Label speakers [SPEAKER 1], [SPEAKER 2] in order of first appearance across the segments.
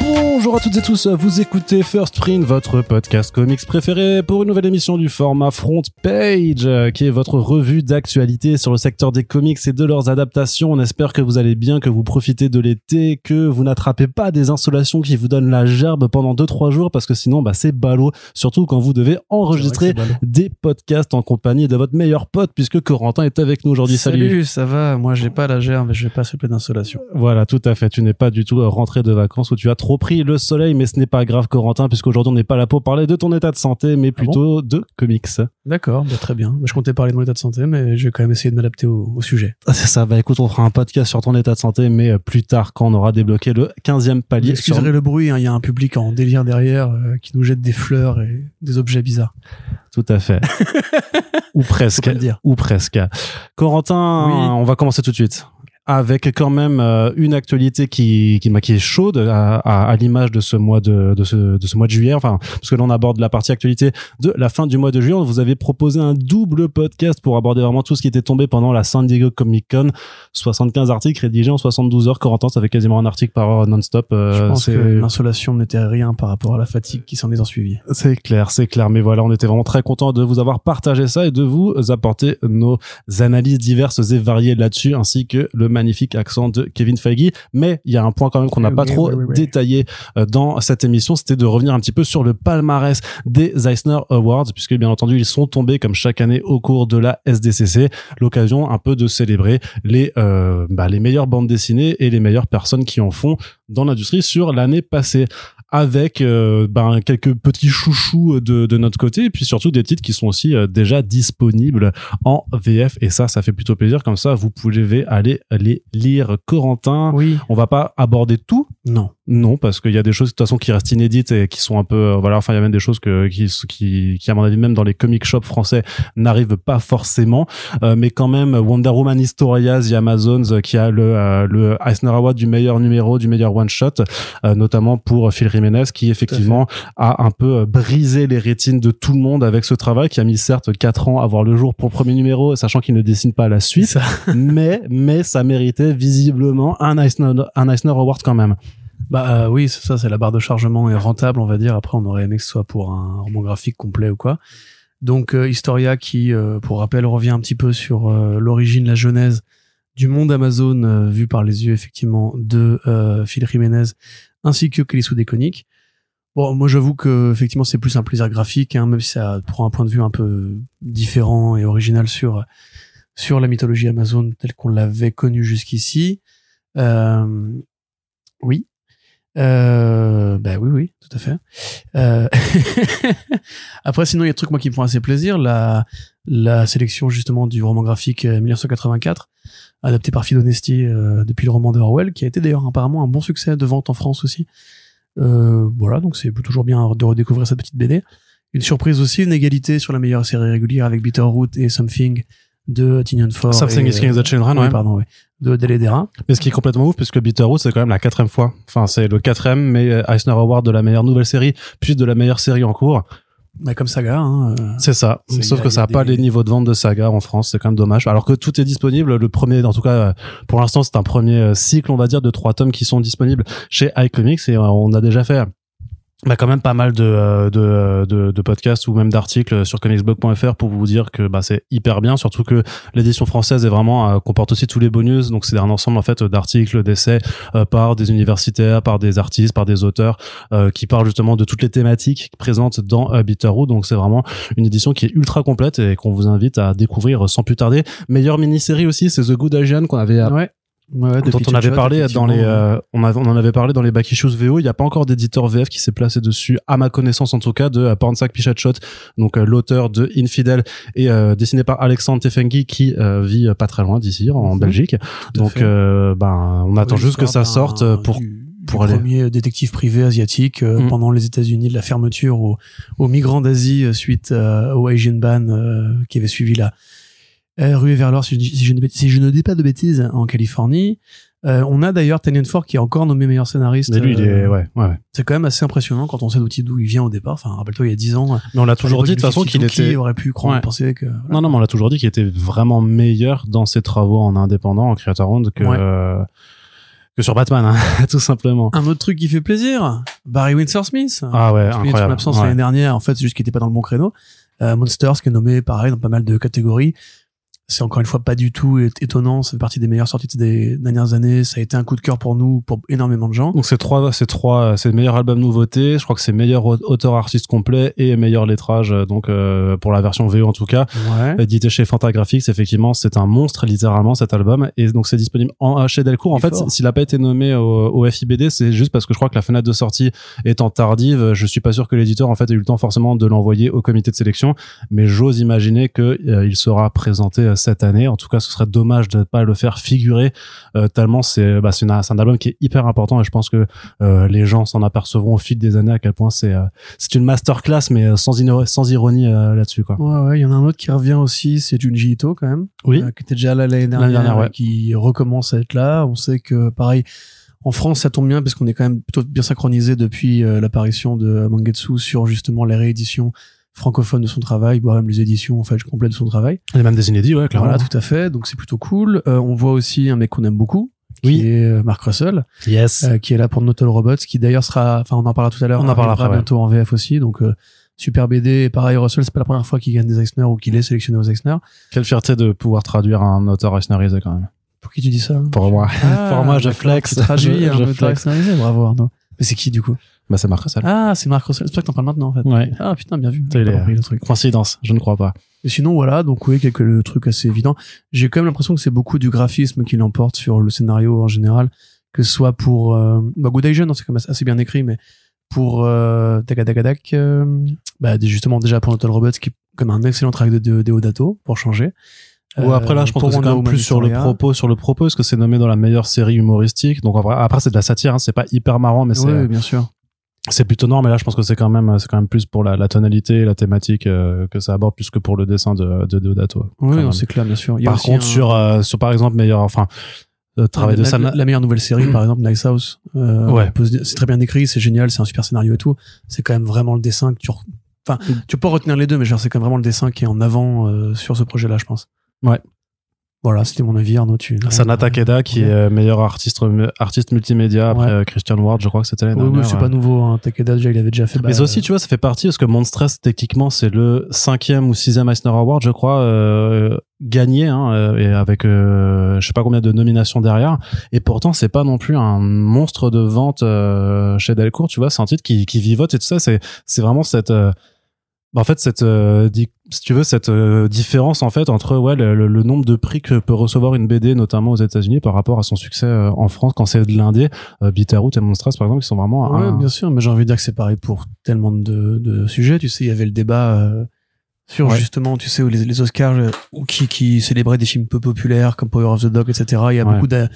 [SPEAKER 1] Bonjour à toutes et tous, vous écoutez First Print, votre podcast comics préféré pour une nouvelle émission du format Front Page, euh, qui est votre revue d'actualité sur le secteur des comics et de leurs adaptations. On espère que vous allez bien, que vous profitez de l'été, que vous n'attrapez pas des insolations qui vous donnent la gerbe pendant 2-3 jours, parce que sinon bah, c'est ballot, surtout quand vous devez enregistrer des podcasts en compagnie de votre meilleur pote, puisque Corentin est avec nous aujourd'hui. Salut.
[SPEAKER 2] ça va. Moi, j'ai pas la germe, mais je vais pas souffler d'insolation.
[SPEAKER 1] Voilà, tout à fait. Tu n'es pas du tout euh, rentré de vacances où tu as trop pris le soleil, mais ce n'est pas grave, Corentin, puisqu'aujourd'hui, on n'est pas là pour parler de ton état de santé, mais
[SPEAKER 2] Ah bon
[SPEAKER 1] plutôt de comics.
[SPEAKER 2] D'accord, bah, très bien. Je comptais parler de mon état de santé, mais je vais quand même essayer de m'adapter au, au sujet.
[SPEAKER 1] Ah, C'est ça, bah écoute, on fera un podcast sur ton état de santé, mais euh, plus tard, quand on aura débloqué le 15e palier.
[SPEAKER 2] Excuserez
[SPEAKER 1] sur-
[SPEAKER 2] le bruit, hein, il y a un public en délire derrière euh, qui nous jette des fleurs et des objets bizarres.
[SPEAKER 1] Tout à fait. ou
[SPEAKER 2] Faut
[SPEAKER 1] presque.
[SPEAKER 2] pas le dire.
[SPEAKER 1] Ou presque. Corentin,
[SPEAKER 2] Oui.
[SPEAKER 1] on va commencer tout de suite. Avec quand même euh, une actualité qui, qui, bah, qui est chaude à, à- à l'image de ce mois de, de, ce, de ce mois de juillet. Enfin, parce que là, on aborde la partie actualité de la fin du mois de juillet. On vous avait proposé un double podcast pour aborder vraiment tout ce qui était tombé pendant la San Diego Comic Con. 75 articles rédigés en 72 heures. Corentin, ça fait quasiment un article par heure non-stop. euh,
[SPEAKER 2] je pense que
[SPEAKER 1] c'est-
[SPEAKER 2] l'insolation n'était rien par rapport à la fatigue qui s'en est ensuivie.
[SPEAKER 1] c'est clair, c'est clair. Mais voilà, on était vraiment très content de vous avoir partagé ça et de vous apporter nos analyses diverses et variées là-dessus, ainsi que le magnifique accent de Kevin Feige. Mais il y a un point quand même qu'on n'a
[SPEAKER 2] Oui,
[SPEAKER 1] pas
[SPEAKER 2] oui,
[SPEAKER 1] trop
[SPEAKER 2] oui, oui, oui.
[SPEAKER 1] détaillé euh, dans cette émission, c'était de revenir un petit peu sur le palmarès des Eisner Awards, puisque bien entendu, ils sont tombés comme chaque année au cours de la SDCC, l'occasion un peu de célébrer les, euh, bah, les meilleures bandes dessinées et les meilleures personnes qui en font dans l'industrie sur l'année passée avec euh, ben, quelques petits chouchous de, de notre côté, et puis surtout des titres qui sont aussi euh, déjà disponibles en VF, et ça, ça fait plutôt plaisir, comme ça, vous pouvez aller les lire. Corentin,
[SPEAKER 2] Oui.
[SPEAKER 1] on va pas aborder tout,
[SPEAKER 2] Non.
[SPEAKER 1] non, parce qu'il y a des choses de toute façon qui restent inédites et qui sont un peu, euh, voilà, enfin il y a même des choses que, qui, qui, qui à mon avis même dans les comic shops français n'arrivent pas forcément, Euh, mais quand même Wonder Woman Historias et Amazons euh, qui a le euh, le Eisner Award du meilleur numéro, du meilleur one shot, euh, notamment pour Phil Jiménez qui effectivement a un peu euh, brisé les rétines de tout le monde avec ce travail qui a mis certes quatre ans à voir le jour pour le premier numéro, sachant qu'il ne dessine pas la suite,
[SPEAKER 2] Ça.
[SPEAKER 1] mais mais ça méritait visiblement un Eisner un Eisner Award quand même.
[SPEAKER 2] Bah euh, oui, c'est ça, c'est la barre de chargement est rentable, on va dire. Après, on aurait aimé que ce soit pour un roman graphique complet ou quoi. Donc, euh, Historia qui, euh, pour rappel, revient un petit peu sur euh, l'origine, la genèse du monde Amazon, euh, vu par les yeux, effectivement, de euh, Phil Jiménez, ainsi que Kelly Déconique. Bon, moi, j'avoue que, effectivement, c'est plus un plaisir graphique, hein, même si ça prend un point de vue un peu différent et original sur, sur la mythologie Amazon telle qu'on l'avait connue jusqu'ici. Euh, oui, euh, bah oui, oui, tout à fait. Euh, Après, sinon, il y a des trucs moi qui me font assez plaisir. La, la sélection justement du roman graphique euh, 1984, adapté par Phil Honesty euh, depuis le roman de Orwell, qui a été d'ailleurs apparemment un bon succès de vente en France aussi. Euh, voilà, donc c'est toujours bien de redécouvrir cette petite BD. Une surprise aussi, une égalité sur la meilleure série régulière avec Bitterroot et Something de Tinian Ford.
[SPEAKER 1] Something
[SPEAKER 2] et, euh,
[SPEAKER 1] is Killing the Children,
[SPEAKER 2] oui,
[SPEAKER 1] ouais.
[SPEAKER 2] pardon, oui, de Deledera.
[SPEAKER 1] Mais ce qui est complètement ouf, puisque Bitterroot, c'est quand même la quatrième fois. Enfin, c'est le quatrième, mais euh, Eisner Award de la meilleure nouvelle série, puis de la meilleure série en cours.
[SPEAKER 2] Bah, comme saga, hein, euh,
[SPEAKER 1] C'est ça.
[SPEAKER 2] C'est-
[SPEAKER 1] Sauf
[SPEAKER 2] y a-
[SPEAKER 1] que
[SPEAKER 2] y
[SPEAKER 1] ça
[SPEAKER 2] a
[SPEAKER 1] n'a pas
[SPEAKER 2] des-
[SPEAKER 1] les niveaux de vente de saga en France. C'est quand même dommage. Alors que tout est disponible. Le premier, en tout cas, euh, pour l'instant, c'est un premier euh, cycle, on va dire, de trois tomes qui sont disponibles chez iComics et euh, on a déjà fait. Bah quand même pas mal de, euh, de, euh, de, de podcasts ou même d'articles sur comicsblog.fr pour vous dire que bah, c'est hyper bien, surtout que l'édition française est vraiment euh, comporte aussi tous les bonus, donc c'est un ensemble en fait d'articles, d'essais euh, par des universitaires, par des artistes, par des auteurs euh, qui parlent justement de toutes les thématiques présentes dans euh, Bitterroot, donc c'est vraiment une édition qui est ultra complète et qu'on vous invite à découvrir sans plus tarder. Meilleure mini-série aussi, c'est The Good Asian qu'on avait
[SPEAKER 2] Ouais. Ouais, ouais, de
[SPEAKER 1] dont
[SPEAKER 2] Peter
[SPEAKER 1] on avait
[SPEAKER 2] Judd,
[SPEAKER 1] parlé dans les
[SPEAKER 2] effectivement.
[SPEAKER 1] euh, on, a- on en avait parlé dans les back issues VO il n'y a pas encore d'éditeur VF qui s'est placé dessus à ma connaissance en tout cas de euh, Pornsack Pichachot donc euh, l'auteur de Infidel et euh, dessiné par Alexandre Tefengi qui euh, vit euh, pas très loin d'ici en
[SPEAKER 2] Mhm.
[SPEAKER 1] Belgique
[SPEAKER 2] à
[SPEAKER 1] donc
[SPEAKER 2] fait.
[SPEAKER 1] euh, ben on attend
[SPEAKER 2] Oui,
[SPEAKER 1] juste que ça
[SPEAKER 2] l'histoire
[SPEAKER 1] sorte
[SPEAKER 2] d'un-
[SPEAKER 1] euh, pour
[SPEAKER 2] du- du
[SPEAKER 1] pour aller-
[SPEAKER 2] premier euh, détective privé asiatique euh,
[SPEAKER 1] Mm.
[SPEAKER 2] pendant les États-Unis de la fermeture aux, aux migrants d'Asie euh, suite euh, au Asian ban euh, qui avait suivi la euh, ruée vers l'or si, je dis- si je ne- si je ne dis pas de bêtises en Californie. Euh, on a d'ailleurs Tanyan Ford qui est encore nommé meilleur scénariste.
[SPEAKER 1] mais lui il
[SPEAKER 2] Euh,
[SPEAKER 1] est ouais ouais, ouais.
[SPEAKER 2] C'est quand même assez impressionnant quand on sait d'où il- d'où il vient au départ. Enfin, rappelle-toi, il y a 10 ans. euh,
[SPEAKER 1] mais on l'a toujours dit de toute façon qu'il était
[SPEAKER 2] Qui aurait pu croire,
[SPEAKER 1] Ouais.
[SPEAKER 2] penser que.
[SPEAKER 1] Non, non, mais on l'a toujours dit qu'il était vraiment meilleur dans ses travaux en indépendant, en créateur owned que,
[SPEAKER 2] Ouais.
[SPEAKER 1] euh, que sur Batman, hein, tout simplement.
[SPEAKER 2] Un autre truc qui fait plaisir, Barry Windsor Smith.
[SPEAKER 1] Ah ouais,
[SPEAKER 2] Smith, son
[SPEAKER 1] incroyable.
[SPEAKER 2] absence
[SPEAKER 1] Ouais.
[SPEAKER 2] l'année dernière, en fait, c'est juste qu'il n'était pas dans le bon créneau. Euh, Monsters, qui est nommé pareil dans pas mal de catégories. C'est encore une fois pas du tout é- étonnant. C'est partie des meilleures sorties des dernières années. Ça a été un coup de cœur pour nous, pour énormément de gens.
[SPEAKER 1] Donc c'est trois, c'est trois, c'est le meilleur album nouveauté. Je crois que c'est meilleur au- auteur artiste complet et meilleur lettrage. euh, Donc euh, pour la version VO en tout cas,
[SPEAKER 2] Ouais.
[SPEAKER 1] édité chez Fantagraphics. Effectivement, c'est un monstre littéralement cet album. Et donc c'est disponible en, chez Delcourt. En
[SPEAKER 2] Il est
[SPEAKER 1] fait,
[SPEAKER 2] fort.
[SPEAKER 1] s'il n'a pas été nommé au, au FIBD, c'est juste parce que je crois que la fenêtre de sortie étant tardive, je suis pas sûr que l'éditeur en fait ait eu le temps forcément de l'envoyer au comité de sélection. Mais j'ose imaginer que euh, il sera présenté euh, cette année. En tout cas, ce serait dommage de ne pas le faire figurer euh, tellement c'est bah, c'est une- c'est un album qui est hyper important. Et je pense que euh, les gens s'en apercevront au fil des années à quel point c'est euh, c'est une masterclass, mais euh, sans, ino- sans ironie euh, là-dessus quoi.
[SPEAKER 2] Ouais, ouais, il y en a un autre qui revient aussi, c'est Junji Ito quand même.
[SPEAKER 1] Oui.
[SPEAKER 2] Euh, qui était déjà là l'année dernière,
[SPEAKER 1] dernière, ouais.
[SPEAKER 2] et qui recommence à être là. On sait que, pareil, en France, ça tombe bien parce qu'on est quand même plutôt bien synchronisé depuis euh, l'apparition de Mangetsu sur justement les rééditions francophones de son travail, voire même les éditions en fait complètes de son travail.
[SPEAKER 1] Et même des inédits, ouais, clairement.
[SPEAKER 2] Voilà, tout à fait. Donc c'est plutôt cool. Euh, on voit aussi un mec qu'on aime beaucoup,
[SPEAKER 1] Oui.
[SPEAKER 2] qui est euh, Mark Russell,
[SPEAKER 1] Yes.
[SPEAKER 2] euh, qui est là pour Total Robots, qui d'ailleurs sera, enfin on en parlera tout à l'heure,
[SPEAKER 1] On en parlera
[SPEAKER 2] arrivera
[SPEAKER 1] après, ouais.
[SPEAKER 2] bientôt en VF aussi. Donc euh, super BD. Et pareil, Russell, c'est pas la première fois qu'il gagne des Eisner ou qu'il est sélectionné aux Eisner.
[SPEAKER 1] Quelle fierté de pouvoir traduire un auteur à scénarisé quand même.
[SPEAKER 2] Pour qui tu dis ça hein
[SPEAKER 1] Pour moi.
[SPEAKER 2] Ah,
[SPEAKER 1] Pour moi, je
[SPEAKER 2] d'accord,
[SPEAKER 1] flex.
[SPEAKER 2] tu traduis
[SPEAKER 1] Je-
[SPEAKER 2] un
[SPEAKER 1] je
[SPEAKER 2] peu
[SPEAKER 1] flex.
[SPEAKER 2] personnalisé, bravo Arnaud. Mais c'est qui du coup
[SPEAKER 1] Bah, ça marque ça.
[SPEAKER 2] Ah, c'est Marc Russell. C'est toi que t'en parles maintenant en fait.
[SPEAKER 1] Ouais.
[SPEAKER 2] Ah putain, bien vu.
[SPEAKER 1] Putain,
[SPEAKER 2] J'ai
[SPEAKER 1] il
[SPEAKER 2] pas
[SPEAKER 1] est-
[SPEAKER 2] compris le truc.
[SPEAKER 1] Coïncidence, je ne crois pas.
[SPEAKER 2] Et sinon, voilà, donc oui, quelques trucs assez évidents. J'ai quand même l'impression que c'est beaucoup du graphisme qui l'emporte sur le scénario en général, que ce soit pour euh, bah, Good Asian, c'est quand même assez bien écrit, mais pour euh, Takatakadak, euh, bah, des- justement déjà pour Total Robots, qui est comme un excellent travail de, de Deodato pour changer.
[SPEAKER 1] Ou
[SPEAKER 2] Euh,
[SPEAKER 1] après là, je pense
[SPEAKER 2] pour
[SPEAKER 1] que c'est
[SPEAKER 2] Wonder
[SPEAKER 1] quand même
[SPEAKER 2] Woman
[SPEAKER 1] plus sur le
[SPEAKER 2] Victoria.
[SPEAKER 1] propos, sur le propos, parce que c'est nommé dans la meilleure série humoristique. Donc après, après, c'est de la satire, hein, c'est pas hyper marrant, mais
[SPEAKER 2] Oui,
[SPEAKER 1] c'est
[SPEAKER 2] bien sûr.
[SPEAKER 1] c'est plutôt noir. Mais là, je pense que c'est quand même, c'est quand même plus pour la, la tonalité, la thématique euh, que ça aborde, plus que pour le dessin de, de Deodato. Quand
[SPEAKER 2] Oui,
[SPEAKER 1] même.
[SPEAKER 2] non, c'est clair, bien sûr. Il y a
[SPEAKER 1] Par
[SPEAKER 2] aussi
[SPEAKER 1] contre,
[SPEAKER 2] un-
[SPEAKER 1] sur, euh, sur par exemple, meilleur, enfin, le travail de
[SPEAKER 2] la,
[SPEAKER 1] Sam.
[SPEAKER 2] la meilleure nouvelle série, par exemple, Nice House. euh,
[SPEAKER 1] Ouais.
[SPEAKER 2] on peut se dire- C'est très bien écrit, c'est génial, c'est un super scénario et tout. C'est quand même vraiment le dessin que tu. re- Enfin, tu peux pas retenir les deux, mais genre, c'est quand même vraiment le dessin qui est en avant euh, sur ce projet-là, je pense.
[SPEAKER 1] Ouais.
[SPEAKER 2] Voilà, c'était mon avis, Arnaud. Tu...
[SPEAKER 1] Sana Takeda, qui
[SPEAKER 2] Ouais.
[SPEAKER 1] est euh, meilleur artiste, artiste multimédia après
[SPEAKER 2] Ouais.
[SPEAKER 1] euh, Christian Ward, je crois que c'était l'année
[SPEAKER 2] Oui, oui,
[SPEAKER 1] dernière.
[SPEAKER 2] c'est
[SPEAKER 1] ouais.
[SPEAKER 2] pas nouveau. Hein. Takeda, déjà, il avait déjà fait.
[SPEAKER 1] Mais
[SPEAKER 2] bah,
[SPEAKER 1] aussi, tu vois, ça fait partie parce que Monstress, techniquement, c'est le cinquième ou sixième Eisner Award, je crois, euh, gagné, hein, euh, et avec euh, je sais pas combien de nominations derrière. Et pourtant, c'est pas non plus un monstre de vente euh, chez Delcourt. Tu vois, c'est un titre qui, qui vivote et tout ça. C'est c'est vraiment cette euh, en fait, cette, euh, di- si tu veux, cette euh, différence en fait entre ouais, le, le- le nombre de prix que peut recevoir une BD, notamment aux États-Unis, par rapport à son succès euh, en France quand c'est de l'indé, euh, Bitterroot et Monstress par exemple, qui sont vraiment
[SPEAKER 2] Ouais,
[SPEAKER 1] un-
[SPEAKER 2] bien sûr, mais j'ai envie de dire que c'est pareil pour tellement de, de sujets. Tu sais, il y avait le débat euh, sur
[SPEAKER 1] Ouais.
[SPEAKER 2] justement, tu sais, où les, les Oscars euh, ou qui, qui célébraient des films peu populaires comme Power of the Dog, etc. Il y a
[SPEAKER 1] Ouais.
[SPEAKER 2] beaucoup d'a-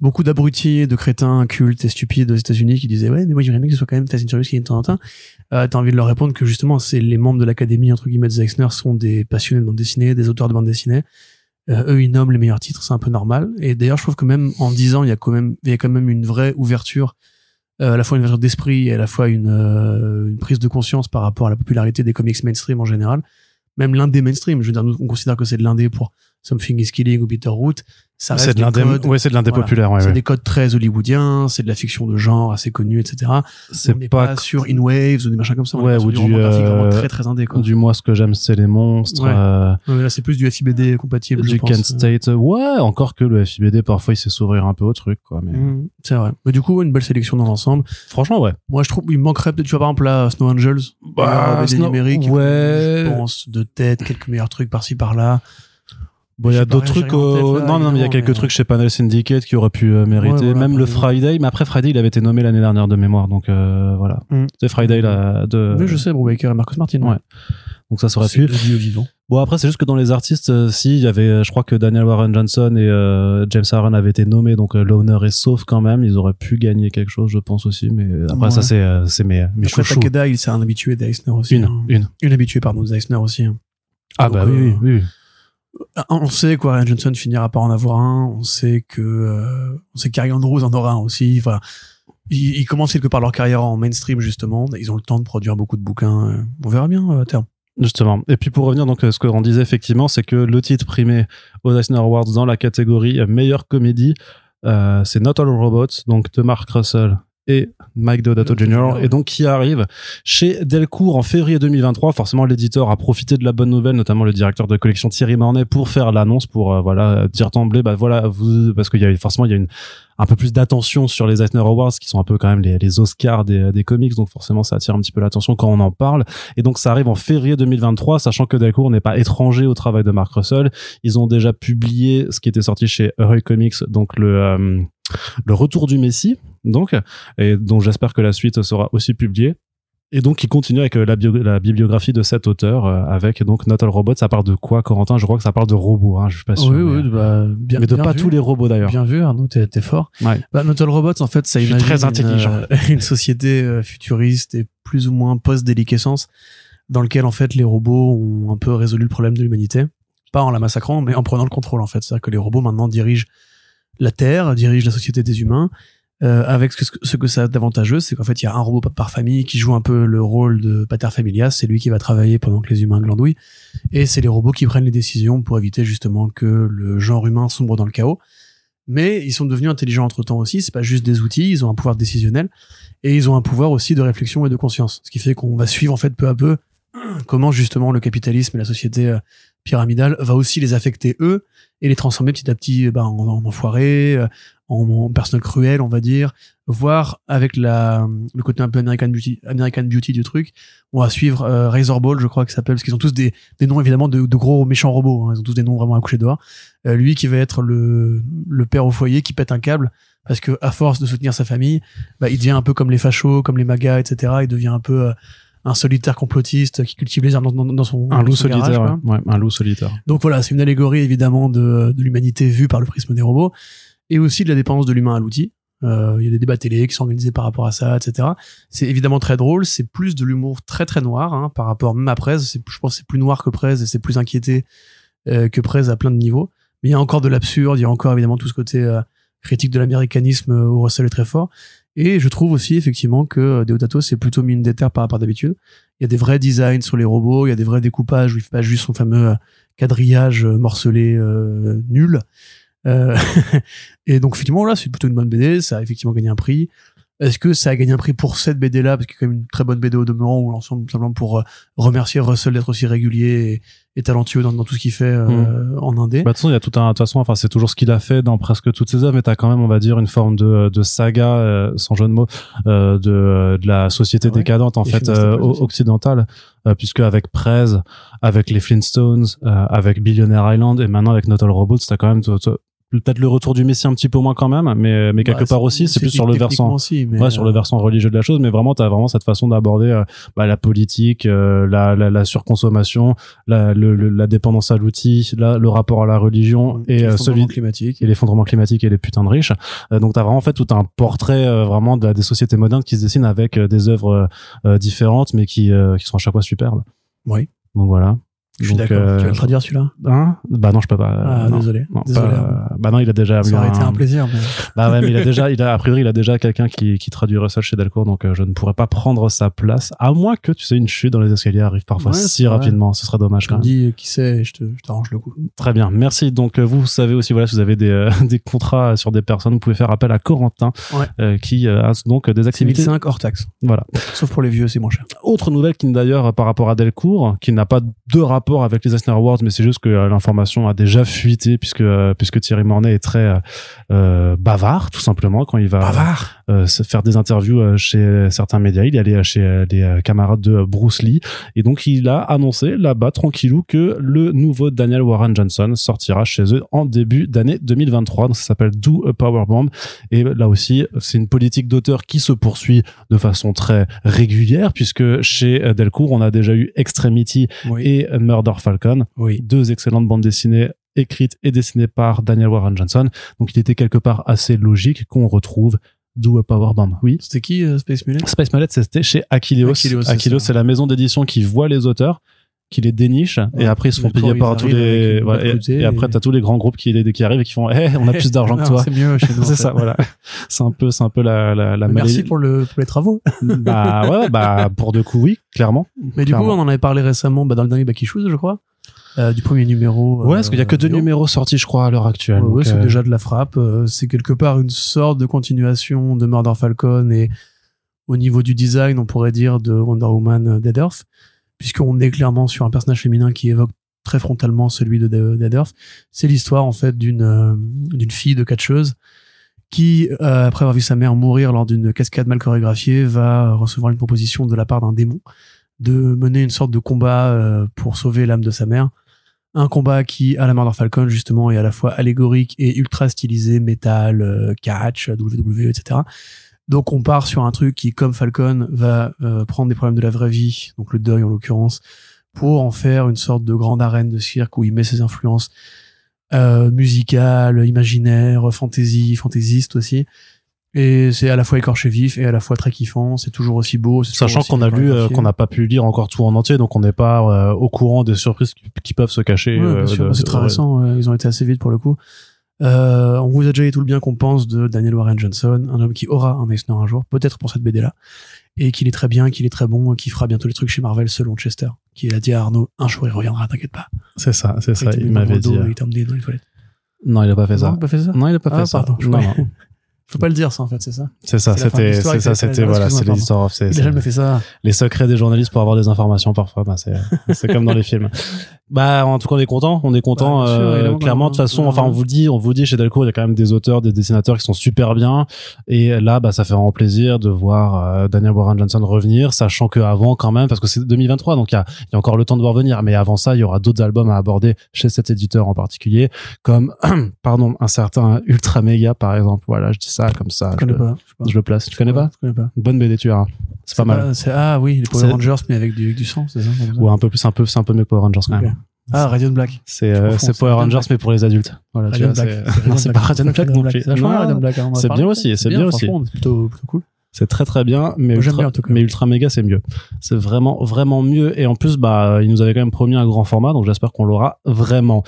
[SPEAKER 2] beaucoup d'abrutis, et de crétins, cultes et stupides aux États-Unis qui disaient ouais, mais moi j'aimerais bien que ce soit quand même Fast and Furious qui est de temps en temps. Euh, T'as envie de leur répondre que justement, c'est les membres de l'académie entre guillemets des Eisner sont des passionnés de bande dessinée, des auteurs de bande dessinée. Euh, eux, ils nomment les meilleurs titres, c'est un peu normal. Et d'ailleurs, je trouve que même en 10 ans, il y a quand même, il y a quand même une vraie ouverture euh, à la fois une ouverture d'esprit et à la fois une, euh, une prise de conscience par rapport à la popularité des comics mainstream en général. Même l'indé mainstream, je veux dire, nous, on considère que c'est de l'indé pour Something is Killing ou Bitterroot. Ça reste
[SPEAKER 1] C'est de
[SPEAKER 2] des
[SPEAKER 1] l'indé
[SPEAKER 2] codes,
[SPEAKER 1] ouais, c'est de l'indé
[SPEAKER 2] Voilà.
[SPEAKER 1] populaire. Ouais,
[SPEAKER 2] c'est
[SPEAKER 1] ouais.
[SPEAKER 2] des codes très hollywoodiens, c'est de la fiction de genre assez connue, etc.
[SPEAKER 1] C'est
[SPEAKER 2] on n'est
[SPEAKER 1] pas
[SPEAKER 2] pas, sur In Waves ou des machins comme ça. on
[SPEAKER 1] Ouais,
[SPEAKER 2] est pas
[SPEAKER 1] ou
[SPEAKER 2] sur
[SPEAKER 1] du,
[SPEAKER 2] roman graphique
[SPEAKER 1] euh,
[SPEAKER 2] vraiment très très indé. Quoi.
[SPEAKER 1] Du moi, ce que j'aime, c'est les monstres.
[SPEAKER 2] Ouais.
[SPEAKER 1] euh,
[SPEAKER 2] Ouais, là, c'est plus du FIBD compatible. je
[SPEAKER 1] du
[SPEAKER 2] pense.
[SPEAKER 1] Kent State. Ouais, encore que le FIBD, parfois, il sait s'ouvrir un peu au truc, quoi. Mais...
[SPEAKER 2] Mmh, c'est vrai. Mais du coup, une belle sélection dans l'ensemble.
[SPEAKER 1] Franchement, ouais.
[SPEAKER 2] Moi, je trouve, il manquerait peut-être, tu vois, par exemple, là, Snow Angels.
[SPEAKER 1] Bah,
[SPEAKER 2] euh, BD
[SPEAKER 1] Snow-
[SPEAKER 2] numérique,
[SPEAKER 1] ouais.
[SPEAKER 2] Je pense, de tête, quelques meilleurs trucs par-ci, par-là.
[SPEAKER 1] Bon, il y
[SPEAKER 2] J'ai
[SPEAKER 1] a
[SPEAKER 2] pas
[SPEAKER 1] d'autres
[SPEAKER 2] rien, j'ai
[SPEAKER 1] trucs.
[SPEAKER 2] rien en tête,
[SPEAKER 1] au-
[SPEAKER 2] là,
[SPEAKER 1] non, non, mais il y a
[SPEAKER 2] évidemment,
[SPEAKER 1] quelques
[SPEAKER 2] mais,
[SPEAKER 1] trucs chez Panel Syndicate qui auraient pu euh, mériter.
[SPEAKER 2] Ouais, voilà,
[SPEAKER 1] Même le
[SPEAKER 2] après-
[SPEAKER 1] Friday. Mais après, Friday, il avait été nommé l'année dernière de mémoire. Donc, euh, voilà.
[SPEAKER 2] Mm.
[SPEAKER 1] C'est Friday, là. De...
[SPEAKER 2] Oui, je sais, Brubaker et Marcos Martin.
[SPEAKER 1] Euh, Ouais. Donc, ça s'aurait
[SPEAKER 2] C'est
[SPEAKER 1] pu.
[SPEAKER 2] deux vieux vivants.
[SPEAKER 1] Bon après c'est juste que dans les artistes euh, si il y avait euh, je crois que Daniel Warren Johnson et euh, James Aaron avaient été nommés donc euh, l'honneur est sauf quand même ils auraient pu gagner quelque chose je pense aussi mais après
[SPEAKER 2] Ouais.
[SPEAKER 1] ça c'est euh, c'est mes mes
[SPEAKER 2] Après,
[SPEAKER 1] chouchous
[SPEAKER 2] Takeda, il c'est un habitué d'Eisner aussi.
[SPEAKER 1] une
[SPEAKER 2] hein.
[SPEAKER 1] une
[SPEAKER 2] Une habituée, pardon, d'Eisner aussi. hein.
[SPEAKER 1] ah
[SPEAKER 2] Donc,
[SPEAKER 1] bah
[SPEAKER 2] euh,
[SPEAKER 1] oui, oui oui
[SPEAKER 2] Ah, On sait quoi, Ryan Johnson finira par en avoir un. On sait que, euh, on sait qu'Ariane Rose en aura un aussi. Voilà. Ils, ils commencent quelque part leur carrière en mainstream, justement. Ils ont le temps de produire beaucoup de bouquins. euh, On verra bien euh, à terme.
[SPEAKER 1] Justement. Et puis pour revenir donc à ce qu'on disait effectivement, c'est que le titre primé aux Eisner Awards dans la catégorie meilleure comédie Euh, c'est Not All Robots, donc de Mark Russell et Mike Deodato
[SPEAKER 2] Deodato
[SPEAKER 1] Jr.
[SPEAKER 2] Jr.
[SPEAKER 1] et donc qui arrive chez Delcourt en février 2023. Forcément, l'éditeur a profité de la bonne nouvelle, notamment le directeur de collection Thierry Mornay pour faire l'annonce, pour euh, voilà dire d'emblée, bah voilà, vous, parce qu'il y a forcément il y a une un peu plus d'attention sur les Eisner Awards qui sont un peu quand même les, les Oscars des, des comics donc forcément ça attire un petit peu l'attention quand on en parle et donc ça arrive en février 2023 sachant que Delcourt n'est pas étranger au travail de Mark Russell ils ont déjà publié ce qui était sorti chez Hurry Comics donc le euh, le retour du Messie donc et dont j'espère que la suite sera aussi publiée. Et donc, il continue avec euh, la, bio- la bibliographie de cet auteur, euh, avec donc Not All Robots. Ça parle de quoi, Corentin Je crois que ça parle de robots, hein, je suis pas sûr.
[SPEAKER 2] oui,
[SPEAKER 1] mais, euh,
[SPEAKER 2] oui, bah, bien,
[SPEAKER 1] mais de
[SPEAKER 2] bien
[SPEAKER 1] pas
[SPEAKER 2] vu.
[SPEAKER 1] tous les robots d'ailleurs.
[SPEAKER 2] Bien vu, Arnaud, t'es t'es fort.
[SPEAKER 1] Ouais.
[SPEAKER 2] Bah, Total Robots, en fait, ça
[SPEAKER 1] Je suis
[SPEAKER 2] imagine
[SPEAKER 1] très intelligent.
[SPEAKER 2] Une, euh, une société euh, futuriste et plus ou moins post-déliquescence, dans lequel, en fait, les robots ont un peu résolu le problème de l'humanité. Pas en la massacrant, mais en prenant le contrôle, en fait. C'est-à-dire que les robots, maintenant, dirigent la Terre, dirigent la société des humains. Euh, avec ce que, ce que ça a d'avantageux, c'est qu'en fait, il y a un robot par- par famille qui joue un peu le rôle de pater familias. C'est lui qui va travailler pendant que les humains glandouillent. Et c'est les robots qui prennent les décisions pour éviter justement que le genre humain sombre dans le chaos. Mais ils sont devenus intelligents entre temps aussi. C'est pas juste des outils. Ils ont un pouvoir décisionnel et ils ont un pouvoir aussi de réflexion et de conscience. Ce qui fait qu'on va suivre en fait peu à peu comment justement le capitalisme et la société euh, pyramidale va aussi les affecter eux et les transformer petit à petit euh, bah, en, en enfoirés, euh, en, en personnes cruelles, on va dire. Voire avec la, le côté un peu American Beauty, American Beauty du truc, on va suivre euh, Razorball, je crois que ça s'appelle, parce qu'ils ont tous des, des noms évidemment de, de gros méchants robots. hein. Ils ont tous des noms vraiment à coucher dehors. Euh, lui qui va être le, le père au foyer qui pète un câble parce que à force de soutenir sa famille, bah, il devient un peu comme les fachos, comme les magas, etc. Il devient un peu euh, un solitaire complotiste qui cultive les armes dans, dans- dans son
[SPEAKER 1] Un
[SPEAKER 2] dans
[SPEAKER 1] loup
[SPEAKER 2] son garage,
[SPEAKER 1] solitaire,
[SPEAKER 2] quoi.
[SPEAKER 1] ouais. Ouais, un loup solitaire.
[SPEAKER 2] Donc voilà, c'est une allégorie évidemment de, de l'humanité vue par le prisme des robots et aussi de la dépendance de l'humain à l'outil. Euh, Il y a des débats télé qui sont organisés par rapport à ça, etc. C'est évidemment très drôle, c'est plus de l'humour très très noir hein, par rapport même à Prez. C'est- Je pense que c'est plus noir que Prez et c'est plus inquiété euh, que Prez à plein de niveaux. Mais il y a encore de l'absurde, il y a encore évidemment tout ce côté euh, critique de l'américanisme euh, où Russell est très fort. Et je trouve aussi effectivement que euh, Deodato s'est plutôt mis une des terres par rapport à d'habitude. Il y a des vrais designs sur les robots, il y a des vrais découpages où il fait pas juste son fameux euh, quadrillage euh, morcelé euh, nul. Euh, et donc effectivement là c'est plutôt une bonne BD, ça a effectivement gagné un prix. Est-ce que ça a gagné un prix pour cette BD là parce qu'il y a quand même une très bonne BD au demeurant ou l'ensemble tout simplement pour euh, remercier Russell d'être aussi régulier et, et talentueux dans, dans tout ce qu'il fait euh, en indé.
[SPEAKER 1] Bah, de toute façon, il y a tout un, de toute façon, enfin, c'est toujours ce qu'il a fait dans presque toutes ses œuvres, mais t'as quand même, on va dire, une forme de, de saga, euh, sans jeu de mots, euh, de, de la société
[SPEAKER 2] Ouais.
[SPEAKER 1] décadente, en
[SPEAKER 2] Et
[SPEAKER 1] fait,
[SPEAKER 2] Phineas
[SPEAKER 1] euh,
[SPEAKER 2] Temple
[SPEAKER 1] o-
[SPEAKER 2] aussi.
[SPEAKER 1] occidentale, euh, puisque avec Prez, avec les Flintstones, euh, avec Billionaire Island, et maintenant avec Not All Robots, t'as quand même t- t- peut-être le retour du Messie un petit peu moins quand même, mais, mais quelque
[SPEAKER 2] Bah,
[SPEAKER 1] part aussi, c'est plus sur le
[SPEAKER 2] techniquement
[SPEAKER 1] versant.
[SPEAKER 2] aussi, mais,
[SPEAKER 1] Ouais, sur le
[SPEAKER 2] euh,
[SPEAKER 1] versant religieux de la chose, mais vraiment, tu as vraiment cette façon d'aborder euh, bah, la politique, euh, la, la, la surconsommation, la, le- le- la dépendance à l'outil, la- le rapport à la religion et,
[SPEAKER 2] le
[SPEAKER 1] euh,
[SPEAKER 2] fondement
[SPEAKER 1] celui
[SPEAKER 2] climatique.
[SPEAKER 1] et l'effondrement climatique et les putains de riches. Euh, donc, tu as vraiment fait tout un portrait euh, vraiment de la- des sociétés modernes qui se dessinent avec euh, des œuvres euh, euh, différentes, mais qui, euh, qui sont à chaque fois superbes.
[SPEAKER 2] Oui.
[SPEAKER 1] Donc voilà.
[SPEAKER 2] Je suis
[SPEAKER 1] Donc,
[SPEAKER 2] d'accord.
[SPEAKER 1] euh,
[SPEAKER 2] Tu vas le traduire celui-là
[SPEAKER 1] Hein bah non, je peux pas. euh,
[SPEAKER 2] Ah,
[SPEAKER 1] non.
[SPEAKER 2] désolé.
[SPEAKER 1] Non,
[SPEAKER 2] désolé.
[SPEAKER 1] pas-
[SPEAKER 2] Arnaud.
[SPEAKER 1] bah non, il a déjà eu
[SPEAKER 2] Ça aurait été
[SPEAKER 1] un-
[SPEAKER 2] un plaisir. mais-
[SPEAKER 1] bah ouais, mais il a déjà, il a, a priori, il a déjà quelqu'un qui, qui traduit Russell chez Delcourt, donc euh, je ne pourrais pas prendre sa place, à moins que, tu sais, une chute dans les escaliers arrive parfois
[SPEAKER 2] Ouais,
[SPEAKER 1] si
[SPEAKER 2] c'est vrai.
[SPEAKER 1] rapidement, ce serait dommage
[SPEAKER 2] Je
[SPEAKER 1] quand
[SPEAKER 2] te
[SPEAKER 1] même.
[SPEAKER 2] dis euh, qui c'est et je te- je t'arrange le coup.
[SPEAKER 1] Très bien, merci. Donc euh, vous savez aussi, voilà, si vous avez des, euh, des contrats sur des personnes, vous pouvez faire appel à Corentin,
[SPEAKER 2] Ouais.
[SPEAKER 1] euh, qui euh, a donc des
[SPEAKER 2] C'est
[SPEAKER 1] activités.
[SPEAKER 2] 1005 hors taxe.
[SPEAKER 1] Voilà.
[SPEAKER 2] Sauf pour les vieux, c'est moins cher.
[SPEAKER 1] Autre nouvelle qui d'ailleurs par rapport à Delcourt, qui n'a pas de rapport avec les Eisner Awards, mais c'est juste que euh, l'information a déjà fuité puisque euh, puisque Thierry Mornay est très euh, euh, bavard tout simplement quand il va
[SPEAKER 2] Bavard.
[SPEAKER 1] euh, se faire des interviews euh, chez certains médias. Il est allé euh, chez euh, des euh, camarades de euh, Bruce Lee. Et donc, il a annoncé là-bas, tranquillou, que le nouveau Daniel Warren Johnson sortira chez eux en début d'année 2023. Donc, ça s'appelle Do a Powerbomb. Et là aussi, c'est une politique d'auteur qui se poursuit de façon très régulière, puisque chez euh, Delcourt, on a déjà eu Extremity
[SPEAKER 2] Oui.
[SPEAKER 1] et euh, Murder Falcon
[SPEAKER 2] oui.
[SPEAKER 1] deux excellentes bandes dessinées écrites et dessinées par Daniel Warren Johnson. Donc il était quelque part assez logique qu'on retrouve Do a Powerbomb. Oui.
[SPEAKER 2] C'était qui, euh, Space Mullet
[SPEAKER 1] Space Mallet, c'était chez Aquileos.
[SPEAKER 2] Aquileos,
[SPEAKER 1] Aquileos,
[SPEAKER 2] c'est ça.
[SPEAKER 1] c'est la maison d'édition qui voit les auteurs, qui les déniche, et
[SPEAKER 2] Ouais.
[SPEAKER 1] après ils se font
[SPEAKER 2] Mais quand
[SPEAKER 1] payer
[SPEAKER 2] ils
[SPEAKER 1] par tous
[SPEAKER 2] arrivent avec
[SPEAKER 1] les.
[SPEAKER 2] une
[SPEAKER 1] ouais,
[SPEAKER 2] boîte
[SPEAKER 1] et-
[SPEAKER 2] côté,
[SPEAKER 1] et,
[SPEAKER 2] et-
[SPEAKER 1] après, t'as tous les grands groupes qui, qui arrivent et qui font Hey, on a plus d'argent que
[SPEAKER 2] Non,
[SPEAKER 1] toi.
[SPEAKER 2] C'est mieux chez nous. en
[SPEAKER 1] C'est
[SPEAKER 2] fait.
[SPEAKER 1] ça, voilà. C'est un peu, c'est un peu la, la, la
[SPEAKER 2] Mais Merci
[SPEAKER 1] malédiction.
[SPEAKER 2] pour, le, pour les travaux.
[SPEAKER 1] Bah ouais, bah pour deux coups, oui, clairement.
[SPEAKER 2] Mais du coup,
[SPEAKER 1] Clairement.
[SPEAKER 2] on en avait parlé récemment bah, dans le dernier Back Issues, je crois. euh, du premier numéro. euh,
[SPEAKER 1] Ouais, parce qu'il y a que deux
[SPEAKER 2] numéros
[SPEAKER 1] numéros sortis, je crois, à l'heure actuelle.
[SPEAKER 2] Ouais, ouais,
[SPEAKER 1] donc,
[SPEAKER 2] c'est
[SPEAKER 1] euh,
[SPEAKER 2] déjà de la frappe. Euh, C'est quelque part une sorte de continuation de Murder Falcon et au niveau du design, on pourrait dire de Wonder Woman euh, Dead Earth, puisqu'on est clairement sur un personnage féminin qui évoque très frontalement celui de De- Dead Earth. C'est l'histoire en fait d'une euh, d'une fille de catcheuse qui, euh, après avoir vu sa mère mourir lors d'une cascade mal chorégraphiée, va recevoir une proposition de la part d'un démon de mener une sorte de combat euh, pour sauver l'âme de sa mère un combat qui, à la Murder Falcon, justement, est à la fois allégorique et ultra stylisé, métal, euh, catch, WWE, etc. Donc on part sur un truc qui, comme Falcon, va euh, prendre des problèmes de la vraie vie, donc le deuil en l'occurrence, pour en faire une sorte de grande arène de cirque où il met ses influences euh, musicales, imaginaires, fantasy, fantaisistes aussi. Et c'est à la fois écorché vif et à la fois très kiffant. C'est toujours aussi beau. c'est toujours
[SPEAKER 1] Sachant
[SPEAKER 2] aussi
[SPEAKER 1] qu'on a
[SPEAKER 2] bien
[SPEAKER 1] lu, euh,
[SPEAKER 2] chorégraphié.
[SPEAKER 1] qu'on n'a pas pu lire encore tout en entier, donc on n'est pas euh, au courant des surprises qui, qui peuvent se cacher.
[SPEAKER 2] Ouais,
[SPEAKER 1] euh,
[SPEAKER 2] bien sûr,
[SPEAKER 1] de-
[SPEAKER 2] bah, c'est très
[SPEAKER 1] ouais.
[SPEAKER 2] récent, ouais, ils ont été assez vite pour le coup. Euh, on vous a déjà dit tout le bien qu'on pense de Daniel Warren Johnson, un homme qui aura un Eisner un jour, peut-être pour cette BD là, et qu'il est très bien, qu'il est très bon, et qu'il fera bientôt les trucs chez Marvel selon Chester, qui a dit à Arnaud, un jour il reviendra, t'inquiète pas.
[SPEAKER 1] C'est ça, c'est ça.
[SPEAKER 2] te met
[SPEAKER 1] Il
[SPEAKER 2] dans le
[SPEAKER 1] m'avait dit.
[SPEAKER 2] dos et
[SPEAKER 1] euh.
[SPEAKER 2] Il t'a emmené dans les toilettes.
[SPEAKER 1] Non, il a pas fait
[SPEAKER 2] Non,
[SPEAKER 1] ça.
[SPEAKER 2] il a pas fait ça
[SPEAKER 1] Non, il a pas
[SPEAKER 2] Ah,
[SPEAKER 1] fait ça.
[SPEAKER 2] pardon, je
[SPEAKER 1] Non,
[SPEAKER 2] croyais.
[SPEAKER 1] non.
[SPEAKER 2] Faut pas le dire ça en fait, c'est ça.
[SPEAKER 1] C'est ça,
[SPEAKER 2] C'est la fin
[SPEAKER 1] c'était,
[SPEAKER 2] de l'histoire
[SPEAKER 1] c'est
[SPEAKER 2] et
[SPEAKER 1] ça,
[SPEAKER 2] c'est la-
[SPEAKER 1] c'était, voilà, c'est
[SPEAKER 2] excuse-moi,
[SPEAKER 1] les histoires, c'est,
[SPEAKER 2] Il
[SPEAKER 1] c'est-
[SPEAKER 2] a jamais fait ça.
[SPEAKER 1] les secrets des journalistes pour avoir des informations parfois, bah, c'est, c'est comme dans les films. Bah, en tout cas, on est content, on est content,
[SPEAKER 2] Bah, bien sûr,
[SPEAKER 1] euh,
[SPEAKER 2] évidemment,
[SPEAKER 1] clairement,
[SPEAKER 2] bah,
[SPEAKER 1] de toute façon,
[SPEAKER 2] bah,
[SPEAKER 1] enfin, on vous le dit, on vous le dit chez Delcourt, il y a quand même des auteurs, des dessinateurs qui sont super bien. Et là, bah, ça fait vraiment plaisir de voir, euh, Daniel Warren Johnson revenir, sachant que avant quand même, parce que c'est 2023, donc il y a, il y a encore le temps de voir venir. Mais avant ça, il y aura d'autres albums à aborder chez cet éditeur en particulier, comme, pardon, un certain Ultra Mega, par exemple. Voilà, je dis ça comme ça.
[SPEAKER 2] Je
[SPEAKER 1] Je,
[SPEAKER 2] connais pas. Je sais pas.
[SPEAKER 1] je le place. Tu connais pas?
[SPEAKER 2] Je connais pas.
[SPEAKER 1] Bonne BD, tu verras. C'est pas mal.
[SPEAKER 2] Ah, c'est- Ah oui, les Power
[SPEAKER 1] C'est-
[SPEAKER 2] Rangers, mais avec du, avec du sang, c'est ça comme ça
[SPEAKER 1] Ou un peu plus, un peu, c'est un peu mes Power Rangers quand
[SPEAKER 2] Ok.
[SPEAKER 1] même.
[SPEAKER 2] Ah, Radiant Black.
[SPEAKER 1] C'est
[SPEAKER 2] Je
[SPEAKER 1] euh,
[SPEAKER 2] confonds,
[SPEAKER 1] c'est
[SPEAKER 2] c'est
[SPEAKER 1] Power
[SPEAKER 2] Radiant
[SPEAKER 1] Rangers
[SPEAKER 2] Black.
[SPEAKER 1] mais pour les adultes. Voilà, tu
[SPEAKER 2] Radiant
[SPEAKER 1] vois,
[SPEAKER 2] Ah, Black.
[SPEAKER 1] c'est- non, c'est pas Radiant Black non plus.
[SPEAKER 2] C'est vachement bien,
[SPEAKER 1] Non,
[SPEAKER 2] Radiant Black. hein, on va
[SPEAKER 1] c'est
[SPEAKER 2] parler.
[SPEAKER 1] bien aussi, c'est bien aussi.
[SPEAKER 2] franchement, C'est plutôt, plutôt cool.
[SPEAKER 1] C'est très très bien, mais
[SPEAKER 2] Moi, j'aime
[SPEAKER 1] ultra,
[SPEAKER 2] bien, en tout cas.
[SPEAKER 1] mais ultra méga c'est mieux. C'est vraiment vraiment mieux. Et en plus, bah, il nous avait quand même promis un grand format, donc j'espère qu'on l'aura vraiment.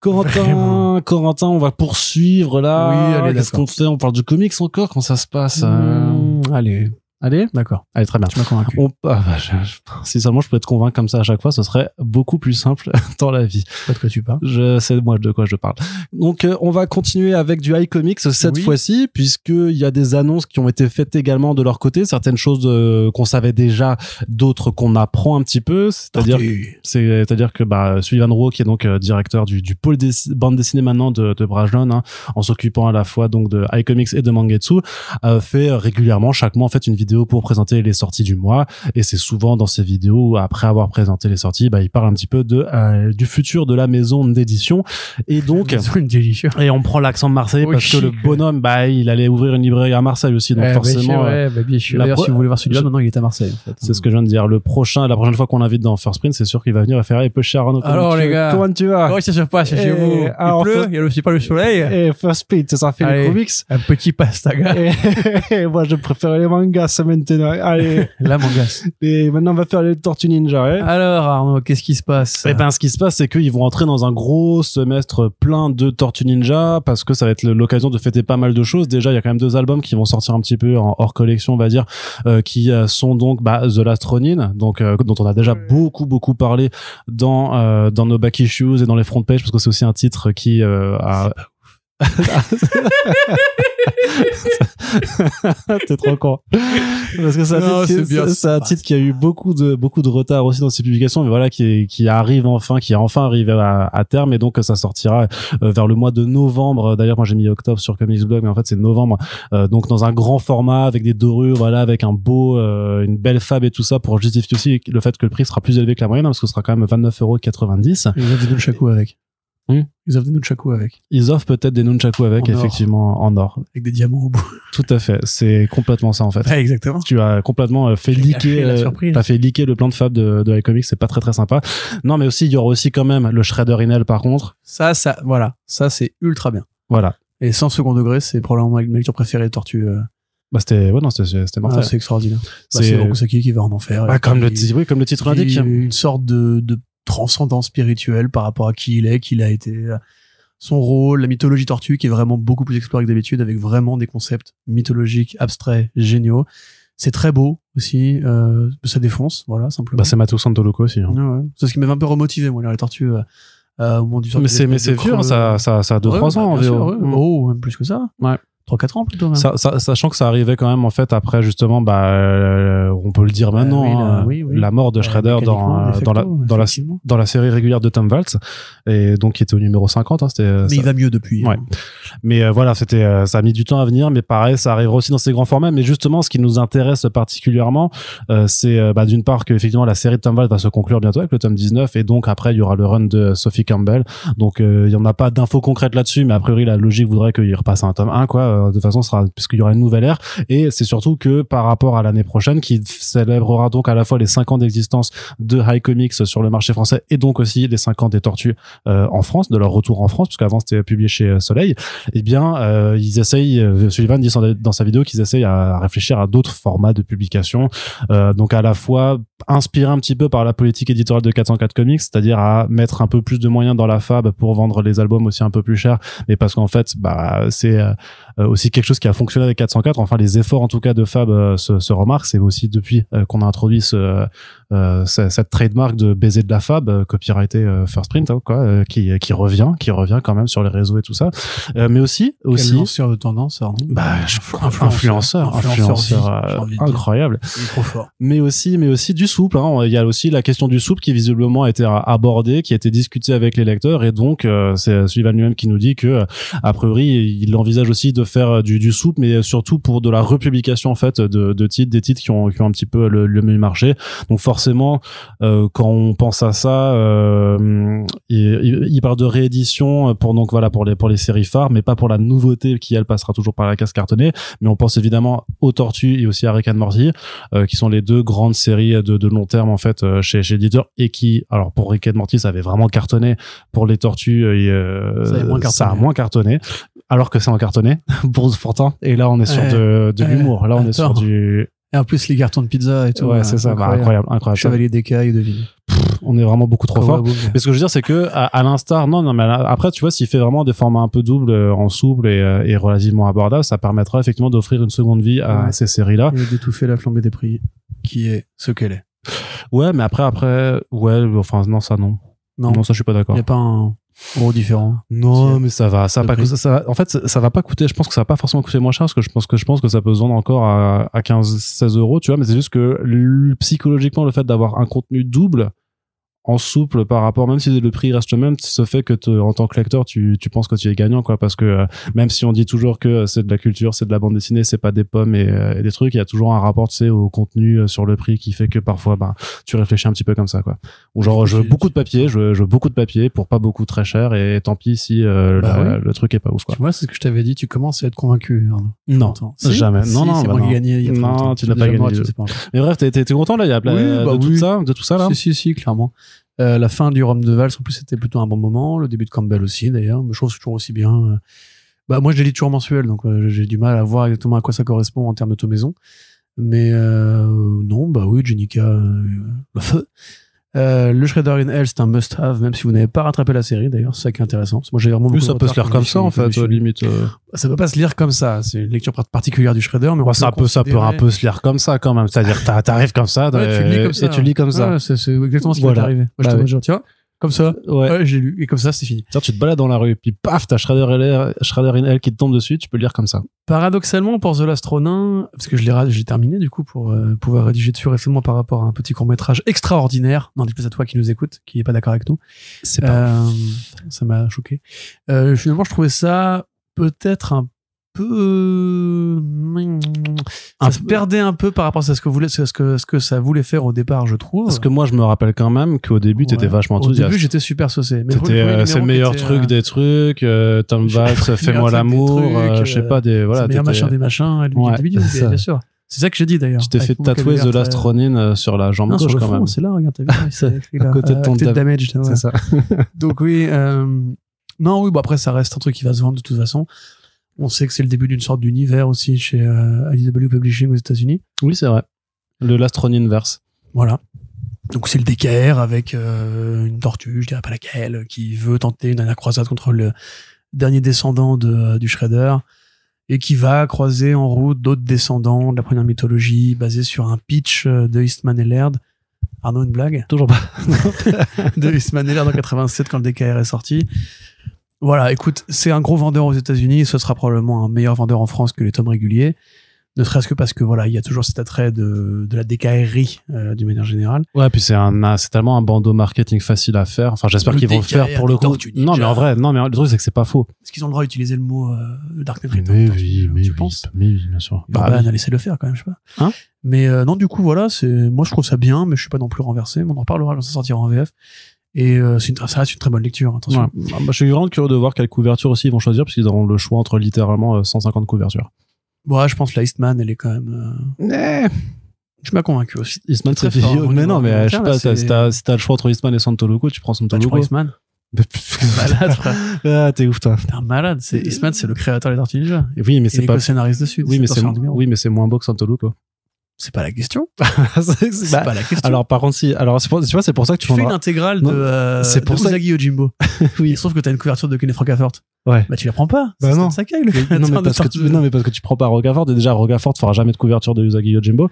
[SPEAKER 1] Corentin,
[SPEAKER 2] Vraiment.
[SPEAKER 1] Corentin, on va poursuivre
[SPEAKER 2] Oui,
[SPEAKER 1] là.
[SPEAKER 2] allez,
[SPEAKER 1] Qu'est-ce qu'on
[SPEAKER 2] d'accord.
[SPEAKER 1] fait On parle du comics encore Comment ça se passe euh
[SPEAKER 2] Mmh, allez,
[SPEAKER 1] Allez,
[SPEAKER 2] d'accord.
[SPEAKER 1] allez, très bien.
[SPEAKER 2] Tu m'as convaincu.
[SPEAKER 1] On- ah, bah, je- je- si seulement je pouvais te convaincre comme ça à chaque fois, ce serait beaucoup plus simple dans la vie.
[SPEAKER 2] Je sais pas de quoi tu parles.
[SPEAKER 1] Je sais moi de quoi je parle. Donc euh, on va continuer avec du iComics cette
[SPEAKER 2] Oui.
[SPEAKER 1] fois-ci puisqu'il y a des annonces qui ont été faites également de leur côté, certaines choses euh, qu'on savait déjà, d'autres qu'on apprend un petit peu, c'est-à-dire
[SPEAKER 2] Tortue.
[SPEAKER 1] c'est- c'est-à-dire que bah, Sullivan Rowe, qui est donc euh, directeur du, du pôle des, bande dessinée maintenant de, de Brajlon, hein, en s'occupant à la fois donc de iComics et de Mangetsu, euh, fait régulièrement chaque mois en fait une vidéo pour présenter les sorties du mois. Et c'est souvent dans ces vidéos où, après avoir présenté les sorties, bah, il parle un petit peu de euh, du futur de la maison d'édition. Et donc
[SPEAKER 2] Ils ont une délicieux.
[SPEAKER 1] et on prend l'accent de Marseille
[SPEAKER 2] Oui,
[SPEAKER 1] parce que le
[SPEAKER 2] chic, ouais.
[SPEAKER 1] bonhomme, bah, il allait ouvrir une librairie à Marseille aussi, donc forcément. euh,
[SPEAKER 2] Ouais, Eh, bah, bien sûr.
[SPEAKER 1] la
[SPEAKER 2] D'ailleurs,
[SPEAKER 1] pro-
[SPEAKER 2] si vous voulez voir celui-là,
[SPEAKER 1] je-
[SPEAKER 2] maintenant il est à Marseille. En fait.
[SPEAKER 1] c'est ce que je viens de dire. Le prochain, la prochaine fois qu'on l'invite dans First Print, c'est sûr qu'il va venir et faire un peu cher Arnaud. comment
[SPEAKER 2] Alors,
[SPEAKER 1] tu-
[SPEAKER 2] les gars.
[SPEAKER 1] comment tu vas
[SPEAKER 2] Ah oui, ça se passe
[SPEAKER 1] Eh,
[SPEAKER 2] chez vous. Il
[SPEAKER 1] alors,
[SPEAKER 2] pleut,
[SPEAKER 1] faut- Eh,
[SPEAKER 2] il y a aussi pas le soleil.
[SPEAKER 1] Et First Print, ça fait
[SPEAKER 2] Allez.
[SPEAKER 1] le comics.
[SPEAKER 2] Un petit pastaga.
[SPEAKER 1] Et, et moi, je préfère les mangas ça, maintenant. Allez,
[SPEAKER 2] Là, mon gars.
[SPEAKER 1] et maintenant, on va faire les Tortues Ninja. hein.
[SPEAKER 2] Alors, Arnaud, qu'est-ce qui se passe
[SPEAKER 1] Eh ben, ce qui se passe, c'est qu'ils vont entrer dans un gros semestre plein de Tortues Ninja parce que ça va être le- l'occasion de fêter pas mal de choses. Déjà, il y a quand même deux albums qui vont sortir un petit peu en hors collection, on va dire, euh, qui euh, sont donc bah, The Last Ronin, donc euh, dont on a déjà beaucoup beaucoup parlé dans euh, dans nos back issues et dans les front pages parce que c'est aussi un titre qui euh, a T'es trop con. Parce que c'est un,
[SPEAKER 2] Non,
[SPEAKER 1] titre, qui-
[SPEAKER 2] c'est bien,
[SPEAKER 1] c'est- c'est un
[SPEAKER 2] c'est pas-
[SPEAKER 1] titre qui a eu beaucoup de, beaucoup de retard aussi dans ses publications, mais voilà, qui, est- qui arrive enfin, qui est enfin arrivé à, à terme, et donc ça sortira euh, vers le mois de novembre. Euh, D'ailleurs, moi j'ai mis octobre sur Comics Blog, mais en fait c'est novembre. Euh, donc dans un grand format, avec des dorures, voilà, avec un beau, euh, une belle fab et tout ça, pour justifier aussi le fait que le prix sera plus élevé que la moyenne, hein, parce que ce sera quand même 29,90€.
[SPEAKER 2] Ils offrent des nunchakus avec.
[SPEAKER 1] Hmm
[SPEAKER 2] Ils offrent des nunchakus avec.
[SPEAKER 1] Ils offrent peut-être des nunchaku avec,
[SPEAKER 2] En or.
[SPEAKER 1] effectivement, en or.
[SPEAKER 2] Avec des diamants au bout.
[SPEAKER 1] Tout à fait, c'est complètement ça en fait.
[SPEAKER 2] Ouais, exactement.
[SPEAKER 1] tu as complètement euh, fait
[SPEAKER 2] Il a
[SPEAKER 1] liquer
[SPEAKER 2] fait la
[SPEAKER 1] euh,
[SPEAKER 2] surprise.
[SPEAKER 1] t'as fait liquer le plan de fab de, de iComics c'est pas très très sympa non mais aussi il y aura aussi quand même le Shredder Inel par contre
[SPEAKER 2] Ça, ça, voilà. Ça, c'est ultra bien.
[SPEAKER 1] voilà
[SPEAKER 2] Et sans second degré, c'est probablement ma lecture préférée de Tortue. euh,
[SPEAKER 1] bah c'était ouais non c'était c'était
[SPEAKER 2] Ah,
[SPEAKER 1] mortel
[SPEAKER 2] c'est extraordinaire. Bah,
[SPEAKER 1] C'est-
[SPEAKER 2] C'est Rokusaki qui va en enfer.
[SPEAKER 1] Bah,
[SPEAKER 2] Et
[SPEAKER 1] comme le hein.
[SPEAKER 2] puis,
[SPEAKER 1] titre oui comme le titre
[SPEAKER 2] qui-
[SPEAKER 1] l'indique
[SPEAKER 2] Une sorte de, de transcendance spirituelle par rapport à qui il est, qui il a été, euh, son rôle, la mythologie tortue qui est vraiment beaucoup plus explorée que d'habitude avec vraiment des concepts mythologiques, abstraits, géniaux. C'est très beau aussi, euh, ça défonce, voilà, simplement.
[SPEAKER 1] Bah, c'est Matos Santoloco aussi. hein.
[SPEAKER 2] Ouais, ouais. C'est ce qui m'avait un peu remotivé, moi, la tortue, euh, euh, au moment du
[SPEAKER 1] Mais c'est mais c'est vieux, hein, ça, ça, ça a 2-3 ans en VO. Mm.
[SPEAKER 2] Oh, même plus que ça.
[SPEAKER 1] Ouais.
[SPEAKER 2] 3-4 ans plutôt, même.
[SPEAKER 1] Ça- ça- sachant que ça arrivait quand même en fait après justement bah euh, on peut le dire maintenant
[SPEAKER 2] Bah oui, la-
[SPEAKER 1] hein,
[SPEAKER 2] oui, oui.
[SPEAKER 1] la mort de
[SPEAKER 2] Euh,
[SPEAKER 1] Shredder dans
[SPEAKER 2] mécaniquement, de
[SPEAKER 1] dans la
[SPEAKER 2] facto,
[SPEAKER 1] dans la
[SPEAKER 2] effectivement.
[SPEAKER 1] dans la série régulière de Tom Waltz et donc qui était au numéro 50 hein, c'était euh,
[SPEAKER 2] Mais
[SPEAKER 1] ça-
[SPEAKER 2] il va mieux depuis.
[SPEAKER 1] Ouais.
[SPEAKER 2] hein.
[SPEAKER 1] mais euh, voilà c'était euh, ça a mis du temps à venir mais pareil ça arrivera aussi dans ces grands formats mais justement ce qui nous intéresse particulièrement euh, c'est euh, bah, d'une part que effectivement la série de Tom Waltz va se conclure bientôt avec le tome 19 et donc après il y aura le run de Sophie Campbell donc euh, il y en a pas d'infos concrètes là-dessus mais a priori la logique voudrait qu'il repasse à un tome 1 quoi Euh, de toute façon ce sera puisqu'il y aura une nouvelle ère et c'est surtout que par rapport à l'année prochaine qui célébrera donc à la fois les 5 ans d'existence de High Comics sur le marché français et donc aussi les 5 ans des Tortues euh, en France de leur retour en France parce qu'avant c'était publié chez euh, Soleil eh bien, euh, ils essayent, euh, Sullivan dit sans- dans sa vidéo qu'ils essayent à, à réfléchir à d'autres formats de publication, euh, donc à la fois inspiré un petit peu par la politique éditoriale de 404 Comics, c'est-à-dire à mettre un peu plus de moyens dans la fab pour vendre les albums aussi un peu plus cher, mais parce qu'en fait, bah, c'est euh, euh, aussi quelque chose qui a fonctionné avec 404, enfin les efforts en tout cas de fab euh, se, se remarquent, c'est aussi depuis euh, qu'on a introduit ce, euh, ce- cette trademark de baiser de la fab, euh, copyrighté euh, First Print, hein, quoi, euh, qui, qui revient, qui revient quand même sur les réseaux et tout ça, Euh, mais aussi,
[SPEAKER 2] Quel
[SPEAKER 1] aussi,
[SPEAKER 2] lanceur de tendance, hein.
[SPEAKER 1] bah, je- influenceur, influenceur,
[SPEAKER 2] vie, j'ai
[SPEAKER 1] euh,
[SPEAKER 2] envie de dire.
[SPEAKER 1] incroyable
[SPEAKER 2] Il est trop fort.
[SPEAKER 1] mais aussi mais aussi du souple hein. il y a aussi la question du souple qui visiblement a été abordée qui a été discutée avec les lecteurs et donc euh, c'est Sullivan lui-même qui nous dit que euh, a priori il envisage aussi de faire euh, du, du souple mais surtout pour de la republication en fait de, de titres des titres qui ont, qui ont un petit peu le, le même marché donc forcément euh, quand on pense à ça euh, hum, il, il- il parle de réédition pour donc voilà pour les pour les séries phares mais pas pour la nouveauté qui elle passera toujours par la case cartonnée mais on pense évidemment aux Tortues et aussi à Rick and Morty euh, qui sont les deux grandes séries de, de long terme en fait euh, chez chez l'éditeur et qui alors pour Rick and Morty ça avait vraiment cartonné pour les tortues euh, et, euh,
[SPEAKER 2] Ça avait moins cartonné.
[SPEAKER 1] ça a moins cartonné alors que c'est en cartonné pour pourtant et là on est sur
[SPEAKER 2] Ouais.
[SPEAKER 1] de, de
[SPEAKER 2] Ouais.
[SPEAKER 1] l'humour là on est sur
[SPEAKER 2] Attends.
[SPEAKER 1] du
[SPEAKER 2] Et en plus, les cartons de pizza et tout.
[SPEAKER 1] ouais
[SPEAKER 2] là,
[SPEAKER 1] c'est ça bah, incroyable incroyable,
[SPEAKER 2] Chevalier d'écaille, devine.
[SPEAKER 1] on est vraiment beaucoup trop fort
[SPEAKER 2] Kawaboom.
[SPEAKER 1] mais ce que je veux dire, c'est que à, à l'instar, non, non, mais à la- après, tu vois, s'il fait vraiment des formats un peu doubles, euh, en souple et, euh, et relativement abordables, ça permettra effectivement d'offrir une seconde vie à
[SPEAKER 2] Ouais.
[SPEAKER 1] ces séries-là.
[SPEAKER 2] Et d'étouffer la flambée des prix, qui est ce qu'elle est.
[SPEAKER 1] Ouais, mais après, après, ouais, enfin, non, ça non.
[SPEAKER 2] Non,
[SPEAKER 1] Non, ça, je suis pas
[SPEAKER 2] il
[SPEAKER 1] d'accord.
[SPEAKER 2] n'y a pas un gros différent.
[SPEAKER 1] Non,
[SPEAKER 2] Si.
[SPEAKER 1] mais ça va, ça va
[SPEAKER 2] Le
[SPEAKER 1] pas.
[SPEAKER 2] prix.
[SPEAKER 1] Ça, ça- en fait, ça, ça va pas coûter. Je pense que ça va pas forcément coûter moins cher parce que je pense que je pense que ça peut se vendre encore à, à 15, 16 euros, tu vois. Mais c'est juste que l- psychologiquement, le fait d'avoir un contenu double en souple par rapport, même si le prix reste le même, se fait que te- en tant que lecteur, tu, tu penses que tu es gagnant, quoi. Parce que euh, même si on dit toujours que euh, c'est de la culture, c'est de la bande dessinée, c'est pas des pommes et, euh, et des trucs, il y a toujours un rapport, tu sais, au contenu euh, sur le prix qui fait que parfois, bah, tu réfléchis un petit peu comme ça, quoi. Ou genre, je veux
[SPEAKER 2] Tu-
[SPEAKER 1] beaucoup
[SPEAKER 2] tu-
[SPEAKER 1] de papier, je veux, je veux beaucoup de papier pour pas beaucoup très cher et tant pis si euh,
[SPEAKER 2] Bah
[SPEAKER 1] la- le truc est pas ouf, quoi.
[SPEAKER 2] Tu vois, c'est ce que je t'avais dit, tu commences à être convaincu. Arnaud.
[SPEAKER 1] Non,
[SPEAKER 2] Longtemps.
[SPEAKER 1] jamais.
[SPEAKER 2] Si,
[SPEAKER 1] non, non,
[SPEAKER 2] c'est
[SPEAKER 1] bah
[SPEAKER 2] moi qui
[SPEAKER 1] non.
[SPEAKER 2] ai gagné il y a très
[SPEAKER 1] Non,
[SPEAKER 2] longtemps.
[SPEAKER 1] tu n'as pas
[SPEAKER 2] déjà
[SPEAKER 1] gagné
[SPEAKER 2] moi,
[SPEAKER 1] du
[SPEAKER 2] tu
[SPEAKER 1] tout.
[SPEAKER 2] sais pas encore.
[SPEAKER 1] Mais bref, t'es t'es- t'es content là, il y a plein
[SPEAKER 2] Oui,
[SPEAKER 1] de
[SPEAKER 2] bah
[SPEAKER 1] tout
[SPEAKER 2] oui.
[SPEAKER 1] ça, de tout ça là.
[SPEAKER 2] Si, si, si, clairement. Euh, la fin du Rome de Valls, en plus, c'était plutôt un bon moment. Le début de Campbell aussi, d'ailleurs. Mais Je trouve que c'est toujours aussi bien. euh. Bah, moi, je les lis toujours mensuel, donc euh, j'ai du mal à voir exactement à quoi ça correspond en termes de maison. Mais euh, non, bah oui, Jenica, euh, le feu. Euh, le Shredder in Hell, c'est un must-have, même si vous n'avez pas rattrapé la série, d'ailleurs, c'est ça qui est intéressant. Parce que Moi, j'ai vraiment
[SPEAKER 1] En plus,
[SPEAKER 2] beaucoup
[SPEAKER 1] ça
[SPEAKER 2] de
[SPEAKER 1] peut se
[SPEAKER 2] retard
[SPEAKER 1] lire
[SPEAKER 2] quand
[SPEAKER 1] comme
[SPEAKER 2] je
[SPEAKER 1] ça
[SPEAKER 2] suis-
[SPEAKER 1] en
[SPEAKER 2] quand je
[SPEAKER 1] fait,
[SPEAKER 2] suis-
[SPEAKER 1] limite. euh.
[SPEAKER 2] Ça peut pas se lire comme ça, c'est une lecture particulière du Shredder, mais on
[SPEAKER 1] Bon, Ah, ça peut, ça peut
[SPEAKER 2] considérer-
[SPEAKER 1] un peu se lire comme ça quand même. C'est-à-dire, t'a- t'arrives comme ça,
[SPEAKER 2] Ouais, tu le lis
[SPEAKER 1] euh,
[SPEAKER 2] comme ça.
[SPEAKER 1] et tu lis comme ça.
[SPEAKER 2] Ah, c'est c'est exactement ce qui
[SPEAKER 1] Voilà.
[SPEAKER 2] m'est arrivé. Moi, je
[SPEAKER 1] Bah
[SPEAKER 2] te
[SPEAKER 1] oui.
[SPEAKER 2] vois, tu vois, comme ça.
[SPEAKER 1] Ouais.
[SPEAKER 2] Ouais, j'ai lu. Et comme ça, c'est fini.
[SPEAKER 1] Tiens, tu te balades dans la rue, puis paf, t'as Shredder, et l'air- Shredder in Hell qui te tombe dessus, tu peux le lire comme ça.
[SPEAKER 2] Paradoxalement, pour The Last Ronin, parce que je l'ai ra- je l'ai terminé du coup pour euh, pouvoir rédiger dessus récemment par rapport à un petit court-métrage extraordinaire, non, déplaise à toi qui nous écoute, qui n'est pas d'accord avec nous.
[SPEAKER 1] C'est
[SPEAKER 2] Euh, ça m'a choqué. Euh, finalement, je trouvais ça peut-être un peu. euh, Ça
[SPEAKER 1] Un
[SPEAKER 2] se
[SPEAKER 1] peu-
[SPEAKER 2] perdait un peu par rapport à ce que, voulait, à ce que, ce que ça voulait faire au départ, je trouve.
[SPEAKER 1] Parce que moi, je me rappelle quand même qu'au début, t'étais
[SPEAKER 2] Ouais.
[SPEAKER 1] vachement
[SPEAKER 2] Au début,
[SPEAKER 1] enthousiaste.
[SPEAKER 2] j'étais super saucé. Mais le
[SPEAKER 1] C'était,
[SPEAKER 2] premier
[SPEAKER 1] euh,
[SPEAKER 2] numéro
[SPEAKER 1] C'est le
[SPEAKER 2] qui
[SPEAKER 1] meilleur
[SPEAKER 2] était,
[SPEAKER 1] truc
[SPEAKER 2] euh,
[SPEAKER 1] des trucs, euh, Tom
[SPEAKER 2] je-
[SPEAKER 1] Vax, fais-moi
[SPEAKER 2] truc des
[SPEAKER 1] l'amour,
[SPEAKER 2] trucs,
[SPEAKER 1] euh,
[SPEAKER 2] euh,
[SPEAKER 1] je sais pas, des, voilà.
[SPEAKER 2] c'est le meilleur
[SPEAKER 1] t'étais-
[SPEAKER 2] machin des machins, et le
[SPEAKER 1] Ouais,
[SPEAKER 2] milieu des milieux,
[SPEAKER 1] c'est
[SPEAKER 2] bien,
[SPEAKER 1] ça.
[SPEAKER 2] bien sûr. C'est ça que j'ai dit d'ailleurs.
[SPEAKER 1] Tu t'es
[SPEAKER 2] Avec
[SPEAKER 1] fait
[SPEAKER 2] mon
[SPEAKER 1] tatouer
[SPEAKER 2] vocabulaire
[SPEAKER 1] The Last
[SPEAKER 2] très-
[SPEAKER 1] Ronin euh, sur la jambe
[SPEAKER 2] Non, sur
[SPEAKER 1] gauche
[SPEAKER 2] le
[SPEAKER 1] quand
[SPEAKER 2] front,
[SPEAKER 1] même.
[SPEAKER 2] c'est là, regarde, t'as vu, c'est écrit là,
[SPEAKER 1] côté de
[SPEAKER 2] euh,
[SPEAKER 1] ton
[SPEAKER 2] acted
[SPEAKER 1] dam-
[SPEAKER 2] damage.
[SPEAKER 1] C'est ça.
[SPEAKER 2] Donc oui, euh, non, oui, bon après ça reste un truc qui va se vendre de toute façon. On sait que c'est le début d'une sorte d'univers aussi chez euh, IDW Publishing aux États-Unis.
[SPEAKER 1] Oui, c'est vrai. Le Last Ronin verse.
[SPEAKER 2] Voilà. Donc c'est le DKR avec euh, une tortue, je dirais pas laquelle, qui veut tenter une dernière croisade contre le dernier descendant de, du euh, Shredder. et qui va croiser en route d'autres descendants de la première mythologie basée sur un pitch euh, de Eastman et Laird. Arnaud, une blague
[SPEAKER 1] Toujours pas.
[SPEAKER 2] de Eastman et Laird en 87 quand le DKR est sorti. Voilà, écoute, c'est un gros vendeur aux États-Unis, ce sera probablement un meilleur vendeur en France que les tomes réguliers. Ne serait-ce que parce que voilà, il y a toujours cet attrait de, de la DKRI euh, d'une manière générale.
[SPEAKER 1] Ouais, puis c'est un, un- c'est tellement un bandeau marketing facile à faire. Enfin, j'espère
[SPEAKER 2] Le
[SPEAKER 1] qu'ils vont le
[SPEAKER 2] DKR
[SPEAKER 1] faire pour le
[SPEAKER 2] des
[SPEAKER 1] coup.
[SPEAKER 2] Tortues Ninja.
[SPEAKER 1] Non, mais en vrai, non, mais le truc c'est que c'est pas faux.
[SPEAKER 2] Est-ce qu'ils ont le droit d'utiliser le mot euh, Dark Knight Returns
[SPEAKER 1] Mais
[SPEAKER 2] dans ce
[SPEAKER 1] oui,
[SPEAKER 2] jeu,
[SPEAKER 1] mais
[SPEAKER 2] tu
[SPEAKER 1] oui,
[SPEAKER 2] penses
[SPEAKER 1] mais oui, bien sûr. Bah,
[SPEAKER 2] Urban
[SPEAKER 1] oui.
[SPEAKER 2] a laissé le faire quand même, je sais pas.
[SPEAKER 1] Hein
[SPEAKER 2] mais euh, non, du coup, voilà, c'est moi je trouve ça bien, mais je suis pas non plus renversé. Mais on en reparlera quand ça sortira en VF. Et euh, c'est une- ça reste une très bonne lecture, hein, attention.
[SPEAKER 1] Ouais. Bah, je suis vraiment curieux de voir quelle couverture aussi ils vont choisir, parce qu'ils auront le choix entre littéralement euh, 150 couvertures.
[SPEAKER 2] Ouais, Bah, je pense que la Eastman, elle est quand même. euh, Tu m'as convaincu aussi.
[SPEAKER 1] Eastman,
[SPEAKER 2] C'est
[SPEAKER 1] Eh, c'est
[SPEAKER 2] très fort,
[SPEAKER 1] vieux.
[SPEAKER 2] hein,
[SPEAKER 1] Mais
[SPEAKER 2] niveau
[SPEAKER 1] non, mais euh, je sais
[SPEAKER 2] argumentaire, là,
[SPEAKER 1] pas, t'as-
[SPEAKER 2] c'est-
[SPEAKER 1] si t'as si t'as le choix entre Eastman et Santoloco, tu prends
[SPEAKER 2] Bah, tu prends
[SPEAKER 1] Santoloco.
[SPEAKER 2] Eastman Malade,
[SPEAKER 1] Malade.
[SPEAKER 2] frère.
[SPEAKER 1] Ah, t'es ouf, toi.
[SPEAKER 2] T'es un malade. C'est Eastman, c'est le créateur des Tortues Ninja.
[SPEAKER 1] Et Oui, mais
[SPEAKER 2] Il
[SPEAKER 1] c'est
[SPEAKER 2] est
[SPEAKER 1] pas.
[SPEAKER 2] co-scénariste dessus.
[SPEAKER 1] Oui mais,
[SPEAKER 2] pas
[SPEAKER 1] c'est,
[SPEAKER 2] sur un numéro.
[SPEAKER 1] oui, mais c'est moins beau que Santoloco.
[SPEAKER 2] C'est pas la question.
[SPEAKER 1] C'est- c'est-
[SPEAKER 2] C'est
[SPEAKER 1] bah,
[SPEAKER 2] pas la question.
[SPEAKER 1] alors, par contre, si. Alors, c'est pour- tu vois, c'est pour ça que tu
[SPEAKER 2] tu fais une
[SPEAKER 1] prendras.
[SPEAKER 2] intégrale de,
[SPEAKER 1] Non,
[SPEAKER 2] euh,
[SPEAKER 1] c'est pour
[SPEAKER 2] de
[SPEAKER 1] ça-
[SPEAKER 2] Usagi Yojimbo.
[SPEAKER 1] Oui.
[SPEAKER 2] Il se trouve que t'as une couverture de Kenneth Rocafort.
[SPEAKER 1] Ouais.
[SPEAKER 2] Bah, tu la prends pas.
[SPEAKER 1] Bah,
[SPEAKER 2] c'est
[SPEAKER 1] non.
[SPEAKER 2] Stan Sakai, le
[SPEAKER 1] non,
[SPEAKER 2] créateur
[SPEAKER 1] mais
[SPEAKER 2] de
[SPEAKER 1] parce que tu,
[SPEAKER 2] Tortues Ninja.
[SPEAKER 1] non, mais parce que tu prends pas Rocafort. Et déjà, Rocafort fera jamais de couverture de Usagi Yojimbo.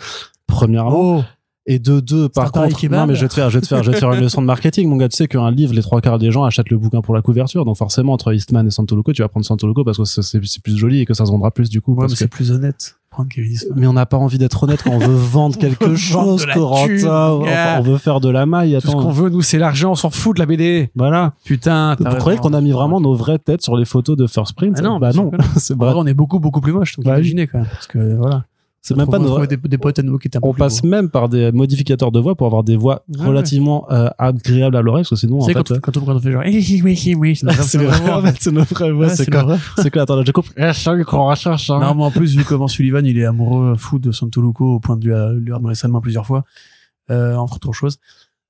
[SPEAKER 1] Premièrement.
[SPEAKER 2] Oh.
[SPEAKER 1] Et de deux,
[SPEAKER 2] un
[SPEAKER 1] par
[SPEAKER 2] pareil
[SPEAKER 1] contre,
[SPEAKER 2] kebab.
[SPEAKER 1] non mais je vais te faire, je vais te faire, je vais te faire une leçon de marketing, mon gars. Tu sais qu'un livre, les trois quarts des gens achètent le bouquin pour la couverture, donc forcément entre Eastman et Santoloco, tu vas prendre Santoloco parce que c'est- c'est c'est plus joli et que ça se vendra plus du coup.
[SPEAKER 2] Ouais,
[SPEAKER 1] parce
[SPEAKER 2] mais
[SPEAKER 1] que- Euh,
[SPEAKER 2] c'est plus honnête. Prendre Kevin Eastman.
[SPEAKER 1] mais on n'a pas envie d'être honnête quand on veut vendre quelque
[SPEAKER 2] veut vendre de
[SPEAKER 1] chose,
[SPEAKER 2] la thune,
[SPEAKER 1] Corentin.
[SPEAKER 2] gars.
[SPEAKER 1] Enfin, on veut faire de la maille.
[SPEAKER 3] Tout ce
[SPEAKER 1] Attends,
[SPEAKER 3] qu'on veut, nous, c'est l'argent, on s'en fout de la BD.
[SPEAKER 1] voilà.
[SPEAKER 3] Putain,
[SPEAKER 1] Vous
[SPEAKER 3] t'as
[SPEAKER 1] croyez
[SPEAKER 3] raison.
[SPEAKER 1] qu'on a mis vraiment nos vraies têtes sur les photos de First Print
[SPEAKER 2] Ah non,
[SPEAKER 1] bah
[SPEAKER 2] bien
[SPEAKER 1] non.
[SPEAKER 2] sûr que
[SPEAKER 1] c'est
[SPEAKER 2] En
[SPEAKER 1] vrai.
[SPEAKER 2] vrai, on est beaucoup, beaucoup plus moche. Donc,
[SPEAKER 1] Bah oui.
[SPEAKER 2] imaginez quand même. Parce que voilà.
[SPEAKER 1] C'est même pas
[SPEAKER 2] Faut
[SPEAKER 1] nos
[SPEAKER 2] trouver des, des potes à nous qui étaient un peu
[SPEAKER 1] On
[SPEAKER 2] plus
[SPEAKER 1] passe
[SPEAKER 2] beaux.
[SPEAKER 1] même par des modificateurs de voix pour avoir des voix
[SPEAKER 2] Ouais,
[SPEAKER 1] relativement euh, agréables à l'oreille, parce que sinon,
[SPEAKER 2] Tu
[SPEAKER 1] en
[SPEAKER 2] sais,
[SPEAKER 1] fait,
[SPEAKER 2] quand,
[SPEAKER 1] euh,
[SPEAKER 2] quand on quand on fait genre, eh, oui, oui, oui, c'est notre-
[SPEAKER 1] c'est
[SPEAKER 2] notre
[SPEAKER 1] vrai,
[SPEAKER 2] voix.
[SPEAKER 1] en fait, c'est nos vraies voix,
[SPEAKER 2] Ouais,
[SPEAKER 1] c'est
[SPEAKER 2] Ah, c'est
[SPEAKER 1] quoi
[SPEAKER 2] notre-
[SPEAKER 1] C'est quoi Attends, là, je coupe. Eh, salut, qu'on recherche, hein.
[SPEAKER 2] Non, mais en plus, vu comment Sullivan, il est amoureux fou de Santoluco au point de lui, à- lui armer sa main plusieurs fois, euh, entre autres choses,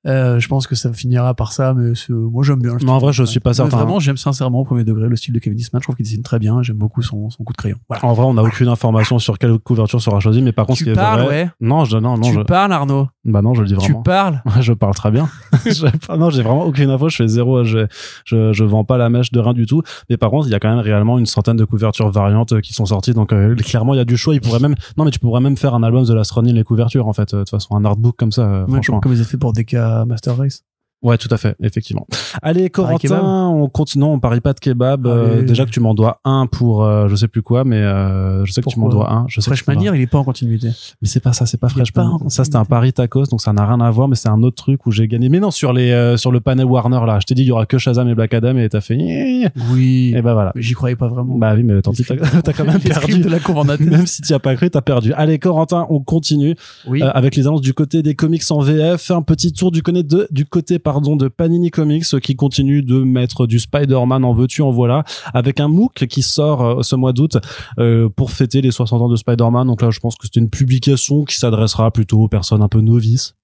[SPEAKER 2] euh, je pense que ça finira par ça, mais c'est- moi j'aime bien. le
[SPEAKER 1] Non, en vrai, je
[SPEAKER 2] style.
[SPEAKER 1] suis pas
[SPEAKER 2] Mais
[SPEAKER 1] certain. hein.
[SPEAKER 2] Vraiment, j'aime sincèrement au premier degré le style de Kevin Eastman. Je trouve qu'il dessine très bien. J'aime beaucoup son, son coup de crayon. Voilà.
[SPEAKER 1] En vrai, on n'a aucune information sur quelle couverture sera choisie, mais par contre, ce qui
[SPEAKER 3] Tu
[SPEAKER 1] est
[SPEAKER 3] parles,
[SPEAKER 1] vrai.
[SPEAKER 3] ouais.
[SPEAKER 1] Non, je, non, non,
[SPEAKER 3] tu
[SPEAKER 1] je,
[SPEAKER 3] parles, Arnaud.
[SPEAKER 1] bah non, je le dis
[SPEAKER 3] Tu
[SPEAKER 1] vraiment.
[SPEAKER 3] parles.
[SPEAKER 1] Ouais, je parle très bien. Je parle- non, j'ai vraiment aucune info. Je fais zéro. Je, je, je vends pas la mèche de rien du tout. Mais par contre, il y a quand même réellement une centaine de couvertures variantes euh, qui sont sorties. Donc euh, clairement, il y a du choix. Il pourrait même. Non, mais tu pourrais même faire un album de l'Astronine les couvertures en fait. euh, De toute façon, un artbook comme ça, euh,
[SPEAKER 2] Ouais,
[SPEAKER 1] franchement.
[SPEAKER 2] comme, comme ils ont fait pour DK Master Race.
[SPEAKER 1] Ouais, tout à fait, effectivement. Allez,
[SPEAKER 2] kebab
[SPEAKER 1] Corentin, on continue. On parie pas de kebab. euh,
[SPEAKER 2] Allez.
[SPEAKER 1] déjà que tu m'en dois un pour euh, je sais plus quoi, mais euh, je sais que tu m'en
[SPEAKER 2] Pourquoi
[SPEAKER 1] dois un. Je sais que tu
[SPEAKER 2] Fresh
[SPEAKER 1] m'en dois un.
[SPEAKER 2] Manir, il est pas en continuité.
[SPEAKER 1] Mais c'est pas ça, c'est pas
[SPEAKER 2] Il y a
[SPEAKER 1] Fresh
[SPEAKER 2] pas
[SPEAKER 1] Pan.
[SPEAKER 2] un
[SPEAKER 1] Ça, c'était un pari tacos, donc ça n'a rien à voir, mais c'est un autre truc où j'ai gagné. Mais non, sur les, euh, sur le panel Warner, là, je t'ai dit, il y aura que Shazam et Black Adam, et t'as fait, et
[SPEAKER 2] Oui.
[SPEAKER 1] bah voilà.
[SPEAKER 2] Mais j'y croyais pas vraiment.
[SPEAKER 1] Bah oui, mais tant pis, t'as t'as quand même
[SPEAKER 2] Les scripts
[SPEAKER 1] perdu.
[SPEAKER 2] de la cour en
[SPEAKER 1] Même si t'y as pas cru, t'as perdu. Allez, Corentin, on continue
[SPEAKER 2] Oui.
[SPEAKER 1] euh, avec les annonces du côté des comics en VF. Un petit tour du, connaît de, du côté pardon de Panini Comics euh, qui continue de mettre du Spider-Man en veux-tu, en voilà, avec un MOOC qui sort euh, ce mois d'août euh, pour fêter les 60 ans de Spider-Man. Donc là, je pense que c'est une publication qui s'adressera plutôt aux personnes un peu novices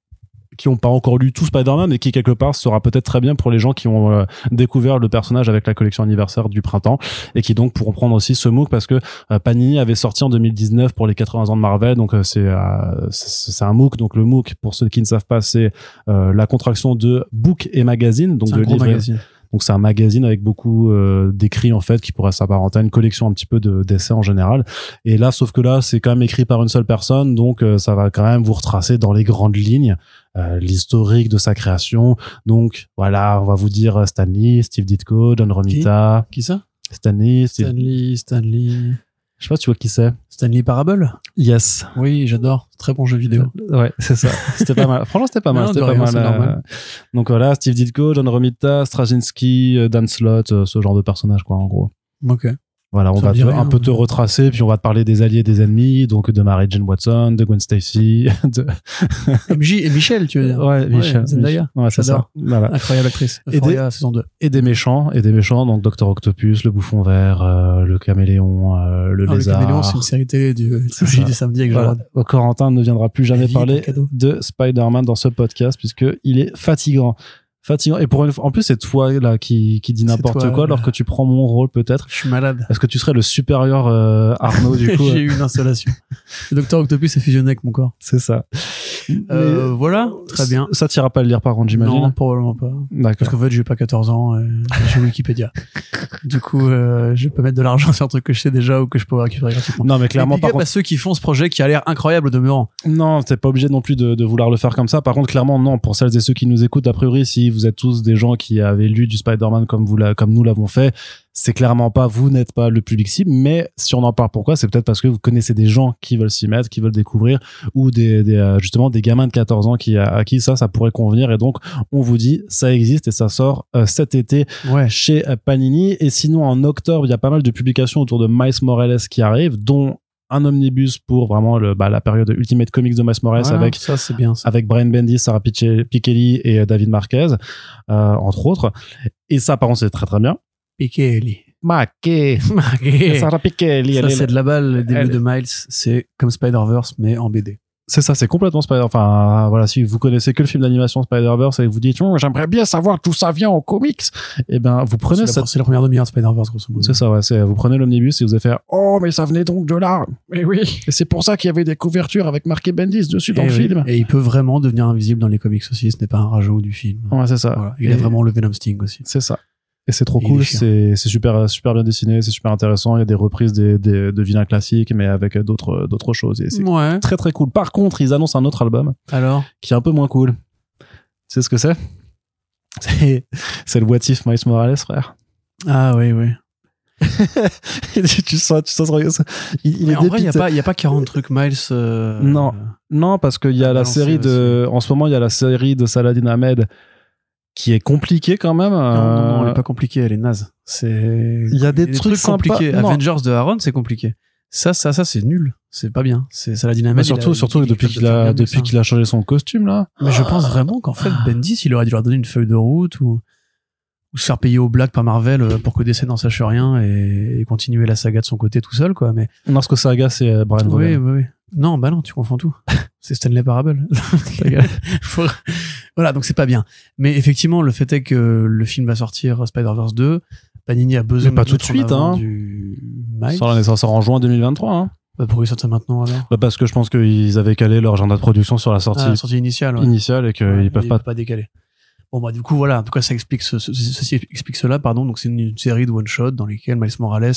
[SPEAKER 1] qui n'ont pas encore lu tout Spider-Man et qui quelque part sera peut-être très bien pour les gens qui ont euh, découvert le personnage avec la collection anniversaire du printemps et qui donc pourront prendre aussi ce MOOC parce que euh, Panini avait sorti en 2019 pour les 80 ans de Marvel donc euh, c'est euh, c'est c'est un MOOC donc le MOOC pour ceux qui ne savent pas c'est euh, la contraction de book et magazine donc
[SPEAKER 2] C'est
[SPEAKER 1] de
[SPEAKER 2] un gros
[SPEAKER 1] livre et-
[SPEAKER 2] magazine.
[SPEAKER 1] donc c'est un magazine avec beaucoup euh, d'écrits en fait qui pourrait s'apparenter à une collection un petit peu de d'essais en général. Et là, sauf que là, c'est quand même écrit par une seule personne, donc euh, ça va quand même vous retracer dans les grandes lignes euh, l'historique de sa création. Donc voilà, on va vous dire euh, Stan Lee, Steve Ditko, John Romita,
[SPEAKER 2] Qui ça
[SPEAKER 1] Stan Lee, Steve-
[SPEAKER 2] Stanley, Stanley.
[SPEAKER 1] je sais pas, tu vois qui c'est
[SPEAKER 2] Stanley Parable
[SPEAKER 1] Yes.
[SPEAKER 2] Oui, j'adore. Très bon jeu vidéo.
[SPEAKER 1] Ouais, c'est ça. C'était pas mal. Franchement, c'était pas mal.
[SPEAKER 2] Non,
[SPEAKER 1] C'était
[SPEAKER 2] de
[SPEAKER 1] pas
[SPEAKER 2] rien,
[SPEAKER 1] mal.
[SPEAKER 2] c'est
[SPEAKER 1] euh,
[SPEAKER 2] normal.
[SPEAKER 1] Donc voilà, Steve Ditko, John Romita, Straczynski, euh, Dan Slott, euh, ce genre de personnage quoi, en gros.
[SPEAKER 2] Ok.
[SPEAKER 1] Voilà, on
[SPEAKER 2] Ça me
[SPEAKER 1] va
[SPEAKER 2] dit
[SPEAKER 1] te-
[SPEAKER 2] rien,
[SPEAKER 1] un peu
[SPEAKER 2] mais-
[SPEAKER 1] te retracer, puis on va te parler des alliés, des ennemis, donc de Mary Jane Watson, de Gwen Stacy, de
[SPEAKER 2] MJ et Michel, tu veux dire.
[SPEAKER 1] ouais, Michel,
[SPEAKER 2] Zendaya.
[SPEAKER 1] Michel. Ouais, c'est
[SPEAKER 2] J'adore.
[SPEAKER 1] ça. Voilà.
[SPEAKER 2] Incroyable actrice.
[SPEAKER 1] Et
[SPEAKER 2] Euphoria, saison 2.
[SPEAKER 1] Et des méchants, et des méchants, donc Docteur Octopus, le Bouffon Vert, euh, le Caméléon, euh, le
[SPEAKER 2] Ah, le
[SPEAKER 1] Lézard.
[SPEAKER 2] Caméléon, c'est une série télé du
[SPEAKER 1] C'est
[SPEAKER 2] samedi
[SPEAKER 1] ça.
[SPEAKER 2] du samedi avec
[SPEAKER 1] Voilà.
[SPEAKER 2] Jarod.
[SPEAKER 1] Au Corentin ne viendra plus
[SPEAKER 2] La
[SPEAKER 1] jamais
[SPEAKER 2] vie est un
[SPEAKER 1] parler
[SPEAKER 2] cadeau.
[SPEAKER 1] de Spider-Man dans ce podcast puisque il est fatigant. fatigant. Et pour une fois, en plus, c'est toi là qui, qui dit
[SPEAKER 2] C'est
[SPEAKER 1] n'importe
[SPEAKER 2] toi,
[SPEAKER 1] quoi, alors
[SPEAKER 2] là.
[SPEAKER 1] que tu prends mon rôle peut-être.
[SPEAKER 2] Je suis malade.
[SPEAKER 1] Est-ce que tu serais le supérieur euh, Arnaud du coup
[SPEAKER 2] J'ai eu une installation. Le docteur Octopus est fusionné avec mon corps.
[SPEAKER 1] C'est ça.
[SPEAKER 2] Euh,
[SPEAKER 1] Mais-
[SPEAKER 2] voilà, très bien.
[SPEAKER 1] Ça t'ira pas à le lire par contre,
[SPEAKER 2] Non,
[SPEAKER 1] j'imagine.
[SPEAKER 2] probablement pas. Parce
[SPEAKER 1] D'accord.
[SPEAKER 2] qu'en fait, j'ai pas 14 ans, euh, j'ai Wikipédia. du coup, euh, je peux mettre de l'argent sur un truc que je sais déjà ou que je peux récupérer gratuitement.
[SPEAKER 1] Non, mais clairement,
[SPEAKER 2] Et big
[SPEAKER 1] par
[SPEAKER 2] up à
[SPEAKER 1] contre,
[SPEAKER 2] ceux qui font ce projet qui a l'air incroyable au demeurant.
[SPEAKER 1] non, t'es pas obligé non plus de, de vouloir le faire comme ça. Par contre, clairement, non, pour celles et ceux qui nous écoutent, a priori, si vous êtes tous des gens qui avaient lu du Spider-Man comme vous l'a- comme nous l'avons fait, c'est clairement pas, vous n'êtes pas le public cible, mais si on en parle pourquoi, c'est peut-être parce que vous connaissez des gens qui veulent s'y mettre, qui veulent découvrir, ou des, des, euh, justement, des gamins de 14 ans qui, à, à qui ça, ça pourrait convenir. Et donc, on vous dit, ça existe et ça sort euh, cet été.
[SPEAKER 2] Ouais.
[SPEAKER 1] chez euh, Panini. Et sinon, en octobre, il y a pas mal de publications autour de Miles Morales qui arrivent, dont un omnibus pour vraiment le, bah, la période Ultimate Comics de Miles Morales
[SPEAKER 2] Voilà,
[SPEAKER 1] avec
[SPEAKER 2] ça, c'est bien. Ça.
[SPEAKER 1] avec Brian Bendis, Sarah Piche- Pichelli et euh, David Marquez, euh, entre autres. Et ça, par contre, c'est très très bien.
[SPEAKER 2] Piqué, Ellie.
[SPEAKER 1] Maquet,
[SPEAKER 2] ça,
[SPEAKER 1] Sarah Pichelli, elle est
[SPEAKER 2] c'est
[SPEAKER 1] là.
[SPEAKER 2] de la balle, le début
[SPEAKER 1] Elle-
[SPEAKER 2] de Miles. C'est comme Spider-Verse, mais en BD.
[SPEAKER 1] c'est ça, c'est complètement Spider. Enfin, voilà, si vous connaissez que le film d'animation Spider-Verse et que vous dites, Oh, j'aimerais bien savoir d'où ça vient en comics, eh ben, vous
[SPEAKER 2] C'est
[SPEAKER 1] prenez
[SPEAKER 2] la,
[SPEAKER 1] cette
[SPEAKER 2] c'est la première demi-heure de Spider-Verse, grosso modo.
[SPEAKER 1] C'est ça, ouais. c'est- Vous prenez l'omnibus et vous allez faire Oh, mais ça venait donc de là. Et oui. Et c'est pour ça qu'il y avait des couvertures avec marqué Bendis dessus dans
[SPEAKER 2] et,
[SPEAKER 1] le
[SPEAKER 2] oui.
[SPEAKER 1] film.
[SPEAKER 2] Et il peut vraiment devenir invisible dans les comics aussi. Ce n'est pas un rajout du film.
[SPEAKER 1] Ouais, c'est ça.
[SPEAKER 2] Voilà. Il
[SPEAKER 1] Et-
[SPEAKER 2] a vraiment le Venom Sting aussi.
[SPEAKER 1] C'est ça. Et c'est trop
[SPEAKER 2] Il est
[SPEAKER 1] cool.
[SPEAKER 2] chiant.
[SPEAKER 1] C'est c'est super, super bien dessiné. C'est super intéressant. Il y a des reprises des, des- de vilains classiques, mais avec d'autres d'autres choses. Et c'est
[SPEAKER 2] Ouais.
[SPEAKER 1] très, très cool. Par contre, ils annoncent un autre album
[SPEAKER 2] Alors.
[SPEAKER 1] qui est un peu moins cool. Tu sais ce que c'est C'est c'est le What If Miles Morales, frère.
[SPEAKER 2] Ah oui, oui.
[SPEAKER 1] tu sens, tu sens, il, il
[SPEAKER 2] Mais
[SPEAKER 1] est
[SPEAKER 2] en vrai, il n'y a,
[SPEAKER 1] dépité.
[SPEAKER 2] pas- y a pas 40 trucs Miles. euh,
[SPEAKER 1] Non. Non, parce qu'il y a
[SPEAKER 2] Ah,
[SPEAKER 1] la
[SPEAKER 2] non,
[SPEAKER 1] série
[SPEAKER 2] c'est-
[SPEAKER 1] de. En ce moment, il y a la série de Saladin Ahmed qui est compliquée quand même.
[SPEAKER 2] Non, non, non, elle
[SPEAKER 1] Euh,
[SPEAKER 2] est pas compliquée, elle est naze. C'est.
[SPEAKER 1] Il y a des trucs sympas.
[SPEAKER 2] compliqués.
[SPEAKER 1] Non.
[SPEAKER 2] Avengers de Aaron, c'est compliqué. Ça, ça, ça, c'est nul. C'est pas bien. C'est ça la
[SPEAKER 1] mais
[SPEAKER 2] dynamique.
[SPEAKER 1] surtout, surtout depuis qu'il a, depuis qu'il a changé son costume là.
[SPEAKER 2] Mais je
[SPEAKER 1] Ah.
[SPEAKER 2] pense vraiment qu'en fait, Bendis, il aurait dû leur donner une feuille de route ou, ou se faire payer au black par Marvel euh, pour que DC n'en sache rien et, et continuer la saga de son côté tout seul, quoi. Mais
[SPEAKER 1] Non, ce que Saga, c'est euh, Brian
[SPEAKER 2] Oui,
[SPEAKER 1] Vaughan.
[SPEAKER 2] oui, oui. Non, bah non, tu confonds tout. c'est Stanley Parable. Ta gueule. Faut- voilà, donc c'est pas bien. Mais effectivement, le fait est que le film va sortir Spider-Verse 2. Panini a besoin
[SPEAKER 1] Mais pas
[SPEAKER 2] de
[SPEAKER 1] tout de
[SPEAKER 2] mettre en
[SPEAKER 1] suite,
[SPEAKER 2] avant
[SPEAKER 1] hein.
[SPEAKER 2] Du Miles.
[SPEAKER 1] Sort l'année- ça sort en juin 2023. hein.
[SPEAKER 2] Bah, pourquoi ils sortent ça maintenant alors
[SPEAKER 1] Bah, parce que je pense qu'ils avaient calé leur agenda de production sur la sortie
[SPEAKER 2] Ah, La sortie initiale. ouais.
[SPEAKER 1] initiale et qu'ils
[SPEAKER 2] Ouais,
[SPEAKER 1] Euh, peuvent
[SPEAKER 2] ils
[SPEAKER 1] pas.
[SPEAKER 2] décaler. Bon, bah, du coup, voilà. En tout cas, ça explique ce- ce- ceci explique cela, pardon. Donc, c'est une, une série de one-shot dans lesquelles Miles Morales,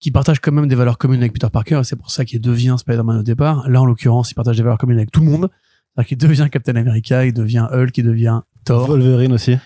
[SPEAKER 2] qui partage quand même des valeurs communes avec Peter Parker, et c'est pour ça qu'il devient Spider-Man au départ. Là, en l'occurrence, il partage des valeurs communes avec tout le monde. C'est-à-dire qu'il devient Captain America, il devient Hulk, il devient Thor.
[SPEAKER 1] Wolverine aussi.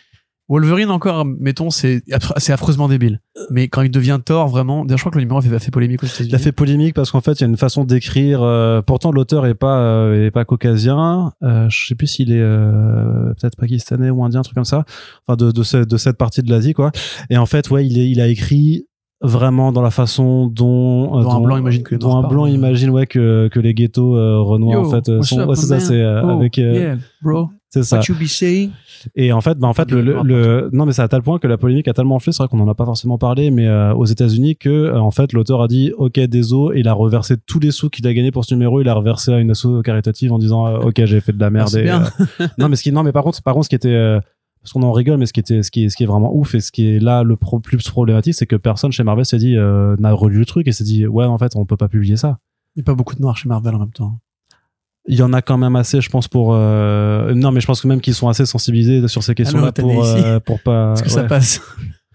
[SPEAKER 2] Wolverine, encore, mettons, c'est affre- c'est affreusement débile. Mais quand il devient Thor, vraiment, d'ailleurs, je crois que le numéro a fait, a fait polémique aux États-Unis.
[SPEAKER 1] Il a fait polémique parce qu'en fait, il y a une façon d'écrire. euh, pourtant, l'auteur est pas euh, est pas caucasien. Euh, je sais plus s'il est euh, peut-être pakistanais ou indien, un truc comme ça. Enfin, de de, ce- de cette partie de l'Asie, quoi. Et en fait, ouais, il est il a écrit vraiment dans la façon dont, euh,
[SPEAKER 2] Dont un blanc imagine que les
[SPEAKER 1] dont
[SPEAKER 2] Noirs
[SPEAKER 1] un
[SPEAKER 2] parlent.
[SPEAKER 1] blanc imagine ouais que que les ghettos euh, renois
[SPEAKER 2] Yo,
[SPEAKER 1] en fait euh,
[SPEAKER 2] what's
[SPEAKER 1] sont
[SPEAKER 2] up,
[SPEAKER 1] ouais, c'est
[SPEAKER 2] my
[SPEAKER 1] ça
[SPEAKER 2] man?
[SPEAKER 1] c'est euh,
[SPEAKER 2] Oh,
[SPEAKER 1] avec euh,
[SPEAKER 2] yeah, bro,
[SPEAKER 1] c'est ça
[SPEAKER 2] what you be saying?
[SPEAKER 1] et en fait, bah en fait, le, le, le- non, mais c'est à tel point que la polémique a tellement enflé, c'est vrai qu'on en a pas forcément parlé, mais euh, aux États-Unis que euh, en fait l'auteur a dit OK, désolé, et il a reversé tous les sous qu'il a gagné pour ce numéro, il a reversé à une asso caritative en disant euh, OK, j'ai fait de la merde.
[SPEAKER 2] Ah, c'est
[SPEAKER 1] et,
[SPEAKER 2] bien.
[SPEAKER 1] euh, non, mais ce qui, non, mais par contre, par contre, ce qui était euh, parce qu'on en rigole, mais ce qui était, ce qui, est- ce qui est vraiment ouf et ce qui est là le pro- plus problématique, c'est que personne chez Marvel s'est dit euh, n'a relu le truc et s'est dit ouais, en fait, on peut pas publier ça.
[SPEAKER 2] Il n'y a pas beaucoup de noirs chez Marvel en même temps.
[SPEAKER 1] Il y en a quand même assez, je pense, pour. euh, Non, mais je pense que même qu'ils sont assez sensibilisés sur ces questions-là
[SPEAKER 2] t'as
[SPEAKER 1] pour,
[SPEAKER 2] des ici.
[SPEAKER 1] euh, pour pas.
[SPEAKER 2] Est-ce que ça
[SPEAKER 1] ouais.
[SPEAKER 2] passe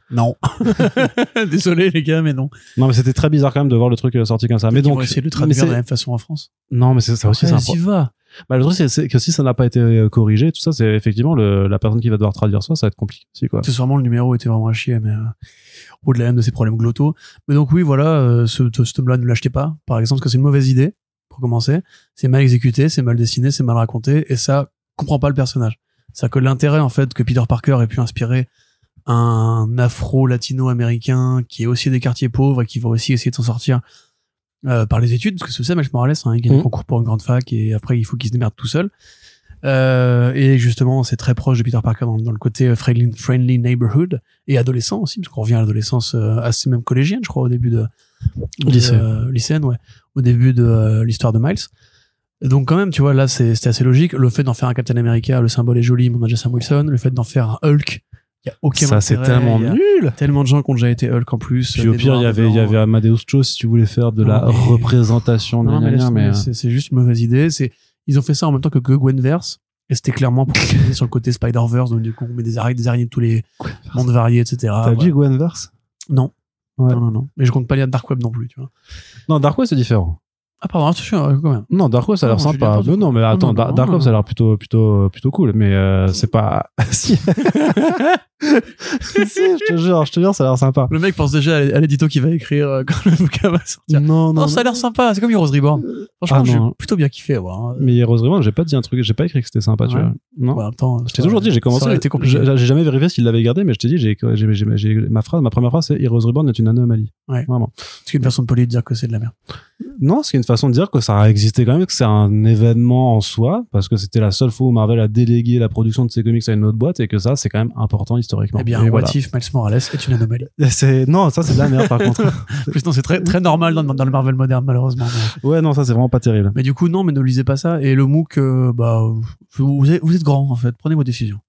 [SPEAKER 2] Non. Désolé les gars, mais non.
[SPEAKER 1] Non, mais c'était très bizarre quand même de voir le truc euh, sorti comme ça. Mais
[SPEAKER 2] Ils vont
[SPEAKER 1] donc,
[SPEAKER 2] essayer de le
[SPEAKER 1] mais
[SPEAKER 2] traduire hein.
[SPEAKER 1] c'est-
[SPEAKER 2] de la même façon en France.
[SPEAKER 1] non, mais c'est ça aussi. c'est un pro-
[SPEAKER 2] y va.
[SPEAKER 1] Bah, le truc, c'est- c'est que si ça n'a pas été euh, corrigé, tout ça, c'est effectivement le, la personne qui va devoir traduire ça, ça va être compliqué aussi, quoi.
[SPEAKER 2] Accessoirement, le numéro était vraiment à chier, mais euh, au-delà même de ses problèmes glottaux. Mais donc oui, voilà, euh, ce, ce tome-là, ne l'achetez pas, par exemple, parce que c'est une mauvaise idée, pour commencer. C'est mal exécuté, c'est mal dessiné, c'est mal raconté, et ça comprend pas le personnage. C'est-à-dire que l'intérêt, en fait, que Peter Parker ait pu inspirer un afro-latino-américain qui est aussi des quartiers pauvres et qui va aussi essayer de s'en sortir euh, par les études, parce que c'est ça, Miles Morales, hein, il gagne
[SPEAKER 1] Mhm.
[SPEAKER 2] un concours pour une grande fac et après, il faut qu'il se démerde tout seul. Euh, et justement, c'est très proche de Peter Parker dans, dans le côté euh, friendly, friendly neighborhood et adolescent aussi, parce qu'on revient à l'adolescence euh, assez même collégienne, je crois, au début de, de,
[SPEAKER 1] Lycée.
[SPEAKER 2] euh, lycéenne, ouais, au début de euh, l'histoire de Miles. Donc quand même, tu vois, là, c'est- c'était assez logique. Le fait d'en faire un Captain America, le symbole est joli, mais on a déjà Sam Wilson. Le fait d'en faire un Hulk, il y a aucun
[SPEAKER 1] ça, c'est
[SPEAKER 2] intérêt,
[SPEAKER 1] tellement
[SPEAKER 2] il y a
[SPEAKER 1] nul.
[SPEAKER 2] Tellement de gens qui ont déjà été Hulk en plus.
[SPEAKER 1] Puis au
[SPEAKER 2] des
[SPEAKER 1] pire, il y
[SPEAKER 2] noirs,
[SPEAKER 1] avait,
[SPEAKER 2] des
[SPEAKER 1] il y
[SPEAKER 2] blancs.
[SPEAKER 1] avait Amadeus Cho si tu voulais faire de la
[SPEAKER 2] Non, mais-
[SPEAKER 1] représentation.
[SPEAKER 2] Non,
[SPEAKER 1] gna,
[SPEAKER 2] mais
[SPEAKER 1] gna,
[SPEAKER 2] laisse
[SPEAKER 1] gna, mais,
[SPEAKER 2] tomber, c'est c'est juste une mauvaise idée. C'est ils ont fait ça en même temps que The Gwenverse et c'était clairement pour continuer sur le côté Spider-Verse donc du coup on met des araignées, des araignées de tous les mondes variés etc.
[SPEAKER 1] euh, Ah, T'as
[SPEAKER 2] Voilà.
[SPEAKER 1] vu Gwenverse
[SPEAKER 2] Non.
[SPEAKER 1] Ouais.
[SPEAKER 2] Non non non. Mais je compte pas les Dark Web non plus tu vois.
[SPEAKER 1] Non, Dark Web, c'est différent.
[SPEAKER 2] Ah pardon attention euh, quand même.
[SPEAKER 1] Non, Dark Web, ça a
[SPEAKER 2] Non,
[SPEAKER 1] l'air
[SPEAKER 2] je dis
[SPEAKER 1] sympa.
[SPEAKER 2] n'importe
[SPEAKER 1] Mais non, mais attends,
[SPEAKER 2] non,
[SPEAKER 1] Dar-
[SPEAKER 2] non,
[SPEAKER 1] Dark Web,
[SPEAKER 2] non.
[SPEAKER 1] ça a l'air plutôt, plutôt, plutôt cool. Mais euh, c'est pas. si. si, je te jure, je te jure, ça a l'air sympa.
[SPEAKER 2] Le mec pense déjà à l'é- à l'édito qu'il va écrire euh, quand le bouquin va sortir.
[SPEAKER 1] Non,
[SPEAKER 2] Non, Euh,
[SPEAKER 1] non.
[SPEAKER 2] ça a l'air sympa, c'est comme Heroes Reborn. Franchement,
[SPEAKER 1] Ah,
[SPEAKER 2] j'ai
[SPEAKER 1] non.
[SPEAKER 2] plutôt bien kiffé à voir. hein.
[SPEAKER 1] Mais Heroes Reborn, j'ai pas dit un truc, j'ai pas écrit que c'était sympa, tu
[SPEAKER 2] Ouais.
[SPEAKER 1] vois. Non.
[SPEAKER 2] Ouais, en même temps,
[SPEAKER 1] Je t'ai toujours dit, j'ai
[SPEAKER 2] Ça
[SPEAKER 1] commencé.
[SPEAKER 2] aurait été compliqué.
[SPEAKER 1] je- J'ai jamais vérifié s'il l'avait gardé, mais je t'ai dit, j'ai, j'ai- j'ai- j'ai- ma phrase, ma première phrase, c'est Heroes Reborn est une anomalie.
[SPEAKER 2] Ouais.
[SPEAKER 1] Vraiment.
[SPEAKER 2] Parce qu'une personne polie de dire que c'est de la merde.
[SPEAKER 1] Non, c'est une façon de dire que ça a existé quand même, que c'est un événement en soi, parce que c'était la seule fois où Marvel a délégué la production de ses comics à une autre boîte, et que ça, c'est quand même important historiquement.
[SPEAKER 2] eh bien,
[SPEAKER 1] Et
[SPEAKER 2] What
[SPEAKER 1] voilà.
[SPEAKER 2] If Miles Morales est une anomalie.
[SPEAKER 1] C'est, non, ça, c'est de la merde, par contre.
[SPEAKER 2] En plus, non, c'est très, très normal dans, dans le Marvel moderne, malheureusement. mais-
[SPEAKER 1] Ouais, non, ça, c'est vraiment pas terrible.
[SPEAKER 2] Mais du coup, non, mais ne lisez pas ça. Et le MOOC, euh, bah, vous, vous êtes, vous êtes grand, en fait. Prenez vos décisions.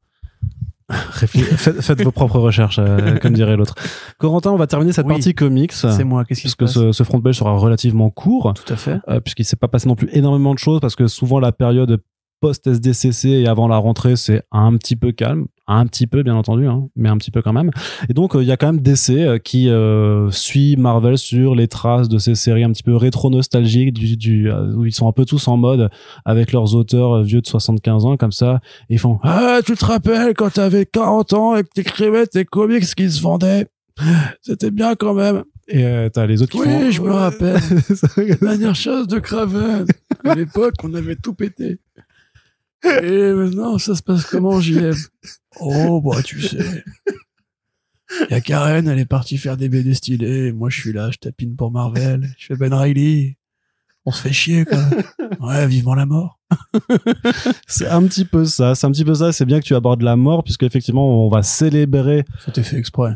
[SPEAKER 1] Réfl- faites, faites vos propres recherches, euh, comme dirait l'autre. Corentin, on va terminer cette
[SPEAKER 2] Oui.
[SPEAKER 1] partie comics.
[SPEAKER 2] C'est moi, qu'est-ce qui se
[SPEAKER 1] Puisque
[SPEAKER 2] passe
[SPEAKER 1] ce, ce front belge sera relativement court.
[SPEAKER 2] Tout à fait.
[SPEAKER 1] euh, puisqu'il s'est pas passé non plus énormément de choses parce que souvent la période post SDCC et avant la rentrée c'est un petit peu calme un petit peu bien entendu hein, mais un petit peu quand même et donc euh, il y a quand même DC euh, qui euh, suit Marvel sur les traces de ces séries un petit peu rétro nostalgiques du, du, euh, où ils sont un peu tous en mode avec leurs auteurs euh, vieux de 75 ans comme ça et ils font ah tu te rappelles quand t'avais 40 ans et que t'écrivais tes comics qui se vendaient c'était bien quand même et euh, t'as les autres qui font
[SPEAKER 2] Oui, je me rappelle.
[SPEAKER 1] rappelle
[SPEAKER 2] Dernière chose de Craven. À l'époque, on avait tout pété. Et maintenant, ça se passe comment, JM Oh, bah, tu sais. Il y a Karen, elle est partie faire des BD stylés. Moi, je suis là, je tapine pour Marvel. Je fais Ben Riley. On se fait chier, quoi. Ouais, vivement la mort.
[SPEAKER 1] C'est un petit peu ça, c'est un petit peu ça. C'est bien que tu abordes la mort, puisque effectivement, on va célébrer.
[SPEAKER 2] C'était fait exprès.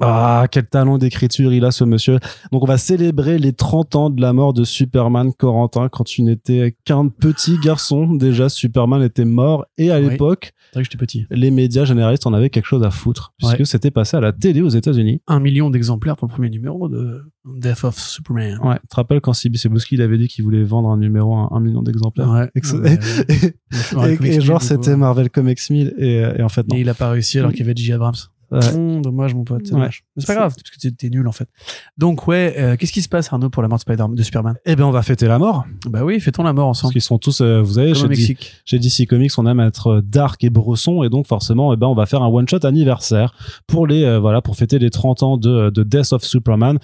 [SPEAKER 1] Ah, quel talent d'écriture il a, ce monsieur. Donc, on va célébrer les 30 ans de la mort de Superman Corentin. Quand tu n'étais qu'un petit garçon, déjà, Superman était mort. Et à
[SPEAKER 2] Oui.
[SPEAKER 1] l'époque,
[SPEAKER 2] C'est vrai que j'étais petit.
[SPEAKER 1] les médias généralistes en avaient quelque chose à foutre, puisque
[SPEAKER 2] Ouais.
[SPEAKER 1] c'était passé à la télé aux États-Unis.
[SPEAKER 2] un million d'exemplaires pour le premier numéro de Death of Superman.
[SPEAKER 1] Ouais. Tu te rappelles quand Sibi Sebouski, il avait dit qu'il voulait vendre un numéro à un million d'exemplaires?
[SPEAKER 2] Ouais.
[SPEAKER 1] Excellent.
[SPEAKER 2] Ouais, ouais. Il a fait un
[SPEAKER 1] Et,
[SPEAKER 2] comics
[SPEAKER 1] et genre,
[SPEAKER 2] strip ou
[SPEAKER 1] c'était
[SPEAKER 2] quoi.
[SPEAKER 1] Marvel Comics 1000, et, et en fait, non.
[SPEAKER 2] Et il a pas réussi alors qu'il y avait J. Abrams.
[SPEAKER 1] Ouais.
[SPEAKER 2] Hum, dommage, mon pote. c'est
[SPEAKER 1] Ouais.
[SPEAKER 2] dommage. Mais c'est pas grave, parce que t'es- t'es nul en fait. Donc, ouais, euh, qu'est-ce qui se passe, Arnaud, pour la mort de, Spider de Superman
[SPEAKER 1] Eh ben, on va fêter la mort.
[SPEAKER 2] Bah oui, fait-on la mort
[SPEAKER 1] Parce
[SPEAKER 2] ensemble
[SPEAKER 1] qu'ils sont tous, euh, vous savez,
[SPEAKER 2] Comme
[SPEAKER 1] chez
[SPEAKER 2] au
[SPEAKER 1] D-
[SPEAKER 2] Mexique.
[SPEAKER 1] chez DC Comics, on aime être euh, dark et bresson, et donc forcément, eh ben, on va faire un one shot anniversaire pour les euh, voilà pour fêter les 30 ans de, de Death of Superman.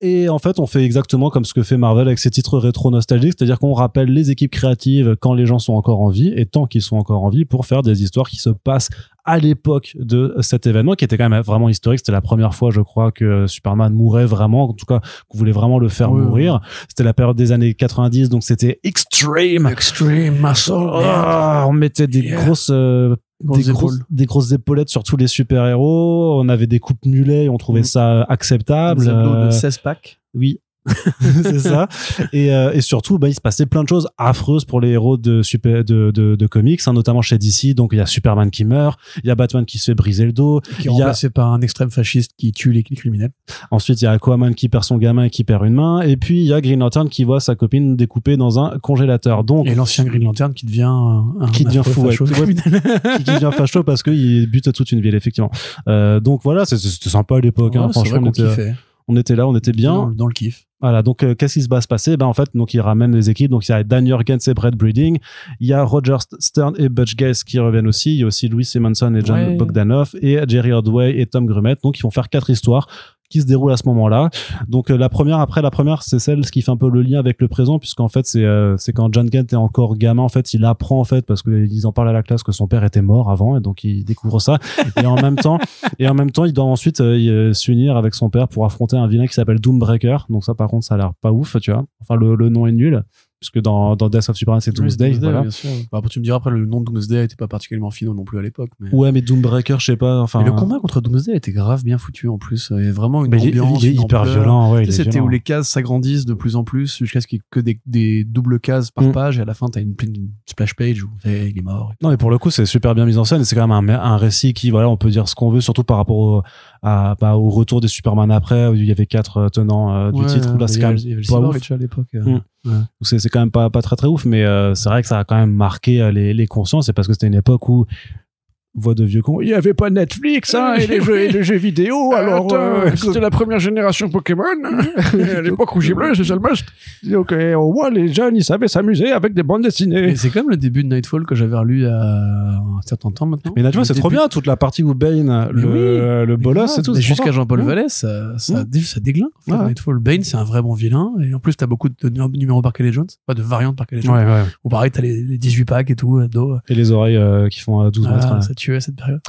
[SPEAKER 1] Et en fait, on fait exactement comme ce que fait Marvel avec ses titres rétro nostalgiques, c'est-à-dire qu'on rappelle les équipes créatives quand les gens sont encore en vie et tant qu'ils sont encore en vie pour faire des histoires qui se passent à l'époque de cet événement qui était quand même vraiment historique. C'était la première fois, je crois, que Superman mourait vraiment, en tout cas, qu'on voulait vraiment le faire
[SPEAKER 2] Oui, oui.
[SPEAKER 1] mourir. C'était la période des années 90, donc c'était extreme.
[SPEAKER 2] Extreme Muscle.
[SPEAKER 1] Ah, on mettait des
[SPEAKER 2] Oh, Yeah.
[SPEAKER 1] grosses euh,
[SPEAKER 2] Grosses
[SPEAKER 1] des, grosses,
[SPEAKER 2] épaules.
[SPEAKER 1] des grosses épaulettes sur tous les super héros on avait des coupes mulets et on trouvait
[SPEAKER 2] Mm.
[SPEAKER 1] ça acceptable
[SPEAKER 2] Des abdos
[SPEAKER 1] Euh,
[SPEAKER 2] de 16 packs.
[SPEAKER 1] oui c'est ça et, euh, et surtout bah, il se passait plein de choses affreuses pour les héros de super de, de, de comics hein, notamment chez DC donc il y a Superman qui meurt il y a Batman qui se fait briser le dos
[SPEAKER 2] Qui est
[SPEAKER 1] il y a-
[SPEAKER 2] remplacé par un extrême fasciste qui tue les criminels.
[SPEAKER 1] ensuite il y a Aquaman qui perd son gamin et qui perd une main et puis il y a Green Lantern qui voit sa copine découpée dans un congélateur donc
[SPEAKER 2] Et l'ancien Green Lantern qui devient euh, un
[SPEAKER 1] Oh. Qui devient
[SPEAKER 2] affreux
[SPEAKER 1] fou, ouais.
[SPEAKER 2] facho
[SPEAKER 1] Ouais.
[SPEAKER 2] criminel.
[SPEAKER 1] qui, qui devient facho parce qu'il bute toute une ville, effectivement. Euh, donc voilà, c'est- c'est- c'était sympa à l'époque. hein.
[SPEAKER 2] Ouais, c'est vrai
[SPEAKER 1] Franchement, on
[SPEAKER 2] qu'on
[SPEAKER 1] était,
[SPEAKER 2] kiffait.
[SPEAKER 1] on était là, on était
[SPEAKER 2] Dans
[SPEAKER 1] bien.
[SPEAKER 2] le- dans le kiff.
[SPEAKER 1] Voilà, donc euh, qu'est-ce qui se va se passer ben, En fait, donc, il ramène les équipes. Donc il y a Dan Jurgens et Brett Breeding. Il y a Roger St- Stern et Butch Guess qui reviennent aussi. Il y a aussi Louis Simonson et John
[SPEAKER 2] Ouais.
[SPEAKER 1] Bogdanoff et Jerry Ordway et Tom Grumet. Donc ils vont faire quatre histoires qui se déroulent à ce moment-là. Donc euh, la première, après la première, c'est celle ce qui fait un peu le lien avec le présent, puisqu'en fait c'est euh, c'est quand John Kent est encore gamin, en fait il apprend en fait parce qu'ils en parlent à la classe que son père était mort avant, et donc il découvre ça. Et en même temps, et en même temps, il doit ensuite euh, il, euh, s'unir avec son père pour affronter un vilain qui s'appelle Doombreaker. Donc ça, par contre, ça a l'air pas ouf, tu vois. Enfin, le, le nom est nul. puisque dans, dans Death of Superman, c'est Doomsday. voilà.
[SPEAKER 2] bien sûr. Bah, après, tu me diras, après, le nom de Doomsday était pas particulièrement finaux non plus à l'époque. Mais...
[SPEAKER 1] Ouais, mais Doombreaker, je sais pas. Enfin,
[SPEAKER 2] Mais le combat contre Doomsday était grave bien foutu en plus. Il y a vraiment une
[SPEAKER 1] mais il est-
[SPEAKER 2] ambiance.
[SPEAKER 1] il est
[SPEAKER 2] une
[SPEAKER 1] hyper
[SPEAKER 2] ampleur.
[SPEAKER 1] violent. Ouais,
[SPEAKER 2] Tu
[SPEAKER 1] il est
[SPEAKER 2] sais, C'était
[SPEAKER 1] violent.
[SPEAKER 2] où les cases s'agrandissent de plus en plus jusqu'à ce qu'il y ait que des, des doubles cases par
[SPEAKER 1] Mm.
[SPEAKER 2] page et à la fin t'as une, une splash page où eh, il est mort.
[SPEAKER 1] Non, mais pour le coup, c'est super bien mis en scène. et C'est quand même un, un récit qui, voilà, on peut dire ce qu'on veut, surtout par rapport au, à- bah, au retour des Superman après, où il y avait quatre euh, tenants euh, du
[SPEAKER 2] Ouais,
[SPEAKER 1] titre. Où là,
[SPEAKER 2] il
[SPEAKER 1] c'est
[SPEAKER 2] y
[SPEAKER 1] quand
[SPEAKER 2] avait-
[SPEAKER 1] même
[SPEAKER 2] il y avait le
[SPEAKER 1] pas
[SPEAKER 2] Cyborg
[SPEAKER 1] ouf.
[SPEAKER 2] Ritual à l'époque. euh.
[SPEAKER 1] Mm. Donc, c'est c'est quand même pas, pas très très ouf, mais euh, c'est vrai que ça a quand même marqué euh, les, les consciences. Et parce que c'était une époque où voix de vieux con. Il y avait pas Netflix hein, et les jeux, et les jeux vidéo. Alors, euh,
[SPEAKER 3] c'était la première génération Pokémon. à l'époque où j'ai bleu, c'est ça le must.
[SPEAKER 1] donc euh, au moins les jeunes, ils savaient s'amuser avec des bandes dessinées.
[SPEAKER 2] Mais c'est comme le début de Nightfall que j'avais relu il y a un certain temps maintenant.
[SPEAKER 1] Mais là, tu vois,
[SPEAKER 2] Le
[SPEAKER 1] c'est trop
[SPEAKER 2] début-
[SPEAKER 1] bien toute la partie où Bane, euh,
[SPEAKER 2] Mais
[SPEAKER 1] le, le
[SPEAKER 2] Mais
[SPEAKER 1] bolos,
[SPEAKER 2] grave,
[SPEAKER 1] c'est tout.
[SPEAKER 2] mais
[SPEAKER 1] c'est
[SPEAKER 2] Jusqu'à
[SPEAKER 1] trop
[SPEAKER 2] Jean-Paul
[SPEAKER 1] Mmh.
[SPEAKER 2] Vallée, ça, ça, dé- ça déglingue. en fait,
[SPEAKER 1] Ouais.
[SPEAKER 2] Nightfall Bane, c'est un vrai bon vilain. Et en plus, t'as beaucoup de numé- numéros par Kelly Jones, pas de variantes par Kelly
[SPEAKER 1] bien.
[SPEAKER 2] Jones.
[SPEAKER 1] Ouais, ouais.
[SPEAKER 2] Ou pareil, t'as les, les 18 packs et tout, euh, dos.
[SPEAKER 1] Et les oreilles euh, qui font euh, 12 mètres.
[SPEAKER 2] Ah,
[SPEAKER 1] hein.
[SPEAKER 2] ça tuait cette période.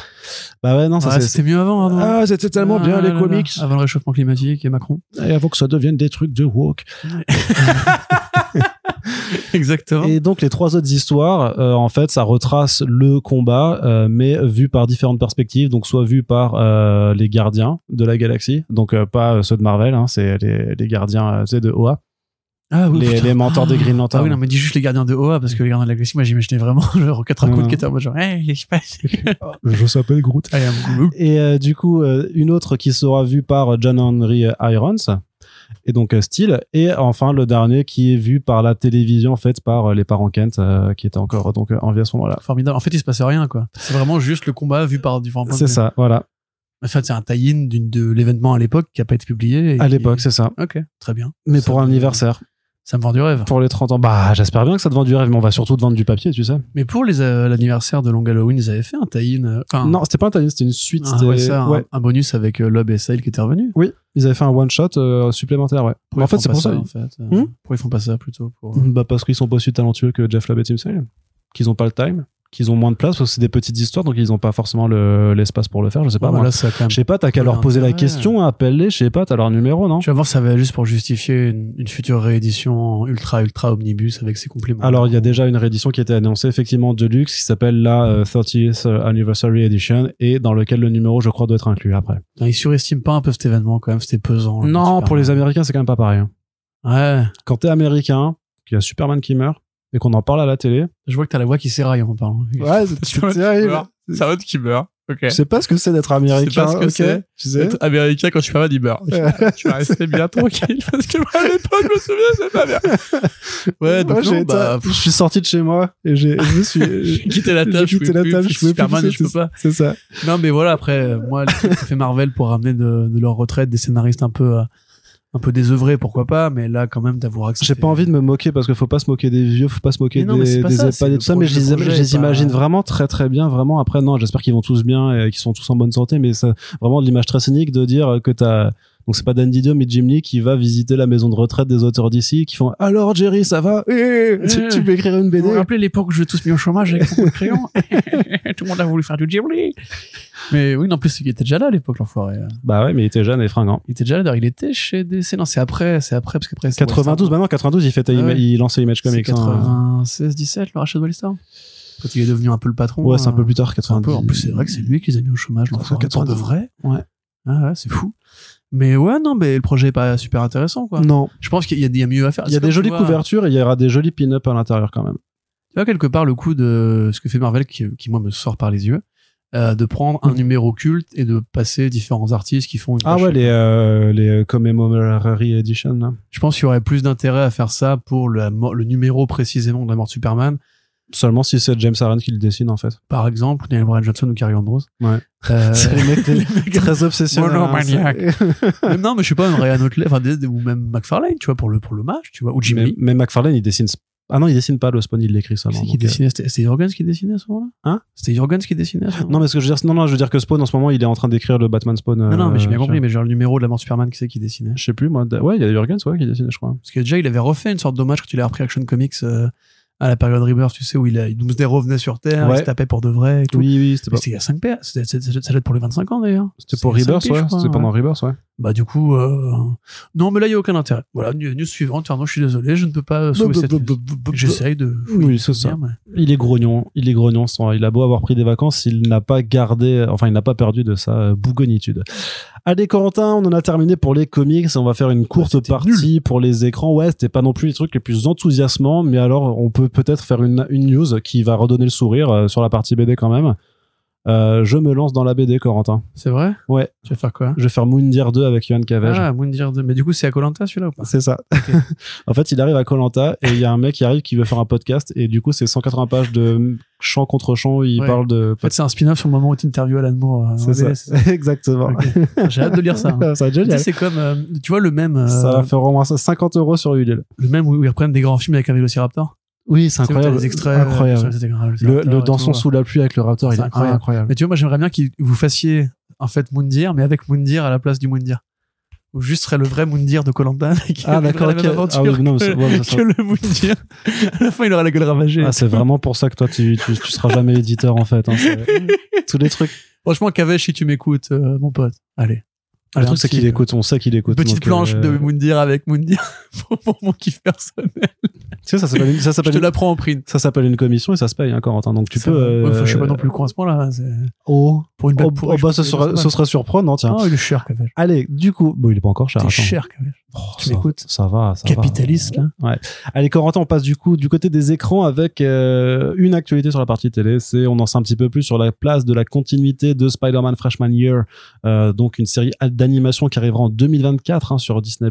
[SPEAKER 1] Bah ouais, non, ça
[SPEAKER 2] Ah,
[SPEAKER 1] c'est-
[SPEAKER 2] C'était mieux avant. avant.
[SPEAKER 1] Ah, c'était tellement
[SPEAKER 2] Ah,
[SPEAKER 1] bien
[SPEAKER 2] là,
[SPEAKER 1] les
[SPEAKER 2] là, là.
[SPEAKER 1] comics.
[SPEAKER 2] Avant le réchauffement climatique et Macron.
[SPEAKER 1] Et avant que ça devienne des trucs de woke.
[SPEAKER 2] Exactement.
[SPEAKER 1] Et donc les trois autres histoires, euh, en fait, ça retrace le combat, euh, mais vu par différentes perspectives. Donc soit vu par euh, les gardiens de la galaxie, donc euh, pas euh, ceux de Marvel, hein, c'est les, les gardiens, euh, tu sais, de OA,
[SPEAKER 2] ah oui,
[SPEAKER 1] les,
[SPEAKER 2] putain.
[SPEAKER 1] les mentors des Green
[SPEAKER 2] Ah
[SPEAKER 1] Lantern.
[SPEAKER 2] oui, non, mais dis juste les gardiens de OA, parce que les gardiens de la galaxie, moi j'imaginais vraiment, genre, quatre
[SPEAKER 1] Non,
[SPEAKER 2] coups
[SPEAKER 1] non.
[SPEAKER 2] de guitare, moi genre, hey, je sais pas.
[SPEAKER 1] Ah, Je s'appelle Groot.
[SPEAKER 2] Allez, un groupe.
[SPEAKER 1] Et euh, du coup, euh, une autre qui sera vue par John Henry Irons, et donc euh, Steele. Et enfin, le dernier qui est vu par la télévision, faite par euh, les parents Kent, euh, qui étaient encore euh, donc, euh, en vie à ce moment-là.
[SPEAKER 2] Formidable. En fait, il se passait rien, quoi. C'est vraiment juste le combat vu par du
[SPEAKER 1] C'est ça, voilà.
[SPEAKER 2] En fait, c'est un tie-in d'une- de l'événement à l'époque qui a pas été publié. et
[SPEAKER 1] À
[SPEAKER 2] qui-
[SPEAKER 1] l'époque, c'est ça.
[SPEAKER 2] Ok, très bien.
[SPEAKER 1] Mais
[SPEAKER 2] Ça
[SPEAKER 1] pour un
[SPEAKER 2] me-
[SPEAKER 1] anniversaire,
[SPEAKER 2] Ça me vend du rêve.
[SPEAKER 1] pour les 30 ans, bah j'espère bien que ça te vend du rêve, mais on va surtout te vendre du papier, tu sais.
[SPEAKER 2] Mais pour les, euh, l'anniversaire de Long Halloween, ils avaient fait un tie-in. euh, enfin,
[SPEAKER 1] Non, c'était pas un tailleur, c'était une suite.
[SPEAKER 2] un,
[SPEAKER 1] c'était-
[SPEAKER 2] ouais, ça, un-
[SPEAKER 1] Ah. ouais. hein.
[SPEAKER 2] un bonus avec euh, Loeb et Sale qui était revenu.
[SPEAKER 1] Oui, ils avaient fait un one-shot euh, supplémentaire, ouais.
[SPEAKER 2] Pourquoi
[SPEAKER 1] en
[SPEAKER 2] ils
[SPEAKER 1] fait,
[SPEAKER 2] font
[SPEAKER 1] c'est
[SPEAKER 2] pas
[SPEAKER 1] pour ça.
[SPEAKER 2] En fait, euh,
[SPEAKER 1] Hmm
[SPEAKER 2] pourquoi ils font pas ça plutôt pour... euh,
[SPEAKER 1] Bah parce qu'ils sont pas aussi talentueux que Jeff Lobb et Tim Sale, qu'ils ont pas le time, qu'ils ont moins de place parce que c'est des petites histoires donc ils ont pas forcément le- l'espace pour le faire, je sais pas
[SPEAKER 2] Ouais, mais
[SPEAKER 1] moi.
[SPEAKER 2] là, ça a quand même-
[SPEAKER 1] Je sais pas, t'as qu'à
[SPEAKER 2] Ouais,
[SPEAKER 1] leur poser la
[SPEAKER 2] l'intérêt.
[SPEAKER 1] question, appelle-les, je sais pas, t'as leur numéro, non
[SPEAKER 2] Tu vas voir, ça va juste pour justifier une, une future réédition ultra ultra omnibus avec ses compléments.
[SPEAKER 1] Alors il y a déjà une réédition qui a été annoncée effectivement de luxe qui s'appelle la euh, 30th Anniversary Edition et dans lequel le numéro je crois doit être inclus après.
[SPEAKER 2] Non, ils surestiment pas un peu cet événement quand même, c'était pesant. là,
[SPEAKER 1] Non,
[SPEAKER 2] Superman.
[SPEAKER 1] pour les Américains c'est quand même pas pareil. hein.
[SPEAKER 2] Ouais,
[SPEAKER 1] Quand t'es Américain, qu'il y a Superman qui meurt et qu'on en parle à la télé,
[SPEAKER 2] je vois que t'as la voix qui s'éraille en parlant.
[SPEAKER 1] ouais, c'est
[SPEAKER 4] Superman qui
[SPEAKER 1] terrible.
[SPEAKER 4] meurt. Ça va qui meurt. Ok.
[SPEAKER 1] Je sais pas ce que c'est d'être américain,
[SPEAKER 4] ce que
[SPEAKER 1] ok,
[SPEAKER 4] c'est.
[SPEAKER 1] tu sais.
[SPEAKER 4] Être américain quand Superman il meurt. Tu vas rester bien tranquille parce que moi, à l'époque, je me souviens, c'est pas bien.
[SPEAKER 2] Ouais, donc
[SPEAKER 1] Moi, j'ai
[SPEAKER 2] non,
[SPEAKER 1] été-
[SPEAKER 2] bah,
[SPEAKER 1] je suis sorti de chez moi et j'ai je me suis
[SPEAKER 4] J'ai quitté la
[SPEAKER 1] j'ai
[SPEAKER 4] table, je
[SPEAKER 1] quitté
[SPEAKER 4] pouvais
[SPEAKER 1] la
[SPEAKER 4] plus,
[SPEAKER 1] table,
[SPEAKER 4] parce
[SPEAKER 1] je
[SPEAKER 4] que
[SPEAKER 1] pouvais plus,
[SPEAKER 4] Superman,
[SPEAKER 1] c'est-
[SPEAKER 4] je peux pas.
[SPEAKER 1] c'est ça
[SPEAKER 2] Non, mais voilà, après, euh, moi, le truc que fait Marvel pour ramener de, de leur retraite des scénaristes un peu, euh, un peu désœuvrés, pourquoi pas, mais là, quand même, d'avoir accès.
[SPEAKER 1] j'ai pas envie de me moquer parce qu'il faut pas se moquer des vieux faut pas se moquer
[SPEAKER 2] Mais non, mais
[SPEAKER 1] des,
[SPEAKER 2] c'est pas
[SPEAKER 1] des
[SPEAKER 2] ça, c'est
[SPEAKER 1] EHPAD et
[SPEAKER 2] le
[SPEAKER 1] tout ça mais je
[SPEAKER 2] projet,
[SPEAKER 1] les,
[SPEAKER 2] le projet
[SPEAKER 1] je les
[SPEAKER 2] est pas-
[SPEAKER 1] imagine vraiment très très bien vraiment après non j'espère qu'ils vont tous bien et qu'ils sont tous en bonne santé mais ça vraiment de l'image très cynique de dire que t'as donc c'est pas Dan Didio mais Jim Lee qui va visiter la maison de retraite des auteurs d'ici qui font alors Jerry ça va Eh, tu, tu peux écrire une BD
[SPEAKER 2] Vous vous rappelez l'époque où je tous mis au chômage avec beaucoup de crayons Tout le monde a voulu faire du Ghibli. Mais oui, non, en plus, il était déjà là à l'époque, l'enfoiré.
[SPEAKER 1] bah ouais mais il était jeune et fringant
[SPEAKER 2] Il était déjà là, d'ailleurs, il était chez DC. Non, c'est après, c'est après, parce qu'après. c'est
[SPEAKER 1] 92
[SPEAKER 2] Wildstorm.
[SPEAKER 1] maintenant 92 il fait
[SPEAKER 2] Ah ouais.
[SPEAKER 1] il lance Image
[SPEAKER 2] C'est
[SPEAKER 1] bah, Comics hein.
[SPEAKER 2] 96, 17, le rachat de Wildstorm. Quand il est devenu un peu le patron. euh,
[SPEAKER 1] ouais c'est un peu plus tard
[SPEAKER 2] C'est un
[SPEAKER 1] 90
[SPEAKER 2] peu- en plus, c'est vrai que c'est lui qui les a mis au chômage. l'enfoiré.
[SPEAKER 1] Entre
[SPEAKER 2] Pour de
[SPEAKER 1] 90.
[SPEAKER 2] vrai.
[SPEAKER 1] Ouais.
[SPEAKER 2] Ah ouais, c'est fou. Mais ouais, non, mais le projet est pas super intéressant, quoi.
[SPEAKER 1] non
[SPEAKER 2] Je pense qu'il y a, il y a mieux à faire.
[SPEAKER 1] Mm. Il y
[SPEAKER 2] C'est
[SPEAKER 1] a des
[SPEAKER 2] comme,
[SPEAKER 1] jolies
[SPEAKER 2] tu vois,
[SPEAKER 1] couvertures et il y aura des jolis pin-up à l'intérieur quand même.
[SPEAKER 2] Tu vois, quelque part, le coup de ce que fait Marvel, qui, qui, moi me sort par les yeux, euh, de prendre un numéro culte et de passer différents artistes qui font une
[SPEAKER 1] Mm. Ah
[SPEAKER 2] poche.
[SPEAKER 1] ouais, les, euh, les euh, Commemorary Edition. Là.
[SPEAKER 2] Je pense qu'il y aurait plus d'intérêt à faire ça pour la mo- le numéro précisément de la mort de Superman.
[SPEAKER 1] Seulement si c'est James Aaron qui le dessine en fait.
[SPEAKER 2] Par exemple, Daniel Bryan Johnson ou Carrie Andrews.
[SPEAKER 1] Ouais.
[SPEAKER 2] Euh,
[SPEAKER 1] C'est les mecs très obsessionnels.
[SPEAKER 4] Monomaniaque.
[SPEAKER 1] hein, c'est-
[SPEAKER 2] même- non, mais je sais pas, un Ryan Otley, enfin, des- des- ou même McFarlane, tu vois, pour le, pour l'hommage, tu vois, ou Jimmy.
[SPEAKER 1] mais, mais McFarlane il dessine. Ah non, il dessine pas le spawn, il l'écrit seulement.
[SPEAKER 2] C'est qui
[SPEAKER 1] donc, euh,
[SPEAKER 2] dessinait C'était c'était Jorgens qui dessinait à ce moment-là
[SPEAKER 1] Hein
[SPEAKER 2] C'était Jorgens qui dessinait à ce moment-là
[SPEAKER 1] Non, mais ce que je veux dire, c'est- non, non, je veux dire que Spawn en ce moment il est en train d'écrire le Batman Spawn. euh,
[SPEAKER 2] non, non, mais j'ai bien
[SPEAKER 1] je-
[SPEAKER 2] compris, mais genre le numéro de la mort de Superman, qui c'est qui dessinait
[SPEAKER 1] Je sais plus, moi. Ouais, il y a Jurgens ouais, qui dessine, je crois.
[SPEAKER 2] Parce que déjà, il avait refait une sorte d'hommage quand il a repris Action Comics euh, à la période Rebirth, tu sais, où il a, Doomsday revenait sur Terre,
[SPEAKER 1] Ouais.
[SPEAKER 2] il se tapait pour de vrai et tout.
[SPEAKER 1] Oui, oui, c'était
[SPEAKER 2] Mais
[SPEAKER 1] pas.
[SPEAKER 2] C'était il y a 5 paires, c'était- c'était- ça doit être pour les 25 ans d'ailleurs.
[SPEAKER 1] C'était pour
[SPEAKER 2] C'était
[SPEAKER 1] Rebirth,
[SPEAKER 2] cinq piges,
[SPEAKER 1] ouais.
[SPEAKER 2] je crois,
[SPEAKER 1] C'était pendant Rebirth, ouais.
[SPEAKER 2] Bah du coup, euh, non, mais là il y a aucun intérêt. Voilà, news, news suivante. Pardon, je suis désolé, je ne peux pas euh, sauver cette. news. J'essaye de.
[SPEAKER 1] Oui, c'est ça.
[SPEAKER 2] dire, mais-
[SPEAKER 1] Il est grognon, il est grognon. sans- Il a beau avoir pris des vacances, il n'a pas gardé, enfin, il n'a pas perdu de sa euh, bougonitude. Allez, Corentin, on en a terminé pour les comics. On va
[SPEAKER 2] Ah,
[SPEAKER 1] faire une courte partie pour les écrans. Ouais, c'était pas non plus les trucs les plus enthousiasmants, mais alors on peut peut-être faire une, une news qui va redonner le sourire euh, sur la partie BD quand même. Euh, je me lance dans la BD, Corentin.
[SPEAKER 2] C'est vrai.
[SPEAKER 1] Ouais. Bah,
[SPEAKER 2] Tu vas faire quoi
[SPEAKER 1] Je vais faire Moondir 2 avec Yohan Cavage.
[SPEAKER 2] Ah, Moundir 2. Mais du coup, c'est à Colanta celui-là ou pas
[SPEAKER 1] C'est ça. en fait, il arrive à Colanta et il y a un mec qui arrive qui veut faire un podcast et du coup, c'est 180 pages de chant contre chant où il
[SPEAKER 2] Ouais.
[SPEAKER 1] parle de.
[SPEAKER 2] En fait, c'est un spin-off sur le moment où tu interviews Alan Moore. euh, en
[SPEAKER 1] C'est ça.
[SPEAKER 2] VS.
[SPEAKER 1] Exactement.
[SPEAKER 2] Ok. J'ai hâte de lire ça. hein.
[SPEAKER 1] Ça va être
[SPEAKER 2] Tu sais,
[SPEAKER 1] génial.
[SPEAKER 2] C'est comme, euh, tu vois, le même, euh,
[SPEAKER 1] Ça va faire au moins ça, 50 euros sur Ulule.
[SPEAKER 2] le même où où ils reprennent des grands films avec un vélociraptor.
[SPEAKER 1] Oui, c'est
[SPEAKER 2] Tu sais, où t'as
[SPEAKER 1] incroyable.
[SPEAKER 2] Les extraits. euh,
[SPEAKER 1] Incroyable.
[SPEAKER 2] sur les vélociraptors
[SPEAKER 1] Le, le
[SPEAKER 2] et
[SPEAKER 1] dansant
[SPEAKER 2] tout.
[SPEAKER 1] sous la pluie avec le raptor, il
[SPEAKER 2] C'est
[SPEAKER 1] est
[SPEAKER 2] incroyable.
[SPEAKER 1] incroyable.
[SPEAKER 2] Mais tu vois, moi, j'aimerais bien que vous fassiez, en fait, Moundir, mais avec Moundir à la place du Moundir. Ou juste serait le vrai Moundir de Colanta, qui
[SPEAKER 1] Ah,
[SPEAKER 2] vivrait
[SPEAKER 1] d'accord.
[SPEAKER 2] la même
[SPEAKER 1] ok. Ah,
[SPEAKER 2] aventure
[SPEAKER 1] oui, non, mais c'est- ouais, mais ça-
[SPEAKER 2] que le Moundir. à la fin, il aura la gueule ravagée.
[SPEAKER 1] Ah, c'est vraiment pour ça que toi, tu, tu, tu seras jamais éditeur en fait. hein, c'est- Tous les trucs.
[SPEAKER 2] Franchement, Kavesh, si tu m'écoutes, euh, mon pote, allez.
[SPEAKER 1] Ah, Le
[SPEAKER 2] Allez,
[SPEAKER 1] truc,
[SPEAKER 2] un
[SPEAKER 1] c'est
[SPEAKER 2] petit-
[SPEAKER 1] qu'il écoute. On sait qu'il écoute.
[SPEAKER 2] Petite
[SPEAKER 1] donc,
[SPEAKER 2] planche
[SPEAKER 1] euh,
[SPEAKER 2] de Moundir avec Moundir pour, pour mon kiff personnel.
[SPEAKER 1] Tu sais, ça s'appelle une- ça
[SPEAKER 2] Je
[SPEAKER 1] s'appelle
[SPEAKER 2] te
[SPEAKER 1] une,
[SPEAKER 2] la prends en print.
[SPEAKER 1] ça s'appelle une commission et ça se paye, hein, Corentin. Donc tu
[SPEAKER 2] C'est-
[SPEAKER 1] peux. euh,
[SPEAKER 2] Ouais, enfin, je suis pas non plus con à ce point-là. c'est-
[SPEAKER 1] Oh,
[SPEAKER 2] Pour une blague
[SPEAKER 1] oh,
[SPEAKER 2] pourrie, je
[SPEAKER 1] bah,
[SPEAKER 2] pense
[SPEAKER 1] ce
[SPEAKER 2] que
[SPEAKER 1] serait,
[SPEAKER 2] c'est pas
[SPEAKER 1] ce serait surprenant, tiens.
[SPEAKER 2] mal. Ah, il est cher, Kavesh.
[SPEAKER 1] Allez, du coup, bon, il est pas encore cher.
[SPEAKER 2] T'es
[SPEAKER 1] attends.
[SPEAKER 2] cher, Kavesh.
[SPEAKER 1] Oh,
[SPEAKER 2] Tu
[SPEAKER 1] ça-
[SPEAKER 2] m'écoutes
[SPEAKER 1] Ça va, ça va.
[SPEAKER 2] Capitaliste, là.
[SPEAKER 1] Allez, Corentin, on passe du coup du côté des écrans avec euh, une actualité sur la partie télé. C'est on en sait un petit peu plus sur la place de la continuité de Spider-Man Freshman Year, euh, donc une série d'animation qui arrivera en 2024 hein, sur Disney+.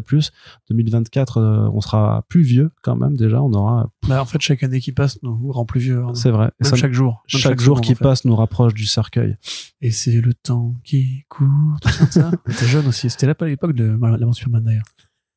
[SPEAKER 1] 2024, euh, on sera plus vieux quand même déjà. On aura,
[SPEAKER 2] Bah, en fait, chaque année qui passe nous rend plus vieux. hein.
[SPEAKER 1] c'est vrai. Et
[SPEAKER 2] Même
[SPEAKER 1] ça-
[SPEAKER 2] chaque jour. Même
[SPEAKER 1] chaque jour
[SPEAKER 2] seconde,
[SPEAKER 1] qui
[SPEAKER 2] en fait.
[SPEAKER 1] passe nous rapproche du cercueil.
[SPEAKER 2] Et c'est le temps qui court. Tout ça, tout ça. T'es jeune aussi. C'était là pas à l'époque de l'avant Superman d'ailleurs.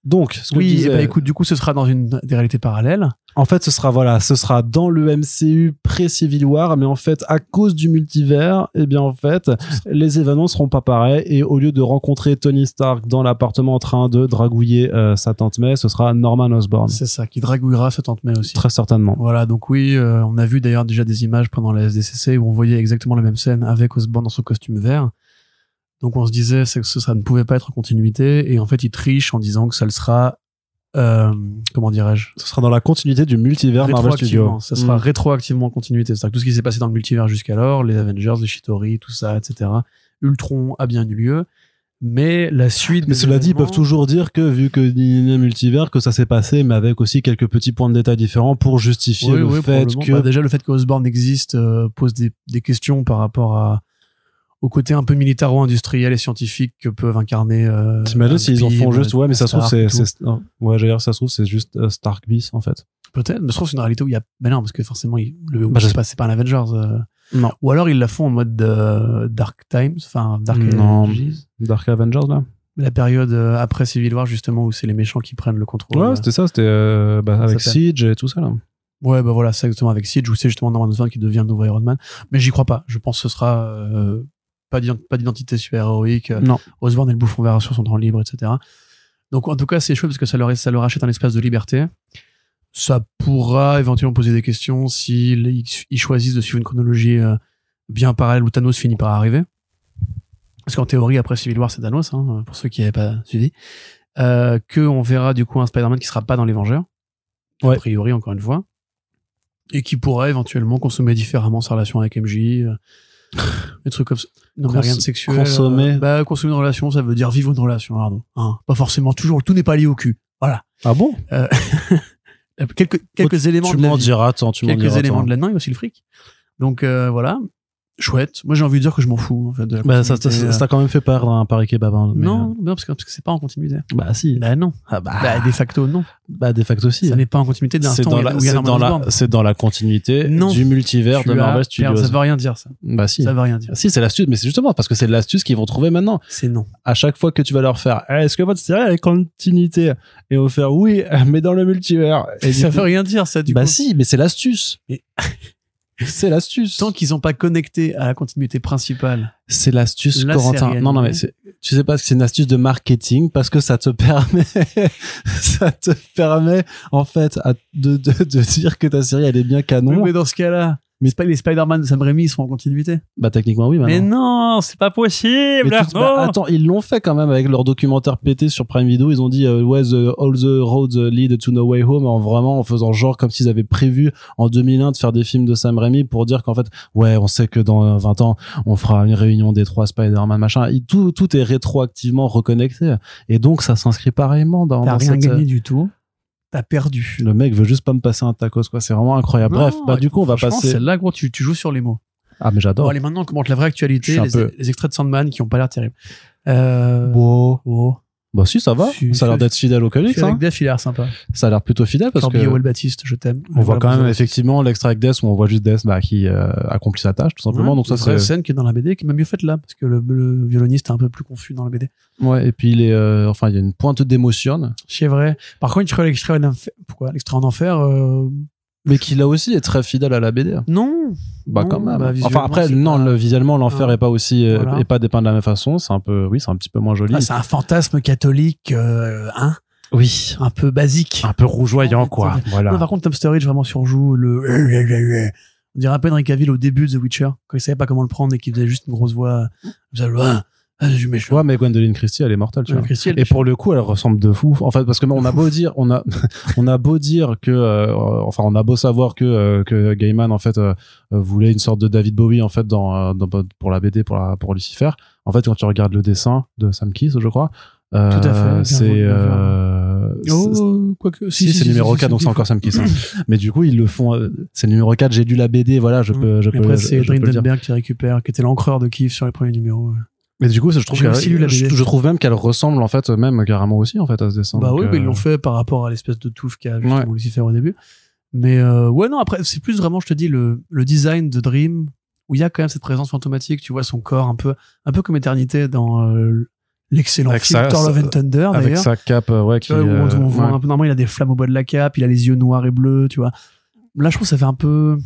[SPEAKER 1] Donc, ce que je
[SPEAKER 2] Oui,
[SPEAKER 1] disais- euh,
[SPEAKER 2] eh ben, écoute, du coup, ce sera dans une des réalités parallèles.
[SPEAKER 1] En fait, ce sera voilà, ce sera dans le MCU pré-Civil War, mais en fait, à cause du multivers, eh bien en fait, les événements seront pas pareils. Et au lieu de rencontrer Tony Stark dans l'appartement en train de dragouiller euh, sa tante May, ce sera Norman Osborn,
[SPEAKER 2] C'est ça, qui dragouillera ce tante mai aussi.
[SPEAKER 1] très certainement.
[SPEAKER 2] Voilà, donc oui, euh, on a vu d'ailleurs déjà des images pendant la SDCC où on voyait exactement la même scène avec Osborn dans son costume vert. Donc on se disait c'est que ce- ça ne pouvait pas être en continuité et en fait il triche en disant que ça le sera, euh, comment dirais-je,
[SPEAKER 1] Ce sera dans la continuité du multivers Marvel Studios.
[SPEAKER 2] rétroactivement. Ça sera
[SPEAKER 1] Mm.
[SPEAKER 2] rétroactivement en continuité. C'est-à-dire que tout ce qui s'est passé dans le multivers jusqu'alors, les Avengers, les Shitori, tout ça, etc. Ultron a bien eu lieu, mais la suite.
[SPEAKER 1] Mm. Mais
[SPEAKER 2] des
[SPEAKER 1] cela dit, ils
[SPEAKER 2] événements-
[SPEAKER 1] peuvent toujours dire que vu que il y a un multivers, que ça s'est passé, mais avec aussi quelques petits points de détail différents pour justifier
[SPEAKER 2] Oui,
[SPEAKER 1] le
[SPEAKER 2] oui,
[SPEAKER 1] fait
[SPEAKER 2] probablement.
[SPEAKER 1] que
[SPEAKER 2] Bah, déjà le fait qu'Osborne existe euh, pose des, des questions par rapport à au côté un peu militaro-industriel et scientifique que peuvent incarner. Euh,
[SPEAKER 1] T'imagines s'ils en
[SPEAKER 2] Bill,
[SPEAKER 1] font juste, ouais, mais ça se trouve,
[SPEAKER 2] Stark
[SPEAKER 1] c'est,
[SPEAKER 2] et tout.
[SPEAKER 1] c'est- non. ouais, j'allais dire, ça se trouve, c'est juste euh, Stark Beast, en fait.
[SPEAKER 2] peut-être. Mais je trouve que c'est une réalité où il y a. Ben non, parce que forcément, il-
[SPEAKER 1] Bah,
[SPEAKER 2] le je sais
[SPEAKER 1] j'espère.
[SPEAKER 2] pas, c'est pas un Avengers. euh.
[SPEAKER 1] Non.
[SPEAKER 2] Ou alors ils la font en mode euh, Dark Times, enfin Dark
[SPEAKER 1] Non.
[SPEAKER 2] Ages.
[SPEAKER 1] Dark Avengers, là?
[SPEAKER 2] La période euh, après Civil War justement où c'est les méchants qui prennent le contrôle.
[SPEAKER 1] Ouais, c'était ça, c'était, euh, bah, avec
[SPEAKER 2] s'appelle.
[SPEAKER 1] Siege et tout ça, là.
[SPEAKER 2] Ouais, bah voilà, c'est exactement avec Siege, où c'est justement Norman Osborn qui devient le nouveau Iron Man. Mais j'y crois pas. Je pense que ce sera euh, pas d'ident- pas d'identité super-héroïque. euh,
[SPEAKER 1] Non.
[SPEAKER 2] Osborn est le bouffon vert sur son temps libre, etc. Donc en tout cas, c'est chouette parce que ça leur, ça leur achète un espace de liberté. Ça pourra éventuellement poser des questions s'ils ils choisissent de suivre une chronologie euh, bien parallèle où Thanos finit par arriver. Parce qu'en théorie, après Civil War, c'est Thanos, hein, pour ceux qui n'avaient pas suivi. Euh, que on verra du coup un Spider-Man qui sera pas dans les Vengeurs.
[SPEAKER 1] Ouais.
[SPEAKER 2] A priori, encore une fois. Et qui pourra éventuellement consommer différemment sa relation avec MJ. euh, des trucs comme ça. Non, mais
[SPEAKER 1] Cons-
[SPEAKER 2] rien de sexuel.
[SPEAKER 1] consommer.
[SPEAKER 2] euh, bah, consommer une relation, ça veut dire vivre une relation, Arnaud. Hein, pas forcément toujours. Tout n'est pas lié au cul. Voilà.
[SPEAKER 1] Ah bon?
[SPEAKER 2] Euh, Quelques, quelques éléments
[SPEAKER 1] Tu
[SPEAKER 2] de la
[SPEAKER 1] m'en
[SPEAKER 2] vie
[SPEAKER 1] diras, tant, tu m'en
[SPEAKER 2] quelques
[SPEAKER 1] diras.
[SPEAKER 2] éléments
[SPEAKER 1] tant.
[SPEAKER 2] de la non, il y a aussi le fric. Donc euh, voilà, chouette. Moi j'ai envie de dire que je m'en fous en fait de la
[SPEAKER 1] Bah, ça, ça,
[SPEAKER 2] continuité. euh.
[SPEAKER 1] ça, ça a quand même fait part d'un pari kebab. hein, mais,
[SPEAKER 2] non, non, parce que parce que c'est pas en continuité.
[SPEAKER 1] euh, Bah, si.
[SPEAKER 2] Bah non. bah, de facto non.
[SPEAKER 1] Bah, de facto, si.
[SPEAKER 2] Ça n'est pas en continuité de
[SPEAKER 1] C'est
[SPEAKER 2] l'instant
[SPEAKER 1] dans,
[SPEAKER 2] où il y a-
[SPEAKER 1] la,
[SPEAKER 2] où il y a
[SPEAKER 1] c'est
[SPEAKER 2] Norman
[SPEAKER 1] dans la-
[SPEAKER 2] Osborn.
[SPEAKER 1] c'est dans la continuité
[SPEAKER 2] Non.
[SPEAKER 1] du multivers
[SPEAKER 2] Tu
[SPEAKER 1] de
[SPEAKER 2] as-
[SPEAKER 1] Marvel
[SPEAKER 2] merde,
[SPEAKER 1] Studios.
[SPEAKER 2] Ça veut rien dire ça.
[SPEAKER 1] Bah, si.
[SPEAKER 2] Ça veut rien dire.
[SPEAKER 1] Si, c'est l'astuce, mais c'est justement parce que c'est l'astuce qu'ils vont trouver maintenant.
[SPEAKER 2] C'est non.
[SPEAKER 1] à chaque fois que tu vas leur faire Eh, est-ce que votre série elle est continuité et on va faire oui mais dans le multivers et
[SPEAKER 2] ça
[SPEAKER 1] du
[SPEAKER 2] veut
[SPEAKER 1] coup-
[SPEAKER 2] rien dire ça du
[SPEAKER 1] bah
[SPEAKER 2] coup.
[SPEAKER 1] si mais c'est l'astuce
[SPEAKER 2] Mais-
[SPEAKER 1] c'est l'astuce
[SPEAKER 2] Tant qu'ils n'ont pas connecté à la continuité principale.
[SPEAKER 1] c'est l'astuce
[SPEAKER 2] La
[SPEAKER 1] Corentin
[SPEAKER 2] série
[SPEAKER 1] non non mais
[SPEAKER 2] animée.
[SPEAKER 1] c'est- tu sais pas que c'est une astuce de marketing parce que ça te permet ça te permet en fait à- de, de, de dire que ta série elle est bien canon
[SPEAKER 2] Oui, mais dans ce cas-là, Mais Sp- les Spider-Man de Sam Raimi, ils sont en continuité.
[SPEAKER 1] Bah techniquement oui
[SPEAKER 2] mais
[SPEAKER 1] maintenant.
[SPEAKER 2] non, c'est pas
[SPEAKER 1] Mais tu
[SPEAKER 2] possible.
[SPEAKER 1] te- bah,
[SPEAKER 2] Arnaud.
[SPEAKER 1] attends, ils l'ont fait quand même avec leur documentaire pété sur Prime Video. Ils ont dit euh, ouais, the- all the roads lead to no way home en vraiment en faisant genre comme s'ils avaient prévu en 2001 de faire des films de Sam Raimi pour dire qu'en fait ouais, on sait que dans euh, 20 ans on fera une réunion des trois Spider-Man machin. Et tout tout est rétroactivement reconnecté et donc ça s'inscrit pareillement dans,
[SPEAKER 2] T'as
[SPEAKER 1] dans
[SPEAKER 2] rien
[SPEAKER 1] cette, euh,
[SPEAKER 2] gagné du tout. T'as perdu.
[SPEAKER 1] Le mec veut juste pas me passer un tacos quoi. C'est vraiment incroyable. Bref,
[SPEAKER 2] Non,
[SPEAKER 1] bah du coup on va
[SPEAKER 2] franchement,
[SPEAKER 1] passer.
[SPEAKER 2] Celle-là, gros, tu, tu joues sur les mots.
[SPEAKER 1] Ah mais
[SPEAKER 2] Bon,
[SPEAKER 1] j'adore.
[SPEAKER 2] allez, maintenant, on commente la
[SPEAKER 1] Je
[SPEAKER 2] vraie actualité,
[SPEAKER 1] suis un
[SPEAKER 2] les,
[SPEAKER 1] peu-
[SPEAKER 2] les extraits de Sandman qui ont pas l'air terribles. Euh... wow.
[SPEAKER 1] Bah si ça va.
[SPEAKER 2] Je-
[SPEAKER 1] Ça a l'air
[SPEAKER 2] je-
[SPEAKER 1] d'être fidèle au comics.
[SPEAKER 2] Celui
[SPEAKER 1] hein.
[SPEAKER 2] avec Def, il a l'air sympa.
[SPEAKER 1] Ça a l'air plutôt fidèle parce
[SPEAKER 2] Kirby
[SPEAKER 1] que.
[SPEAKER 2] Howell Baptiste, je t'aime.
[SPEAKER 1] On voit
[SPEAKER 2] Voilà,
[SPEAKER 1] quand même
[SPEAKER 2] besoin.
[SPEAKER 1] effectivement l'extra avec Death où on voit juste Death bah, qui euh, accomplit sa tâche tout simplement.
[SPEAKER 2] Ouais,
[SPEAKER 1] donc ça
[SPEAKER 2] une vraie
[SPEAKER 1] serait.
[SPEAKER 2] scène qui est dans la BD qui m'a mieux faite là parce que le, le violoniste est un peu plus confus dans la BD.
[SPEAKER 1] Ouais, et puis il est, euh, enfin il y a une pointe d'émotion,
[SPEAKER 2] C'est vrai. Par contre, je crois l'extrait en enfer. Pourquoi l'extrait en enfer euh,
[SPEAKER 1] mais qui là aussi est très fidèle à la BD.
[SPEAKER 2] Non.
[SPEAKER 1] Bah
[SPEAKER 2] Non,
[SPEAKER 1] quand même.
[SPEAKER 2] bah,
[SPEAKER 1] enfin
[SPEAKER 2] visuellement,
[SPEAKER 1] après
[SPEAKER 2] c'est
[SPEAKER 1] non,
[SPEAKER 2] pas-
[SPEAKER 1] le- visuellement l'enfer
[SPEAKER 2] Ah.
[SPEAKER 1] est pas aussi euh,
[SPEAKER 2] Voilà.
[SPEAKER 1] est pas dépeint de la même façon. C'est un peu, oui, c'est un petit peu moins joli.
[SPEAKER 2] Ah, c'est un fantasme catholique, euh, hein,
[SPEAKER 1] oui,
[SPEAKER 2] un peu basique.
[SPEAKER 1] un peu rougeoyant
[SPEAKER 2] Ah,
[SPEAKER 1] quoi.
[SPEAKER 2] Non,
[SPEAKER 1] Voilà.
[SPEAKER 2] par contre, Tom Sturridge vraiment surjoue le. On dirait un peu Henry Cavill au début de The Witcher, quand il savait pas comment le prendre et qu'il faisait juste une grosse voix. Comme ça, Ah, ah, je suis
[SPEAKER 1] Tu
[SPEAKER 2] méchant.
[SPEAKER 1] vois, mais Gwendoline Christie, elle est mortelle. Tu vois.
[SPEAKER 2] Euh, Christy, elle-
[SPEAKER 1] Et pour le coup, elle ressemble de fou. En fait, parce que on a beau dire, on a, on a beau dire que, euh, enfin, on a beau savoir que euh, que Gaiman en fait euh, euh, voulait une sorte de David Bowie en fait dans, euh, dans pour la BD pour la, pour Lucifer. En fait, quand tu regardes le dessin de Sam Kiss, je crois, euh,
[SPEAKER 2] Tout à fait, bien
[SPEAKER 1] c'est
[SPEAKER 2] vu, bien vu.
[SPEAKER 1] euh, c'est-
[SPEAKER 2] Oh, quoique.
[SPEAKER 1] si, c'est numéro 4, donc c'est encore Sam Kiss. hein. Mais du coup, ils le font. euh, C'est le numéro 4, j'ai lu la BD, voilà, je
[SPEAKER 2] Mm.
[SPEAKER 1] peux. Je
[SPEAKER 2] Et
[SPEAKER 1] peux
[SPEAKER 2] après,
[SPEAKER 1] je-
[SPEAKER 2] c'est
[SPEAKER 1] je peux le dire.
[SPEAKER 2] Drindenberg qui récupère, qui était l'encreur de Kiev sur les premiers numéros.
[SPEAKER 1] Mais du coup, je trouve,
[SPEAKER 2] J'ai
[SPEAKER 1] qu'elle-
[SPEAKER 2] aussi lu la
[SPEAKER 1] je,
[SPEAKER 2] BD.
[SPEAKER 1] je trouve même qu'elle ressemble en fait, même carrément aussi en fait à ce dessin.
[SPEAKER 2] Bah
[SPEAKER 1] Donc,
[SPEAKER 2] oui, mais ils
[SPEAKER 1] euh,
[SPEAKER 2] l'ont fait par rapport à l'espèce de touffe qu'a justement
[SPEAKER 1] Ouais.
[SPEAKER 2] Lucifer au début. Mais euh, ouais, non, après, c'est plus vraiment, je te dis, le, le design de Dream, où il y a quand même cette présence fantomatique, tu vois son corps un peu, un peu comme Éternité dans euh, l'excellent
[SPEAKER 1] Avec
[SPEAKER 2] film
[SPEAKER 1] sa-
[SPEAKER 2] Thor Love and Thunder,
[SPEAKER 1] avec
[SPEAKER 2] d'ailleurs.
[SPEAKER 1] sa cape euh, ouais qui
[SPEAKER 2] Tu vois, où on,
[SPEAKER 1] euh,
[SPEAKER 2] on voit
[SPEAKER 1] ouais.
[SPEAKER 2] un peu, normalement, il a des flammes au bas de la cape, il a les yeux noirs et bleus, tu vois. Là, je trouve que ça fait un peu.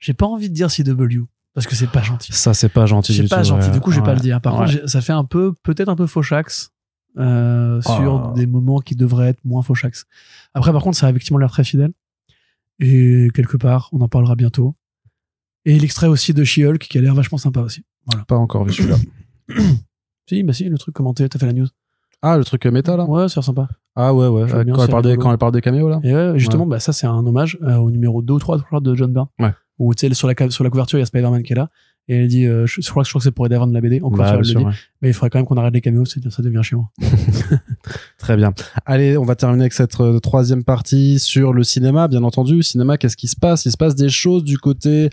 [SPEAKER 2] J'ai pas envie de dire CW, parce que c'est pas gentil.
[SPEAKER 1] ça c'est pas gentil
[SPEAKER 2] C'est
[SPEAKER 1] du
[SPEAKER 2] pas
[SPEAKER 1] tout,
[SPEAKER 2] gentil,
[SPEAKER 1] ouais.
[SPEAKER 2] du coup, je vais
[SPEAKER 1] Ouais.
[SPEAKER 2] pas le dire. Par
[SPEAKER 1] Ouais.
[SPEAKER 2] contre, j'ai- ça fait un peu, peut-être un peu fauchax euh,
[SPEAKER 1] Oh.
[SPEAKER 2] sur des moments qui devraient être moins fauchax. Après, par contre, ça a effectivement l'air très fidèle. Et quelque part, on en parlera bientôt. Et l'extrait aussi de She-Hulk qui a l'air vachement sympa aussi.
[SPEAKER 1] pas encore vu celui-là
[SPEAKER 2] Si, bah si, le truc commenté, t'as fait la news.
[SPEAKER 1] ah le truc euh, méta là
[SPEAKER 2] Ouais, c'est sympa.
[SPEAKER 1] ah ouais ouais
[SPEAKER 2] J'aime
[SPEAKER 1] euh,
[SPEAKER 2] bien,
[SPEAKER 1] quand
[SPEAKER 2] c'est
[SPEAKER 1] elle parle des
[SPEAKER 2] rigolo.
[SPEAKER 1] quand elle parle des caméos là
[SPEAKER 2] Et ouais, justement, bah, ça, c'est un hommage euh, au numéro 2 ou 3 je crois, de John Byrne.
[SPEAKER 1] Ouais.
[SPEAKER 2] Où, tu sais, sur la, cave- sur la couverture, il y a Spider-Man qui est là. Et elle dit, euh, je, je crois, que- je crois que c'est pour Ed Avon de la BD. En
[SPEAKER 1] Bah,
[SPEAKER 2] couverture, elle
[SPEAKER 1] bien
[SPEAKER 2] le
[SPEAKER 1] sûr,
[SPEAKER 2] dit.
[SPEAKER 1] ouais.
[SPEAKER 2] Mais il faudrait quand même qu'on arrête les caméos, c'est- ça devient chiant.
[SPEAKER 1] Très bien. Allez, on va terminer avec cette euh, troisième partie sur le cinéma, bien entendu. Cinéma, qu'est-ce qui se passe Il se passe des choses du côté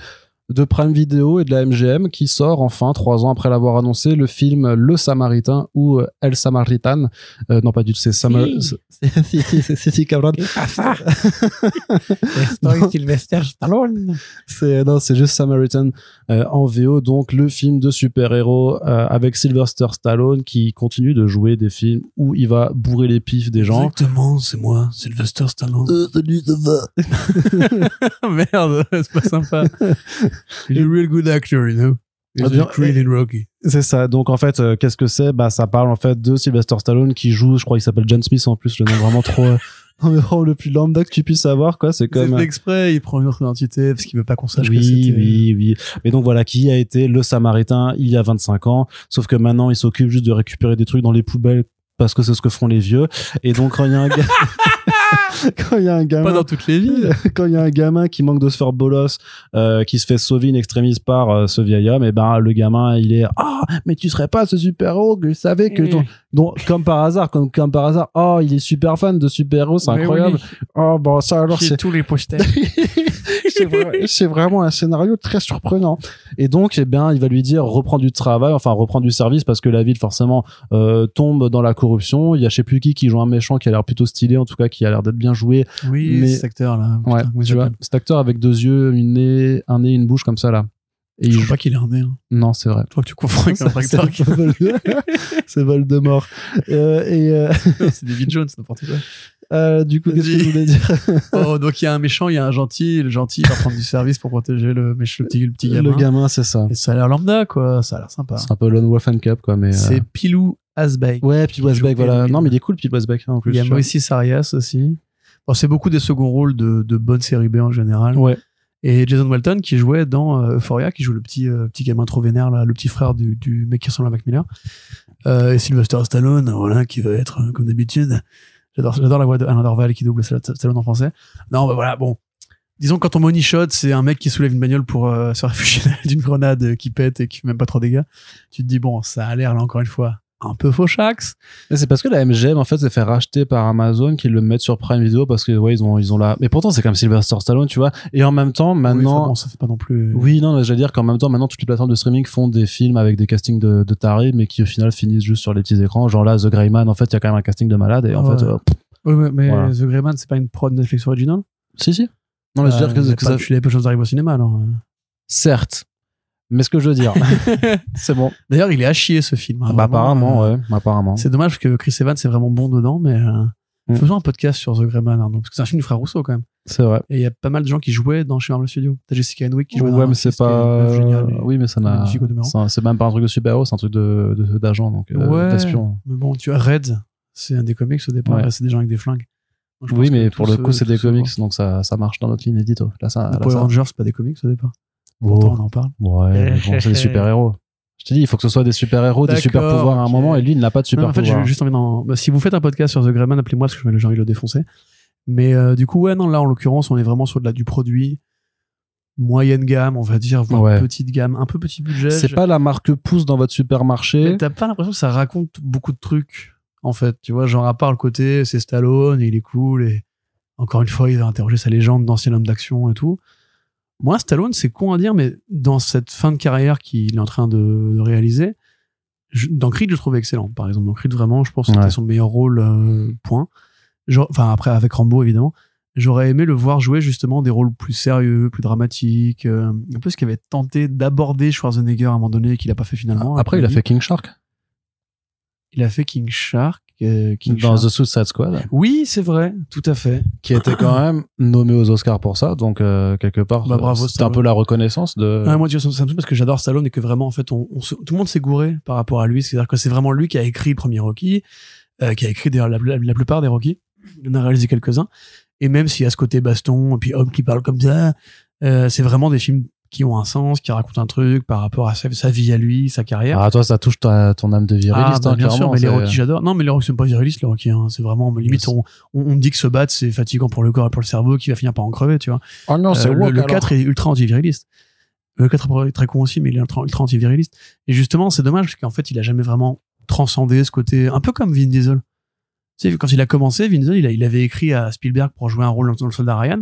[SPEAKER 1] de Prime Video et de la MGM qui sort enfin, trois ans après l'avoir annoncé, le film Le Samaritain ou euh, El Samaritan. Euh, non, pas du tout, c'est Samar... c'est- si, si, c'est- si, si, camarade. Non.
[SPEAKER 2] Sylvester Stallone.
[SPEAKER 1] C'est non, c'est juste Samaritan euh, en VO, donc le film de super-héros euh, avec Sylvester Stallone qui continue de jouer des films où il va bourrer les pifs des gens.
[SPEAKER 2] Exactement, c'est moi, Sylvester Stallone.
[SPEAKER 1] Ah,
[SPEAKER 2] Merde, c'est pas sympa. He's a real good actor, you know.
[SPEAKER 1] Ah,
[SPEAKER 2] He's
[SPEAKER 1] bien.
[SPEAKER 2] a Creed in Rocky.
[SPEAKER 1] C'est ça. Donc en fait, euh, qu'est-ce que c'est Bah ça parle en fait de Sylvester Stallone qui joue, je crois qu'il s'appelle John Smith en plus, le nom vraiment trop euh, non, mais vraiment le plus lambda que tu puisses savoir quoi, c'est
[SPEAKER 2] C'est
[SPEAKER 1] comme euh,
[SPEAKER 2] fait exprès, il prend une autre identité parce qu'il veut pas qu'on sache que
[SPEAKER 1] oui,
[SPEAKER 2] c'était. euh,
[SPEAKER 1] oui, oui. Mais donc voilà, qui a été le Samaritain il y a 25 ans, sauf que maintenant il s'occupe juste de récupérer des trucs dans les poubelles parce que c'est ce que font les vieux. Et donc quand il y a un gars, quand il y a un
[SPEAKER 2] Pas
[SPEAKER 1] gamin
[SPEAKER 2] dans toutes les villes.
[SPEAKER 1] quand il y a un gamin qui manque de se faire bolos, euh, qui se fait sauver in extremis par euh, ce vieil homme, et ben le gamin il est ah mais tu serais pas ce super héros que je savais que
[SPEAKER 2] Mm.
[SPEAKER 1] ton... donc comme par hasard comme comme par hasard oh il est super fan de super héros c'est
[SPEAKER 4] Mais
[SPEAKER 1] incroyable oh bon ça alors c'est
[SPEAKER 4] tous les posters.
[SPEAKER 1] c'est vrai- c'est vraiment un scénario très surprenant. Et donc, eh bien, il va lui dire reprends du travail, enfin reprends du service parce que la ville forcément euh, tombe dans la corruption. Il y a je sais plus qui qui joue un méchant qui a l'air plutôt stylé, en tout cas qui a l'air d'être bien joué.
[SPEAKER 2] Oui,
[SPEAKER 1] Mais-
[SPEAKER 2] cet acteur-là.
[SPEAKER 1] Ouais,
[SPEAKER 2] putain, comment il
[SPEAKER 1] tu vois,
[SPEAKER 2] s'appelle
[SPEAKER 1] cet acteur avec deux yeux, une nez, un nez, une bouche comme ça là. Et
[SPEAKER 2] Je
[SPEAKER 1] il
[SPEAKER 2] crois
[SPEAKER 1] joue...
[SPEAKER 2] pas qu'il est un nez. hein.
[SPEAKER 1] Non, c'est vrai.
[SPEAKER 2] Je crois que tu confonds avec un
[SPEAKER 1] C'est
[SPEAKER 2] acteur qui.
[SPEAKER 1] Voldemort. C'est Voldemort. Euh, et euh,
[SPEAKER 2] C'est David Jones, n'importe quoi.
[SPEAKER 1] euh, du coup, qu'est-ce que
[SPEAKER 2] Vas-y.
[SPEAKER 1] je voulais dire
[SPEAKER 2] Oh, donc il y a un méchant, il y a un gentil. Le gentil va prendre du service pour protéger le, méch- le, petit, le petit gamin.
[SPEAKER 1] Le gamin, c'est ça.
[SPEAKER 2] Et ça a l'air lambda, quoi. Ça a l'air sympa.
[SPEAKER 1] C'est un peu Lone Wolf and Cup, quoi. Mais euh,
[SPEAKER 2] C'est Pilou Asbake.
[SPEAKER 1] ouais, Pete Westbeck,
[SPEAKER 2] Joker,
[SPEAKER 1] voilà.
[SPEAKER 2] il-
[SPEAKER 1] Non, mais il est cool, Pete Westbeck hein, en plus.
[SPEAKER 2] il y a
[SPEAKER 1] tu vois.
[SPEAKER 2] Moïse Arias aussi. Bon, c'est beaucoup des seconds rôles de, de bonnes séries B en général.
[SPEAKER 1] Ouais.
[SPEAKER 2] Et Jason Walton qui jouait dans euh, Euphoria, qui joue le petit, euh, petit gamin trop vénère, là, le petit frère du, du mec qui ressemble à Mac Miller. Euh, et Sylvester Stallone, voilà, qui va être, euh, comme d'habitude. J'adore j'adore la voix de Alain Dorval qui double Sta- Stallone en français. Non, bah voilà, bon. Disons, quand on money shot, c'est un mec qui soulève une bagnole pour euh, se réfugier d'une grenade euh, qui pète et qui fait même pas trop dégâts. Tu te dis, bon, ça a l'air, là, encore une fois, un peu faux chax.
[SPEAKER 1] Mais c'est parce que la MGM en fait s'est fait racheter par Amazon qu'ils le mettent sur Prime Video parce que ouais ils ont ils ont la mais pourtant c'est comme Sylvester Stallone tu vois et en même temps
[SPEAKER 2] Oui, enfin,
[SPEAKER 1] maintenant
[SPEAKER 2] bon, ça fait pas Ah, non plus. euh,
[SPEAKER 1] oui non mais j'allais dire qu'en même temps maintenant toutes les plateformes de streaming font des films avec des castings de, de tarés mais qui au final finissent juste sur les petits écrans genre là The Grey Man en fait il y a quand même un casting de malade et en
[SPEAKER 2] Ouais.
[SPEAKER 1] fait euh,
[SPEAKER 2] Oui, mais, mais
[SPEAKER 1] Voilà.
[SPEAKER 2] The Grey Man, c'est pas une prod Netflix original
[SPEAKER 1] si si non mais je veux
[SPEAKER 2] Euh,
[SPEAKER 1] dire que, que ça
[SPEAKER 2] Je suis les peu de choses arrivent au cinéma, alors. euh.
[SPEAKER 1] certes mais ce que je veux dire c'est bon
[SPEAKER 2] D'ailleurs, il est à chier ce film. hein,
[SPEAKER 1] bah
[SPEAKER 2] vraiment.
[SPEAKER 1] apparemment
[SPEAKER 2] Euh,
[SPEAKER 1] ouais apparemment
[SPEAKER 2] C'est dommage parce que Chris Evans c'est vraiment bon dedans, mais euh,
[SPEAKER 1] Mm.
[SPEAKER 2] faisons un podcast sur The Grey Man, Arnaud, parce que c'est un film du frère Rousseau quand même.
[SPEAKER 1] c'est vrai
[SPEAKER 2] Et il y a pas mal de gens qui jouaient dans chez Marvel Studios. T'as Jessica Henwick qui jouait dans
[SPEAKER 1] ouais mais c'est
[SPEAKER 2] c'était une
[SPEAKER 1] pas euh,
[SPEAKER 2] meuf géniale, et-
[SPEAKER 1] oui mais ça n'a
[SPEAKER 2] magnifique au demeurant.
[SPEAKER 1] ça- c'est même pas un truc de super-héros c'est un truc de de- d'agent donc euh,
[SPEAKER 2] Ouais.
[SPEAKER 1] d'espion.
[SPEAKER 2] Mais bon, tu vois, Red, c'est un des comics au départ,
[SPEAKER 1] Ouais.
[SPEAKER 2] et c'est des gens avec des flingues. Donc, je
[SPEAKER 1] Oui,
[SPEAKER 2] pense
[SPEAKER 1] mais
[SPEAKER 2] que
[SPEAKER 1] pour
[SPEAKER 2] tous
[SPEAKER 1] le
[SPEAKER 2] ceux-
[SPEAKER 1] coup, c'est
[SPEAKER 2] tous
[SPEAKER 1] des
[SPEAKER 2] ceux-
[SPEAKER 1] comics, donc ça, ça marche dans notre ligne édito. Là, ça.
[SPEAKER 2] Les
[SPEAKER 1] Là,
[SPEAKER 2] Power
[SPEAKER 1] ça...
[SPEAKER 2] Rangers, c'est pas des comics au départ. Pourtant,
[SPEAKER 1] Wow.
[SPEAKER 2] on en parle.
[SPEAKER 1] Ouais, mais bon, c'est des super-héros. Je t'ai dit, il faut que ce soit des super-héros, des
[SPEAKER 2] D'accord,
[SPEAKER 1] super-pouvoirs à un
[SPEAKER 2] ok.
[SPEAKER 1] moment, et lui, il n'a pas de
[SPEAKER 2] Non, mais en fait,
[SPEAKER 1] super-pouvoir.
[SPEAKER 2] j'ai juste envie d'en. bah, si vous faites un podcast sur The Grey Man, appelez-moi parce que je vais- j'ai envie de le défoncer. Mais euh, du coup, ouais, non, là, en l'occurrence, on est vraiment sur de la, du produit moyenne gamme, on va dire, voire
[SPEAKER 1] Ouais.
[SPEAKER 2] petite gamme, un peu petit budget.
[SPEAKER 1] C'est
[SPEAKER 2] Je-
[SPEAKER 1] pas la marque pouce dans votre
[SPEAKER 2] Mais
[SPEAKER 1] supermarché.
[SPEAKER 2] T'as pas l'impression que ça raconte beaucoup de trucs, en fait. Tu vois, genre, à part le côté, c'est Stallone, et il est cool, et encore une fois, il va interroger sa légende d'ancien homme d'action et tout. Moi, Stallone, c'est con à dire, mais dans cette fin de carrière qu'il est en train de, de réaliser, je- dans Creed, je le trouve excellent, par exemple. Dans Creed, vraiment, je pense que c'était
[SPEAKER 1] Ouais.
[SPEAKER 2] son meilleur rôle, euh, point. Genre- Enfin, après, avec Rambo, évidemment. J'aurais aimé le voir jouer justement des rôles plus sérieux, plus dramatiques, euh, un peu ce qu'il avait tenté d'aborder Schwarzenegger à un moment donné et qu'il n'a pas fait finalement.
[SPEAKER 1] Après, il a
[SPEAKER 2] Creed.
[SPEAKER 1] fait King Shark
[SPEAKER 2] Il a fait King Shark. euh, King
[SPEAKER 1] dans
[SPEAKER 2] Shark.
[SPEAKER 1] The Suicide Squad,
[SPEAKER 2] Oui, c'est vrai, tout à fait.
[SPEAKER 1] qui était quand même nommé aux Oscars pour ça, donc euh, quelque part,
[SPEAKER 2] Bah, bravo,
[SPEAKER 1] c'est un
[SPEAKER 2] Stallone.
[SPEAKER 1] peu la reconnaissance de.
[SPEAKER 2] Ah, moi, tu vois, ça me- ça me saoule parce que j'adore Stallone et que vraiment, en fait, on, on se- tout le monde s'est gouré par rapport à lui. C'est-à-dire que c'est vraiment lui qui a écrit le premier Rocky, euh, qui a écrit d'ailleurs la, la- la plupart des Rocky. Il en a réalisé quelques-uns. Et même s'il y a ce côté baston, et puis homme qui parle comme ça, euh, c'est vraiment des films qui ont un sens, qui racontent un truc par rapport à sa, sa vie à lui, sa carrière.
[SPEAKER 1] Ah, toi, ça touche ta- ton âme de viriliste,
[SPEAKER 2] bah,
[SPEAKER 1] hein,
[SPEAKER 2] bien sûr,
[SPEAKER 1] clairement.
[SPEAKER 2] mais les
[SPEAKER 1] c'est-
[SPEAKER 2] Rocky, j'adore. Non, mais les Rocky, c'est pas viriliste, les Rocky. hein. C'est vraiment, limite,
[SPEAKER 1] Yes.
[SPEAKER 2] on, on, on dit que se battre, c'est fatigant pour le corps et pour le cerveau, qui va finir par en crever, tu vois.
[SPEAKER 3] Oh non,
[SPEAKER 2] Euh, le, le
[SPEAKER 3] alors.
[SPEAKER 2] 4 est ultra antiviriliste. Le 4 est pro- très con aussi, mais il est ultra, ultra antiviriliste. Et justement, c'est dommage parce qu'en fait, il a jamais vraiment transcendé ce côté, un peu comme Vin Diesel. Tu sais, quand il a commencé, Vin Diesel, il, a- il avait écrit à Spielberg pour jouer un rôle dans le soldat Ryan.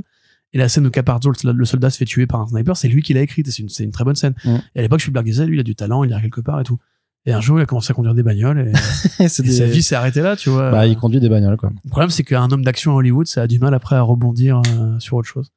[SPEAKER 2] Et la scène où Caparzo, le soldat- le soldat, se fait tuer par un sniper, c'est lui qui l'a écrite. et C'est une, c'est une très bonne scène.
[SPEAKER 1] Mm.
[SPEAKER 2] Et à l'époque, Spielberg disait, lui, il a du talent, il est quelque part et tout. Et un jour, il a commencé à conduire des bagnoles et,
[SPEAKER 1] c'est
[SPEAKER 2] et
[SPEAKER 1] des-
[SPEAKER 2] sa vie s'est arrêtée là, tu vois.
[SPEAKER 1] Bah, il conduit des bagnoles, quoi.
[SPEAKER 2] Le problème, c'est qu'un homme d'action à Hollywood, ça a du mal après à rebondir euh, sur autre chose.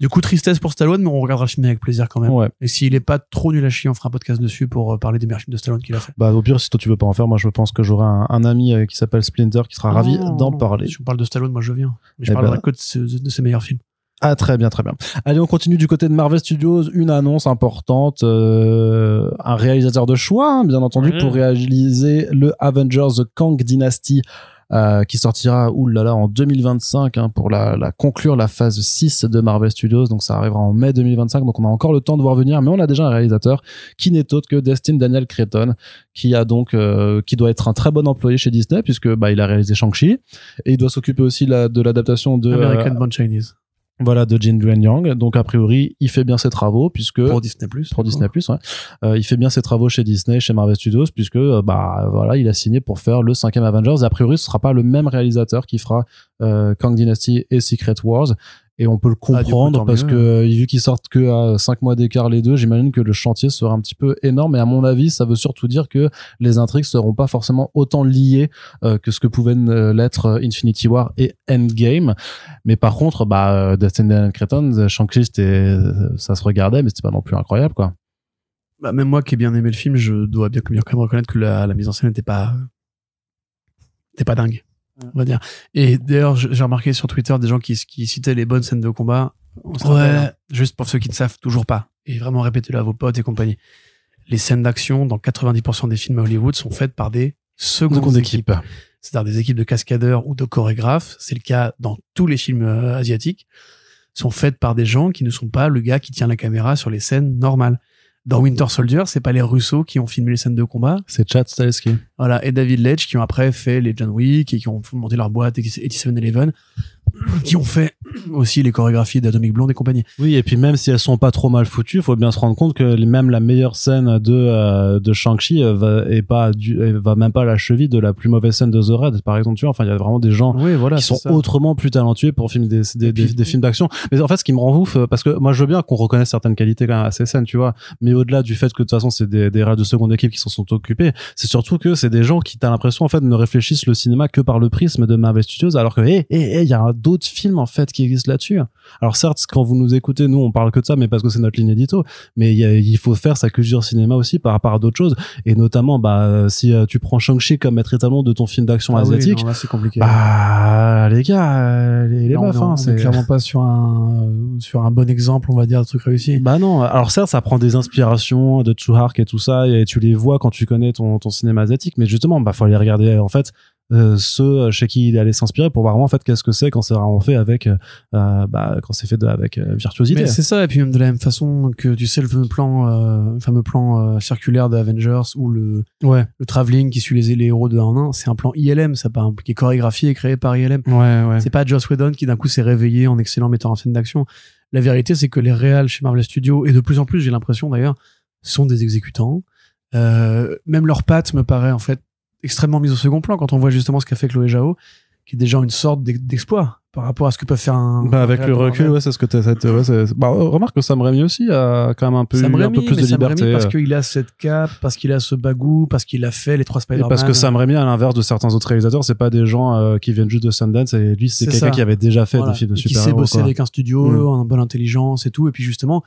[SPEAKER 2] Du coup, tristesse pour Stallone, mais on regardera le film avec plaisir quand même.
[SPEAKER 1] Ouais.
[SPEAKER 2] Et s'il est pas trop nul à chier, on fera un podcast dessus pour euh, parler des meilleurs films de Stallone qu'il a fait.
[SPEAKER 1] Bah, au pire, si toi tu veux pas en faire, moi je pense que j'aurai un, un ami euh, qui s'appelle Splinter qui sera ravi
[SPEAKER 2] Non,
[SPEAKER 1] d'en
[SPEAKER 2] non,
[SPEAKER 1] parler.
[SPEAKER 2] Si on parle de Stallone, moi je viens. Mais je
[SPEAKER 1] Eh
[SPEAKER 2] parlerai
[SPEAKER 1] ben.
[SPEAKER 2] que de, ce- de ses meilleurs films.
[SPEAKER 1] Ah, très bien, très bien. Allez, on continue du côté de Marvel Studios. Une annonce importante. euh, un réalisateur de choix, hein, bien entendu,
[SPEAKER 2] Ouais.
[SPEAKER 1] pour réaliser le Avengers The Kang Dynasty. euh, qui sortira oulala en 2025 hein, pour la, la conclure la phase 6 de Marvel Studios donc ça arrivera en mai 2025 donc on a encore le temps de voir venir mais on a déjà un réalisateur qui n'est autre que Destin Daniel Cretton qui a donc euh, qui doit être un très bon employé chez Disney puisque bah il a réalisé Shang-Chi et il doit s'occuper aussi de la- de l'adaptation de euh,
[SPEAKER 2] American Born Chinese.
[SPEAKER 1] voilà de Jin Duan Yang donc a priori il fait bien ses travaux puisque
[SPEAKER 2] Pour Disney Plus.
[SPEAKER 1] euh, pour Disney Plus ouais. Euh, il fait bien ses travaux chez Disney chez Marvel Studios puisque euh, bah voilà il a signé pour faire le cinquième Avengers et a priori ce sera pas le même réalisateur qui fera euh, Kang Dynasty et Secret Wars et on peut le
[SPEAKER 2] Ah, du coup,
[SPEAKER 1] comprendre
[SPEAKER 2] tant
[SPEAKER 1] parce
[SPEAKER 2] mieux.
[SPEAKER 1] que euh, vu qu'ils sortent que à 5 mois d'écart les deux j'imagine que le chantier sera un petit peu énorme et à mon avis ça veut surtout dire que les intrigues seront pas forcément autant liées euh, que ce que pouvaient euh, l'être euh, Infinity War et Endgame mais par contre, bah, euh, Dustin Daniel Cretton, euh, Shang-Chi, c'était, euh, ça se regardait, mais c'était pas non plus incroyable, quoi.
[SPEAKER 2] Bah, même moi qui ai bien aimé le film, je dois bien, bien quand même reconnaître que la, la mise en scène n'était pas, n'était pas dingue, on va dire. Et d'ailleurs, je- j'ai remarqué sur Twitter des gens qui, qui citaient les bonnes scènes de combat. On se rappelle, hein, juste pour ceux qui ne savent toujours pas. Et vraiment répétez-le à vos potes et compagnie. Les scènes d'action dans 90% des films à Hollywood sont faites par des secondes,
[SPEAKER 1] Seconde
[SPEAKER 2] équipes
[SPEAKER 1] équipe.
[SPEAKER 2] c'est-à-dire des équipes de cascadeurs ou de chorégraphes. C'est le cas dans tous les films euh, asiatiques. sont faites par des gens qui ne sont pas le gars qui tient la caméra sur les scènes normales. Dans Winter Soldier, c'est pas les Russos qui ont filmé les scènes de combat,
[SPEAKER 1] C'est Chad Stahelski.
[SPEAKER 2] voilà, et David Leitch qui ont après fait les John Wick et qui ont monté leur boîte et qui- et 7-Eleven, qui ont fait aussi les chorégraphies d'Atomic Blonde et compagnie.
[SPEAKER 1] Oui, et puis même si elles sont pas trop mal foutues, faut bien se rendre compte que les- même la meilleure scène de euh, de Shang-Chi euh, va est pas du, elle va même pas à la cheville de la plus mauvaise scène de The Raid, par exemple. Tu vois, enfin, il y a vraiment des gens
[SPEAKER 2] Oui, voilà,
[SPEAKER 1] qui
[SPEAKER 2] c'est
[SPEAKER 1] sont
[SPEAKER 2] ça.
[SPEAKER 1] autrement plus talentueux pour filmer des, des, des- des films d'action. Mais en fait, ce qui me rend ouf, euh, parce que moi, je veux bien qu'on reconnaisse certaines qualités quand même à ces scènes, tu vois. Mais au-delà du fait que de toute façon, c'est des, des rats de seconde équipe qui s'en sont occupés, c'est surtout que c'est des gens qui, t'as l'impression, en fait, ne réfléchissent le cinéma que par le prisme de Marvel Studios, alors que, hé, hé, hé, il y a un- d'autres films, en fait, qui existent là-dessus. Alors certes, quand vous nous écoutez, nous, on parle que de ça, mais parce que c'est notre ligne édito. Mais il y a- il faut faire sa culture cinéma aussi par rapport à d'autres choses. Et notamment, bah, euh, si euh, tu prends Shang-Chi comme maître étalon de ton film d'action
[SPEAKER 2] Ah oui,
[SPEAKER 1] asiatique,
[SPEAKER 2] non, là, c'est compliqué.
[SPEAKER 1] bah les gars, euh, les, les
[SPEAKER 2] Non,
[SPEAKER 1] meufs,
[SPEAKER 2] on est-
[SPEAKER 1] hein,
[SPEAKER 2] on est
[SPEAKER 1] c'est
[SPEAKER 2] clairement pas sur un, euh, sur un bon exemple, on va dire, de truc réussi.
[SPEAKER 1] Bah non, alors certes, ça prend des inspirations de Tsuhark et tout ça, et tu les vois quand tu connais ton, ton cinéma asiatique, mais justement, bah faut aller regarder en fait euh, ceux chez qui il allait s'inspirer pour voir vraiment en fait qu'est-ce que c'est quand c'est vraiment fait avec, euh, bah, quand c'est fait de- avec euh, virtuosité.
[SPEAKER 2] Mais c'est ça, et puis même de la même façon que tu sais le fameux plan, euh, le fameux plan euh, circulaire de Avengers ou le,
[SPEAKER 1] Ouais,
[SPEAKER 2] le travelling qui suit les, les héros de 1 en 1, c'est un plan ILM, ça par exemple, qui est chorégraphié et créé par ILM.
[SPEAKER 1] ouais, ouais.
[SPEAKER 2] C'est pas Joss Whedon qui d'un coup s'est réveillé en excellent metteur en scène d'action. La vérité, c'est que les réals chez Marvel Studios, et de plus en plus, j'ai l'impression d'ailleurs, sont des exécutants. Euh, même leur patte me paraît en fait extrêmement mise au second plan quand on voit justement ce qu'a fait Chloé Zhao, qui est déjà une sorte d'ex- d'exploit par rapport à ce que peut faire un.
[SPEAKER 1] Bah avec
[SPEAKER 2] un
[SPEAKER 1] le
[SPEAKER 2] réal
[SPEAKER 1] recul,
[SPEAKER 2] Marvel.
[SPEAKER 1] ouais, c'est ce que t'as. cette- ouais, c'est- bah, euh, remarque que Sam Raimi aussi a quand même un peu
[SPEAKER 2] Sam
[SPEAKER 1] eu un
[SPEAKER 2] Raimi,
[SPEAKER 1] peu plus
[SPEAKER 2] mais
[SPEAKER 1] de
[SPEAKER 2] Sam Raimi
[SPEAKER 1] liberté.
[SPEAKER 2] parce
[SPEAKER 1] euh,
[SPEAKER 2] qu'il a cette cape, parce qu'il a ce bagou, parce qu'il a fait les trois
[SPEAKER 1] et
[SPEAKER 2] Spider-Man.
[SPEAKER 1] parce que Sam Raimi, à l'inverse de certains autres réalisateurs, c'est pas des gens euh, qui viennent juste de Sundance. Et lui, c'est
[SPEAKER 2] C'est
[SPEAKER 1] quelqu'un
[SPEAKER 2] ça.
[SPEAKER 1] qui avait déjà fait
[SPEAKER 2] Voilà.
[SPEAKER 1] des films de
[SPEAKER 2] Et qui
[SPEAKER 1] super
[SPEAKER 2] sait
[SPEAKER 1] héros.
[SPEAKER 2] bosser avec un studio,
[SPEAKER 1] Mm.
[SPEAKER 2] en bonne intelligence et tout. Et puis justement,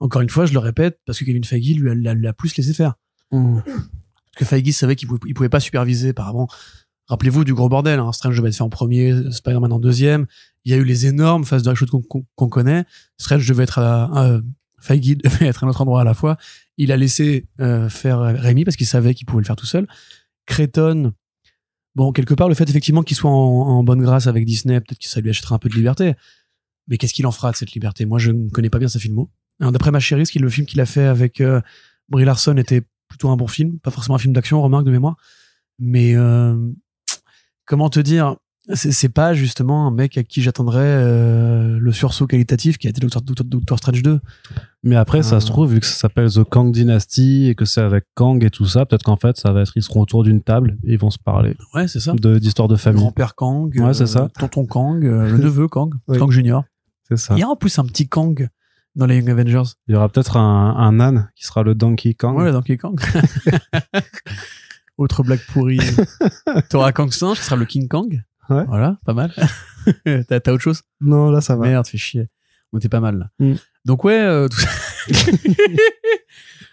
[SPEAKER 2] encore une fois, je le répète, parce que Kevin Feige lui a, l'a- l'a plus laissé faire.
[SPEAKER 1] Mm.
[SPEAKER 2] Parce que Feige savait qu'il pouvait, il pouvait pas superviser par avant. Rappelez-vous du gros bordel, hein, Strange devait être fait en premier, Spider-Man en deuxième. Il y a eu les énormes phases de la chose qu'on qu'on connaît. Strange devait être à, euh, Feige devait être à un autre endroit à la fois. Il a laissé euh, faire Rémi parce qu'il savait qu'il pouvait le faire tout seul. Creton, bon, quelque part, le fait effectivement qu'il soit en, en bonne grâce avec Disney, peut-être que ça lui achètera un peu de liberté. Mais qu'est-ce qu'il en fera de cette liberté Moi, je ne connais pas bien sa filmo. Alors, D'après ma chérie, ce qu'il- le film qu'il a fait avec euh, Brie Larson était plutôt un bon film, pas forcément un film d'action, remarque de mémoire. Mais euh, comment te dire c'est, c'est pas justement un mec à qui j'attendrais euh, le sursaut qualitatif qui a été Doctor, Doctor- Doctor Strange 2.
[SPEAKER 1] Mais après, ça
[SPEAKER 2] Euh.
[SPEAKER 1] se trouve, vu que ça s'appelle The Kang Dynasty et que c'est avec Kang et tout ça, peut-être qu'en fait, ça va être ils seront autour d'une table et ils vont se parler
[SPEAKER 2] Ouais, c'est ça.
[SPEAKER 1] de d'histoire de
[SPEAKER 2] Le
[SPEAKER 1] famille.
[SPEAKER 2] grand-père Kang, euh,
[SPEAKER 1] Ouais, c'est ça.
[SPEAKER 2] tonton Kang, euh, le neveu Kang,
[SPEAKER 1] Oui. Ah.
[SPEAKER 2] Kang Junior.
[SPEAKER 1] C'est ça.
[SPEAKER 2] Il y a en plus un petit Kang dans les Young Avengers.
[SPEAKER 1] Il y aura peut-être un, un âne qui sera le Donkey Kang.
[SPEAKER 2] Ouais, Donkey Kang. Autre blague pourrie. T'auras Kang Singe, ce sera le King Kang.
[SPEAKER 1] Ouais.
[SPEAKER 2] Voilà, pas mal. t'as, t'as autre chose
[SPEAKER 1] Non, là, ça
[SPEAKER 2] Merde, fais chier. On était pas mal là.
[SPEAKER 1] Mm.
[SPEAKER 2] Donc ouais, euh, tout ça...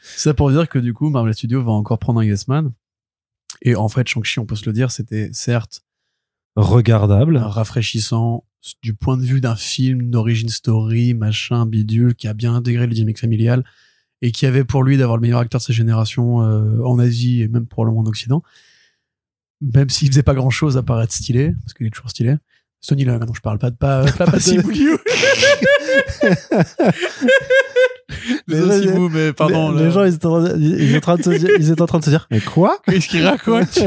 [SPEAKER 2] ça pour dire que du coup, Marvel Studios va encore prendre un Yes Man. Et en fait, Shang-Chi, on peut se le dire, c'était certes
[SPEAKER 1] Regardable.
[SPEAKER 2] rafraîchissant du point de vue d'un film d'origine story, machin, bidule, qui a bien intégré le dynamique familial et qui avait pour lui d'avoir le meilleur acteur de sa génération euh, en Asie et même probablement en Occident. Même s'il faisait pas grand chose à paraître stylé, parce qu'il est toujours stylé. Sony là, non, je parle pas de pas, pas, pas
[SPEAKER 1] de-
[SPEAKER 2] Simu.
[SPEAKER 1] Mais
[SPEAKER 2] Les
[SPEAKER 1] vas-y.
[SPEAKER 2] Simu, mais pardon.
[SPEAKER 1] les, les
[SPEAKER 2] là.
[SPEAKER 1] gens, ils étaient, en train de- ils, étaient en train de se dire, ils étaient en train de se dire, mais quoi
[SPEAKER 4] Qu'est-ce qu'il raconte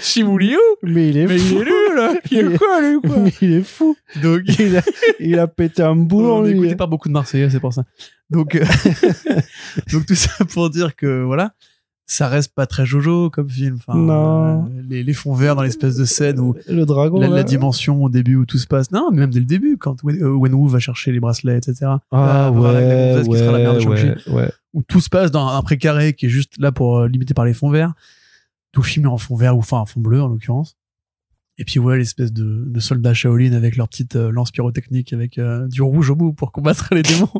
[SPEAKER 4] Chibouliou
[SPEAKER 1] Mais il est
[SPEAKER 4] Mais
[SPEAKER 1] fou.
[SPEAKER 4] il est nul là Il est quoi, lui, quoi
[SPEAKER 1] Mais il est fou.
[SPEAKER 2] Donc,
[SPEAKER 1] Il a, il a pété un boulon,
[SPEAKER 2] on
[SPEAKER 1] lui.
[SPEAKER 2] n'écoutait pas beaucoup de Marseillais, c'est pour ça. Donc, euh, donc tout ça pour dire que voilà, ça reste pas très Jojo comme film. Enfin,
[SPEAKER 1] Non.
[SPEAKER 2] euh, les, les fonds verts dans l'espèce de scène où
[SPEAKER 1] Le dragon.
[SPEAKER 2] la, la
[SPEAKER 1] là.
[SPEAKER 2] dimension au début où tout se passe. Non, mais même dès le début, quand Wen, euh, Wenwu va chercher les bracelets, etc.
[SPEAKER 1] Ah,
[SPEAKER 2] Ah, voilà, avec la
[SPEAKER 1] ouais,
[SPEAKER 2] gonzesse qui sera la mère de
[SPEAKER 1] ouais,
[SPEAKER 2] Shang-Chi.
[SPEAKER 1] ouais, ouais.
[SPEAKER 2] où tout se passe dans un précaré qui est juste là pour euh, limité par les fonds verts, tout filmé en fond vert ou enfin en fond bleu en l'occurrence. Et puis ouais, l'espèce de, de soldats Shaolin avec leur petite euh, lance pyrotechnique avec euh, du rouge au bout pour combattre les démons.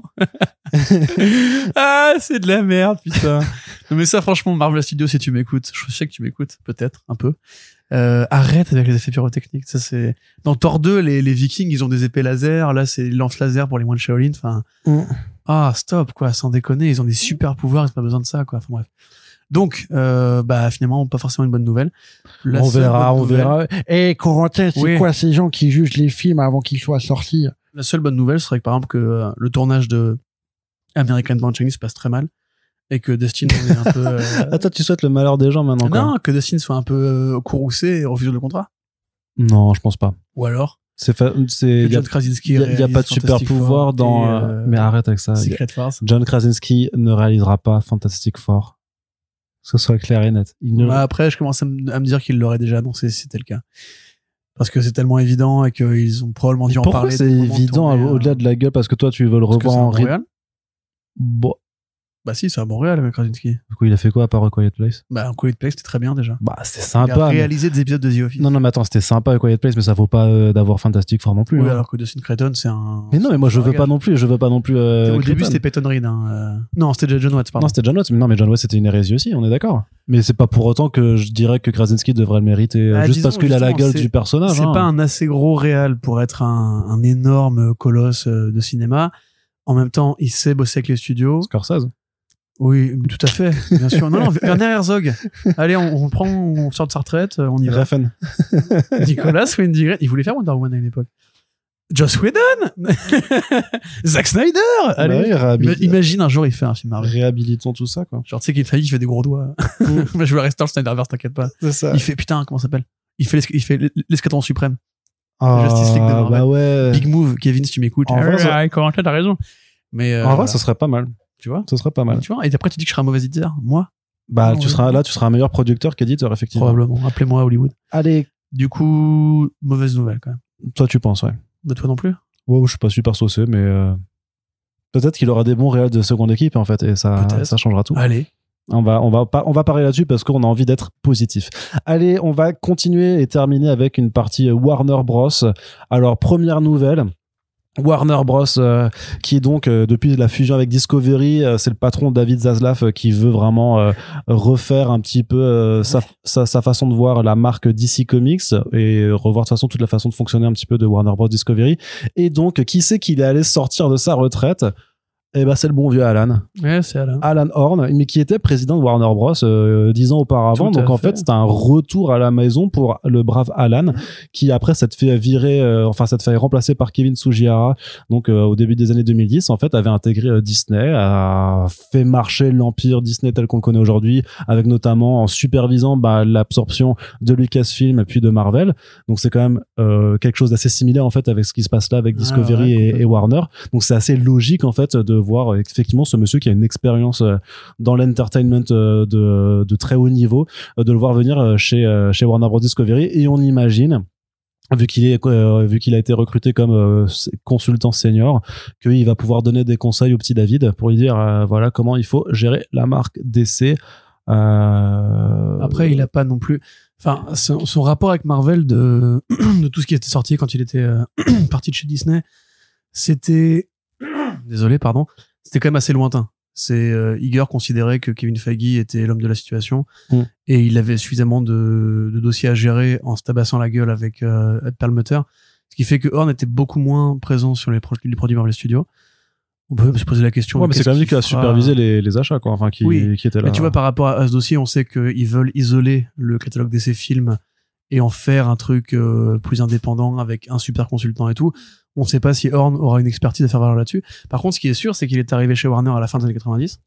[SPEAKER 2] ah, c'est de la merde, putain. Non, mais ça, franchement, Marvel Studios, si tu m'écoutes, je sais que tu m'écoutes, peut-être un peu. euh, arrête avec les effets pyrotechniques. Ça c'est dans Thor 2, les, les Vikings, ils ont des épées laser. Là, c'est lance laser pour les moins de Shaolin. Enfin, ah, stop, quoi, sans déconner, ils ont des super pouvoirs, ils ont pas besoin de ça, quoi. Enfin, bref. Donc, euh, bah, finalement, pas forcément une bonne nouvelle. La
[SPEAKER 1] on
[SPEAKER 2] seule
[SPEAKER 1] verra,
[SPEAKER 2] bonne
[SPEAKER 1] on
[SPEAKER 2] nouvelle-
[SPEAKER 1] verra. Eh,
[SPEAKER 3] Et Corentin, c'est
[SPEAKER 2] Oui.
[SPEAKER 3] quoi ces gens qui jugent les films avant qu'ils soient sortis
[SPEAKER 2] La seule bonne nouvelle serait que, par exemple, que euh, le tournage de American Pie Chinese se passe très mal et que Destin est un peu. euh,
[SPEAKER 1] Ah, toi, tu souhaites le malheur des gens maintenant, quoi.
[SPEAKER 2] non, que Destin soit un peu euh, courroucé et refuse le contrat.
[SPEAKER 1] Non, je pense pas.
[SPEAKER 2] Ou alors,
[SPEAKER 1] C'est, fa- c'est,
[SPEAKER 2] que
[SPEAKER 1] y a,
[SPEAKER 2] John Krasinski.
[SPEAKER 1] y a- y a
[SPEAKER 2] réalise
[SPEAKER 1] pas de super
[SPEAKER 2] Fantastic
[SPEAKER 1] pouvoir
[SPEAKER 2] Four
[SPEAKER 1] dans,
[SPEAKER 2] et,
[SPEAKER 1] euh,
[SPEAKER 2] euh,
[SPEAKER 1] mais arrête avec ça.
[SPEAKER 2] Secret Farce.
[SPEAKER 1] John Krasinski ne réalisera pas Fantastic Four. Que ce soit clair et net. Il ne-
[SPEAKER 2] Bah, après, je commence à, me à me dire qu'il l'aurait déjà annoncé si c'était le cas. Parce que c'est tellement évident et qu'ils ont probablement dû en
[SPEAKER 1] Pourquoi
[SPEAKER 2] parler.
[SPEAKER 1] c'est
[SPEAKER 2] dès le moment de
[SPEAKER 1] évident
[SPEAKER 2] tourner,
[SPEAKER 1] au-delà
[SPEAKER 2] euh,
[SPEAKER 1] de la gueule parce que toi tu veux le
[SPEAKER 2] parce que
[SPEAKER 1] revoir
[SPEAKER 2] c'est à
[SPEAKER 1] en rythme
[SPEAKER 2] Montréal
[SPEAKER 1] Bon.
[SPEAKER 2] Bah si, c'est à Montréal, avec Krasinski.
[SPEAKER 1] Du coup, il a fait quoi à part A Quiet Place
[SPEAKER 2] Bah, en Quiet Place, c'était très bien déjà.
[SPEAKER 1] Bah, c'était
[SPEAKER 2] Il a
[SPEAKER 1] sympa. mais-
[SPEAKER 2] réalisé des épisodes de The Office.
[SPEAKER 1] Non, non, mais attends, c'était sympa A Quiet Place, mais ça vaut pas euh, d'avoir Fantastic Four non plus.
[SPEAKER 2] Oui,
[SPEAKER 1] hein.
[SPEAKER 2] alors que Dustin Creighton, c'est un.
[SPEAKER 1] Mais non, mais moi je veux pas non plus, je veux pas non plus. euh,
[SPEAKER 2] Au début,
[SPEAKER 1] Clayton.
[SPEAKER 2] c'était Peyton Reed. hein, euh. Non, c'était déjà John Watts, pardon.
[SPEAKER 1] Non, c'était John Watts. Mais non, mais John Watts c'était une hérésie aussi, on est d'accord. Mais c'est pas pour autant que je dirais que Krasinski devrait le mériter euh,
[SPEAKER 2] Ah,
[SPEAKER 1] juste
[SPEAKER 2] disons,
[SPEAKER 1] parce qu'il a la
[SPEAKER 2] justement,
[SPEAKER 1] gueule
[SPEAKER 2] c'est-
[SPEAKER 1] du personnage.
[SPEAKER 2] c'est
[SPEAKER 1] hein.
[SPEAKER 2] pas un assez gros réal pour être un, un énorme colosse euh, de cinéma. En même temps, il sait bosser avec les studios.
[SPEAKER 1] Scorsese.
[SPEAKER 2] Oui, tout à fait, bien sûr. Non, non, Werner Herzog. Allez, on, on prend, on sort de sa retraite, euh, on y va.
[SPEAKER 1] Refn.
[SPEAKER 2] Nicolas Winding Refn. Il voulait faire Wonder Woman à une époque. Joss Whedon Zack Snyder Allez,
[SPEAKER 1] Bah oui,
[SPEAKER 2] Ima-
[SPEAKER 1] réhabil-
[SPEAKER 2] Imagine un jour il fait un film Marvel.
[SPEAKER 1] réhabilitons tout ça, quoi.
[SPEAKER 2] Genre, tu sais qu'il fait, il fait des gros doigts. Moi, je veux rester le Snyderverse, t'inquiète pas.
[SPEAKER 1] C'est ça.
[SPEAKER 2] Il fait, putain, comment ça s'appelle Il fait l'esca- il fait l'escadron suprême.
[SPEAKER 1] Ah,
[SPEAKER 2] Justice League de Marvel.
[SPEAKER 1] bah ouais.
[SPEAKER 2] Big move, Kevin, si tu m'écoutes.
[SPEAKER 1] En vrai, ça-
[SPEAKER 4] Ouais, Corentin, t'as raison.
[SPEAKER 2] Mais, euh,
[SPEAKER 1] En vrai, ça serait pas mal.
[SPEAKER 2] tu vois
[SPEAKER 1] Ce serait pas mal.
[SPEAKER 2] Tu vois Et après, tu dis que je serai un mauvais éditeur. Moi
[SPEAKER 1] Bah,
[SPEAKER 2] Non,
[SPEAKER 1] tu
[SPEAKER 2] oui.
[SPEAKER 1] seras là, tu seras un meilleur producteur qu'éditeur, effectivement.
[SPEAKER 2] Probablement. Appelez-moi à Hollywood.
[SPEAKER 1] Allez,
[SPEAKER 2] Du coup, mauvaise nouvelle quand même.
[SPEAKER 1] toi, tu penses, ouais.
[SPEAKER 2] De toi non plus
[SPEAKER 1] Wow, je suis pas super saucé, mais euh, peut-être qu'il aura des bons réels de seconde équipe en fait, et ça,
[SPEAKER 2] Peut-être.
[SPEAKER 1] ça changera tout.
[SPEAKER 2] Allez.
[SPEAKER 1] On va, on va, pas- on va parler là-dessus parce qu'on a envie d'être positif. Allez, on va continuer et terminer avec une partie Warner Bros. Alors, première nouvelle. Warner Bros, euh, qui est donc euh, depuis la fusion avec Discovery, euh, c'est le patron David Zaslav euh, qui veut vraiment euh, refaire un petit peu euh, sa, sa, sa façon de voir la marque DC Comics et euh, revoir de toute façon toute la façon de fonctionner un petit peu de Warner Bros Discovery. Et donc, qui c'est qu'il est allé sortir de sa retraite Eh ben, c'est le bon vieux Alan.
[SPEAKER 2] Ouais, c'est Alain.
[SPEAKER 1] Alan Horn, mais qui était président de Warner Bros. euh, dix ans auparavant.
[SPEAKER 2] Tout à
[SPEAKER 1] Donc en
[SPEAKER 2] fait.
[SPEAKER 1] fait, c'est un retour à la maison pour le brave Alan, qui après s'est fait virer, euh, enfin s'est fait remplacer par Kevin Sugihara. Donc euh, au début des années 2010, en fait, avait intégré euh, Disney, a fait marcher l'empire Disney tel qu'on le connaît aujourd'hui, avec notamment en supervisant bah, l'absorption de Lucasfilm puis de Marvel. Donc c'est quand même euh, quelque chose d'assez similaire en fait avec ce qui se passe là avec
[SPEAKER 2] Ah,
[SPEAKER 1] Discovery
[SPEAKER 2] ouais,
[SPEAKER 1] et- et,
[SPEAKER 2] complètement.
[SPEAKER 1] Warner. Donc c'est assez logique en fait de voir euh, effectivement ce monsieur qui a une expérience euh, dans l'entertainment euh, de, de très haut niveau, euh, de le voir venir euh, chez euh, chez Warner Bros Discovery et on imagine vu qu'il est euh, vu qu'il a été recruté comme euh, s- consultant senior qu'il va pouvoir donner des conseils au petit David pour lui dire euh, voilà comment il faut gérer la marque DC euh,
[SPEAKER 2] Après, il a pas non plus. Enfin, son, son rapport avec Marvel de, de tout ce qui était sorti quand il était euh, parti de chez Disney, c'était. Désolé, pardon. C'était quand même assez lointain. C'est euh, Iger considérait que Kevin Feige était l'homme de la situation
[SPEAKER 1] Mm.
[SPEAKER 2] et il avait suffisamment de, de dossiers à gérer en se tabassant la gueule avec euh, Ed Perlmutter, ce qui fait que Horn était beaucoup moins présent sur les, pro- les produits Marvel Studios. On peut se poser la question.
[SPEAKER 1] Ouais, mais c'est
[SPEAKER 2] qu'est-ce
[SPEAKER 1] quand même lui
[SPEAKER 2] qu'il
[SPEAKER 1] qui a
[SPEAKER 2] fera
[SPEAKER 1] supervisé les, les achats, quoi. Enfin, qui,
[SPEAKER 2] Oui,
[SPEAKER 1] qui était là. hein.
[SPEAKER 2] mais tu vois, par rapport à, à ce dossier, on sait qu'ils veulent isoler le catalogue de ces films et en faire un truc euh, plus indépendant avec un super consultant et tout. On ne sait pas si Horn aura une expertise à faire valoir là-dessus. Par contre, ce qui est sûr, c'est qu'il est arrivé chez Warner à la fin des années 90,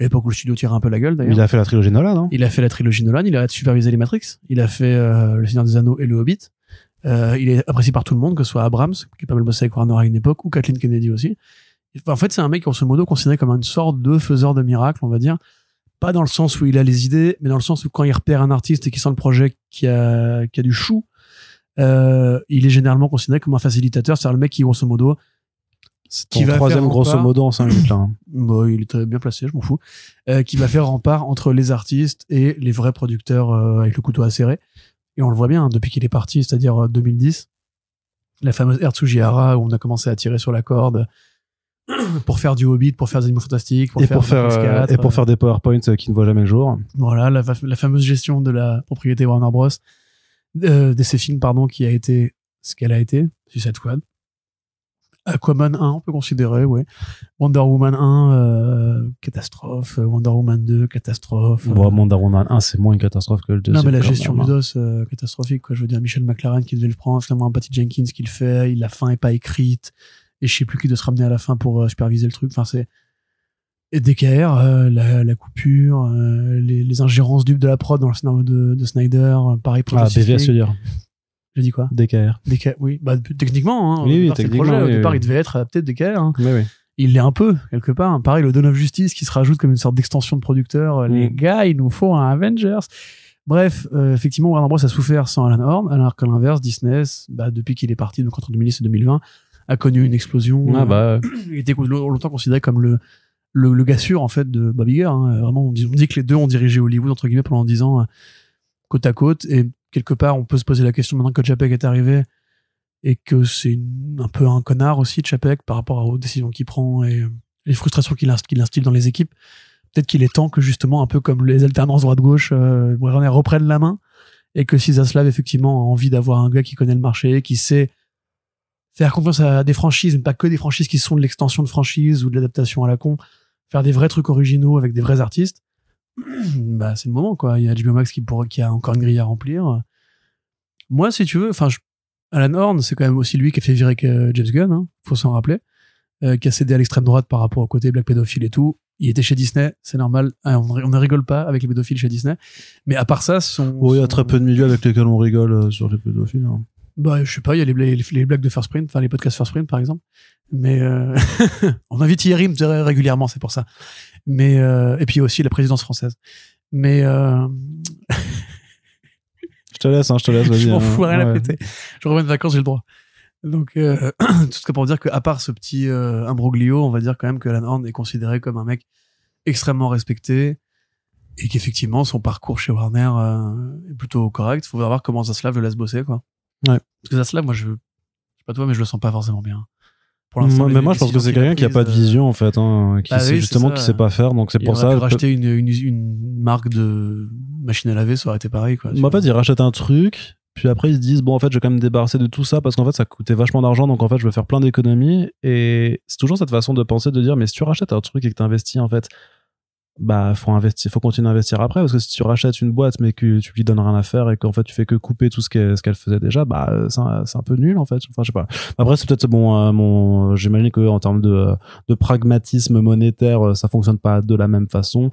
[SPEAKER 2] à l'époque où le studio tirait un peu la gueule d'ailleurs.
[SPEAKER 1] il a fait la trilogie Nolan, hein. non
[SPEAKER 2] Il a fait la trilogie Nolan, il a supervisé les Matrix, il a fait euh, Le Seigneur des Anneaux et Le Hobbit. Euh, il est apprécié par tout le monde, que ce soit Abrams, qui est pas mal bossé avec Warner à une époque, ou Kathleen Kennedy aussi. Enfin, en fait, c'est un mec, en ce modo, considéré comme une sorte de faiseur de miracles, on va dire. Pas dans le sens où il a les idées, mais dans le sens où quand il repère un artiste et qu'il sent le projet qui a, qui a du chou, euh, il est généralement considéré comme un facilitateur, c'est-à-dire le mec qui, grosso modo,
[SPEAKER 1] C'est
[SPEAKER 2] qui
[SPEAKER 1] ton
[SPEAKER 2] va
[SPEAKER 1] troisième
[SPEAKER 2] faire
[SPEAKER 1] grosso
[SPEAKER 2] encore-
[SPEAKER 1] modo en 5 minutes, là. hein.
[SPEAKER 2] Bon, Bah, il est très bien placé, je m'en fous. Euh, qui va faire rempart entre les artistes et les vrais producteurs euh, avec le couteau acéré. Et on le voit bien hein, depuis qu'il est parti, c'est-à-dire euh, 2010, la fameuse ère Tsujihara où on a commencé à tirer sur la corde pour faire du Hobbit, pour faire des animaux fantastiques, pour
[SPEAKER 1] et,
[SPEAKER 2] faire
[SPEAKER 1] pour
[SPEAKER 2] du
[SPEAKER 1] faire,
[SPEAKER 2] Matrix
[SPEAKER 1] euh,
[SPEAKER 2] 4,
[SPEAKER 1] et pour faire des PowerPoints euh, qui ne voient jamais le jour.
[SPEAKER 2] voilà, la, fa- la fameuse gestion de la propriété Warner Bros. euh, de ces films, pardon, qui a été ce qu'elle a été, Suicide Squad. Aquaman 1, on peut considérer, ouais. Wonder Woman 1, euh, catastrophe. Wonder Woman 2, catastrophe.
[SPEAKER 1] Bon, Wonder Woman 1, c'est moins une catastrophe que le
[SPEAKER 2] non,
[SPEAKER 1] deuxième.
[SPEAKER 2] mais la
[SPEAKER 1] quand
[SPEAKER 2] gestion
[SPEAKER 1] même,
[SPEAKER 2] du
[SPEAKER 1] hein.
[SPEAKER 2] dos, euh, catastrophique, quoi. Je veux dire, Michel McLaren qui devait le prendre, finalement, un petit Jenkins qui le fait, il a faim et pas écrite. et je sais plus qui doit se ramener à la fin pour euh, superviser le truc. Enfin, c'est et DKR, euh, la, la coupure, euh, les, les ingérences dupes de la prod dans le scénario de, de Snyder, euh, pareil pour
[SPEAKER 1] Ah,
[SPEAKER 2] Justice
[SPEAKER 1] BVS,
[SPEAKER 2] League.
[SPEAKER 1] je veux dire.
[SPEAKER 2] J'ai dit quoi
[SPEAKER 1] DKR.
[SPEAKER 2] DK, oui, bah, p- techniquement, hein,
[SPEAKER 1] Oui,
[SPEAKER 2] au
[SPEAKER 1] oui,
[SPEAKER 2] départ, c'est le
[SPEAKER 1] techniquement,
[SPEAKER 2] projet, au
[SPEAKER 1] oui,
[SPEAKER 2] départ,
[SPEAKER 1] oui.
[SPEAKER 2] il devait être adapté de DKR. hein.
[SPEAKER 1] Oui, oui.
[SPEAKER 2] Il l'est un peu, quelque part. hein. Pareil, le Dawn of Justice qui se rajoute comme une sorte d'extension de producteur. euh, Les
[SPEAKER 1] Mm.
[SPEAKER 2] gars, il nous faut un Avengers. Bref, euh, effectivement, Warner Bros. a souffert sans Alan Horn, alors qu'à l'inverse, Disney, bah, depuis qu'il est parti, donc entre 2010 et 2020, a connu une explosion.
[SPEAKER 1] Ah, bah,
[SPEAKER 2] Il était con- longtemps considéré comme le, le, le gars sûr, en fait, de Bob Iger. hein. Vraiment, on dit, on dit que les deux ont dirigé Hollywood, entre guillemets, pendant 10 ans, euh, côte à côte. Et quelque part, on peut se poser la question maintenant que Chapek est arrivé et que c'est une- un peu un connard aussi, Chapek, par rapport aux décisions qu'il prend et euh, les frustrations qu'il inst- qu'il instille dans les équipes. Peut-être qu'il est temps que, justement, un peu comme les alternances droite-gauche, euh, Warner reprenne la main et que si Zaslav, effectivement, a envie d'avoir un gars qui connaît le marché, qui sait faire confiance à des franchises, mais pas que des franchises qui sont de l'extension de franchise ou de l'adaptation à la con, faire des vrais trucs originaux avec des vrais artistes, bah c'est le moment quoi. Il y a HBO Max qui, pourrait- qui a encore une grille à remplir. Moi, si tu veux, enfin, je- Alan Horn, c'est quand même aussi lui qui a fait virer que James Gunn, hein, faut s'en rappeler, euh, qui a cédé à l'extrême droite par rapport au côté black pédophile et tout. Il était chez Disney, c'est normal. hein, on, on ne rigole pas avec les pédophiles chez Disney. Mais à part ça, son.
[SPEAKER 1] oui, Oh, il y a
[SPEAKER 2] son-
[SPEAKER 1] très peu de milieux avec lesquels on rigole euh, sur les pédophiles. hein.
[SPEAKER 2] bah, je sais pas, il y a les, bla- les blagues de First Print, enfin les podcasts First Print par exemple. Mais euh, on invite Thierry me dirait, régulièrement, c'est pour ça. Mais euh, et puis aussi la présidence française. Mais euh,
[SPEAKER 1] Je te laisse, hein, je te laisse, vas-y.
[SPEAKER 2] je m'en
[SPEAKER 1] hein.
[SPEAKER 2] fous, rien à
[SPEAKER 1] Ouais.
[SPEAKER 2] péter. Je reviens de vacances, j'ai le droit. Donc euh, tout ça pour dire qu'à part ce petit euh, imbroglio, on va dire quand même que Alan Horn est considéré comme un mec extrêmement respecté et qu'effectivement son parcours chez Warner euh, est plutôt correct. Faut voir comment Zaslav le laisse bosser quoi.
[SPEAKER 1] Ouais.
[SPEAKER 2] Parce que Zaslav, moi je, je sais pas toi, mais je le sens pas forcément bien. Pour
[SPEAKER 1] Moi,
[SPEAKER 2] les-
[SPEAKER 1] mais moi,
[SPEAKER 2] les
[SPEAKER 1] je pense que
[SPEAKER 2] décisions
[SPEAKER 1] c'est
[SPEAKER 2] qu'il
[SPEAKER 1] quelqu'un qui a pas de
[SPEAKER 2] prises, euh,
[SPEAKER 1] vision en fait, hein, qui
[SPEAKER 2] bah oui,
[SPEAKER 1] sait
[SPEAKER 2] c'est
[SPEAKER 1] justement
[SPEAKER 2] ça.
[SPEAKER 1] qui sait pas faire. Donc c'est
[SPEAKER 2] euh, il
[SPEAKER 1] pour
[SPEAKER 2] aurait
[SPEAKER 1] ça.
[SPEAKER 2] pu
[SPEAKER 1] peut-
[SPEAKER 2] racheter une, une, usi- une marque de machine à laver, ça aurait été pareil quoi.
[SPEAKER 1] Bah, en fait, ils rachètent un truc, puis après ils se disent bon en fait, je vais quand même débarrasser de tout ça parce qu'en fait, ça coûtait vachement d'argent, donc en fait, je vais faire plein d'économies. Et c'est toujours cette façon de penser de dire mais si tu rachètes un truc et que tu investis en fait, bah faut investir, faut continuer à investir après parce que si tu rachètes une boîte mais que tu lui donnes rien à faire et qu'en fait tu fais que couper tout ce qu'elle ce qu'elle faisait déjà, bah euh, c'est un, c'est un peu nul en fait. Enfin, je sais pas. Après, c'est peut-être bon, euh, mon, j'imagine que en termes de euh, de pragmatisme monétaire, euh, ça fonctionne pas de la même façon.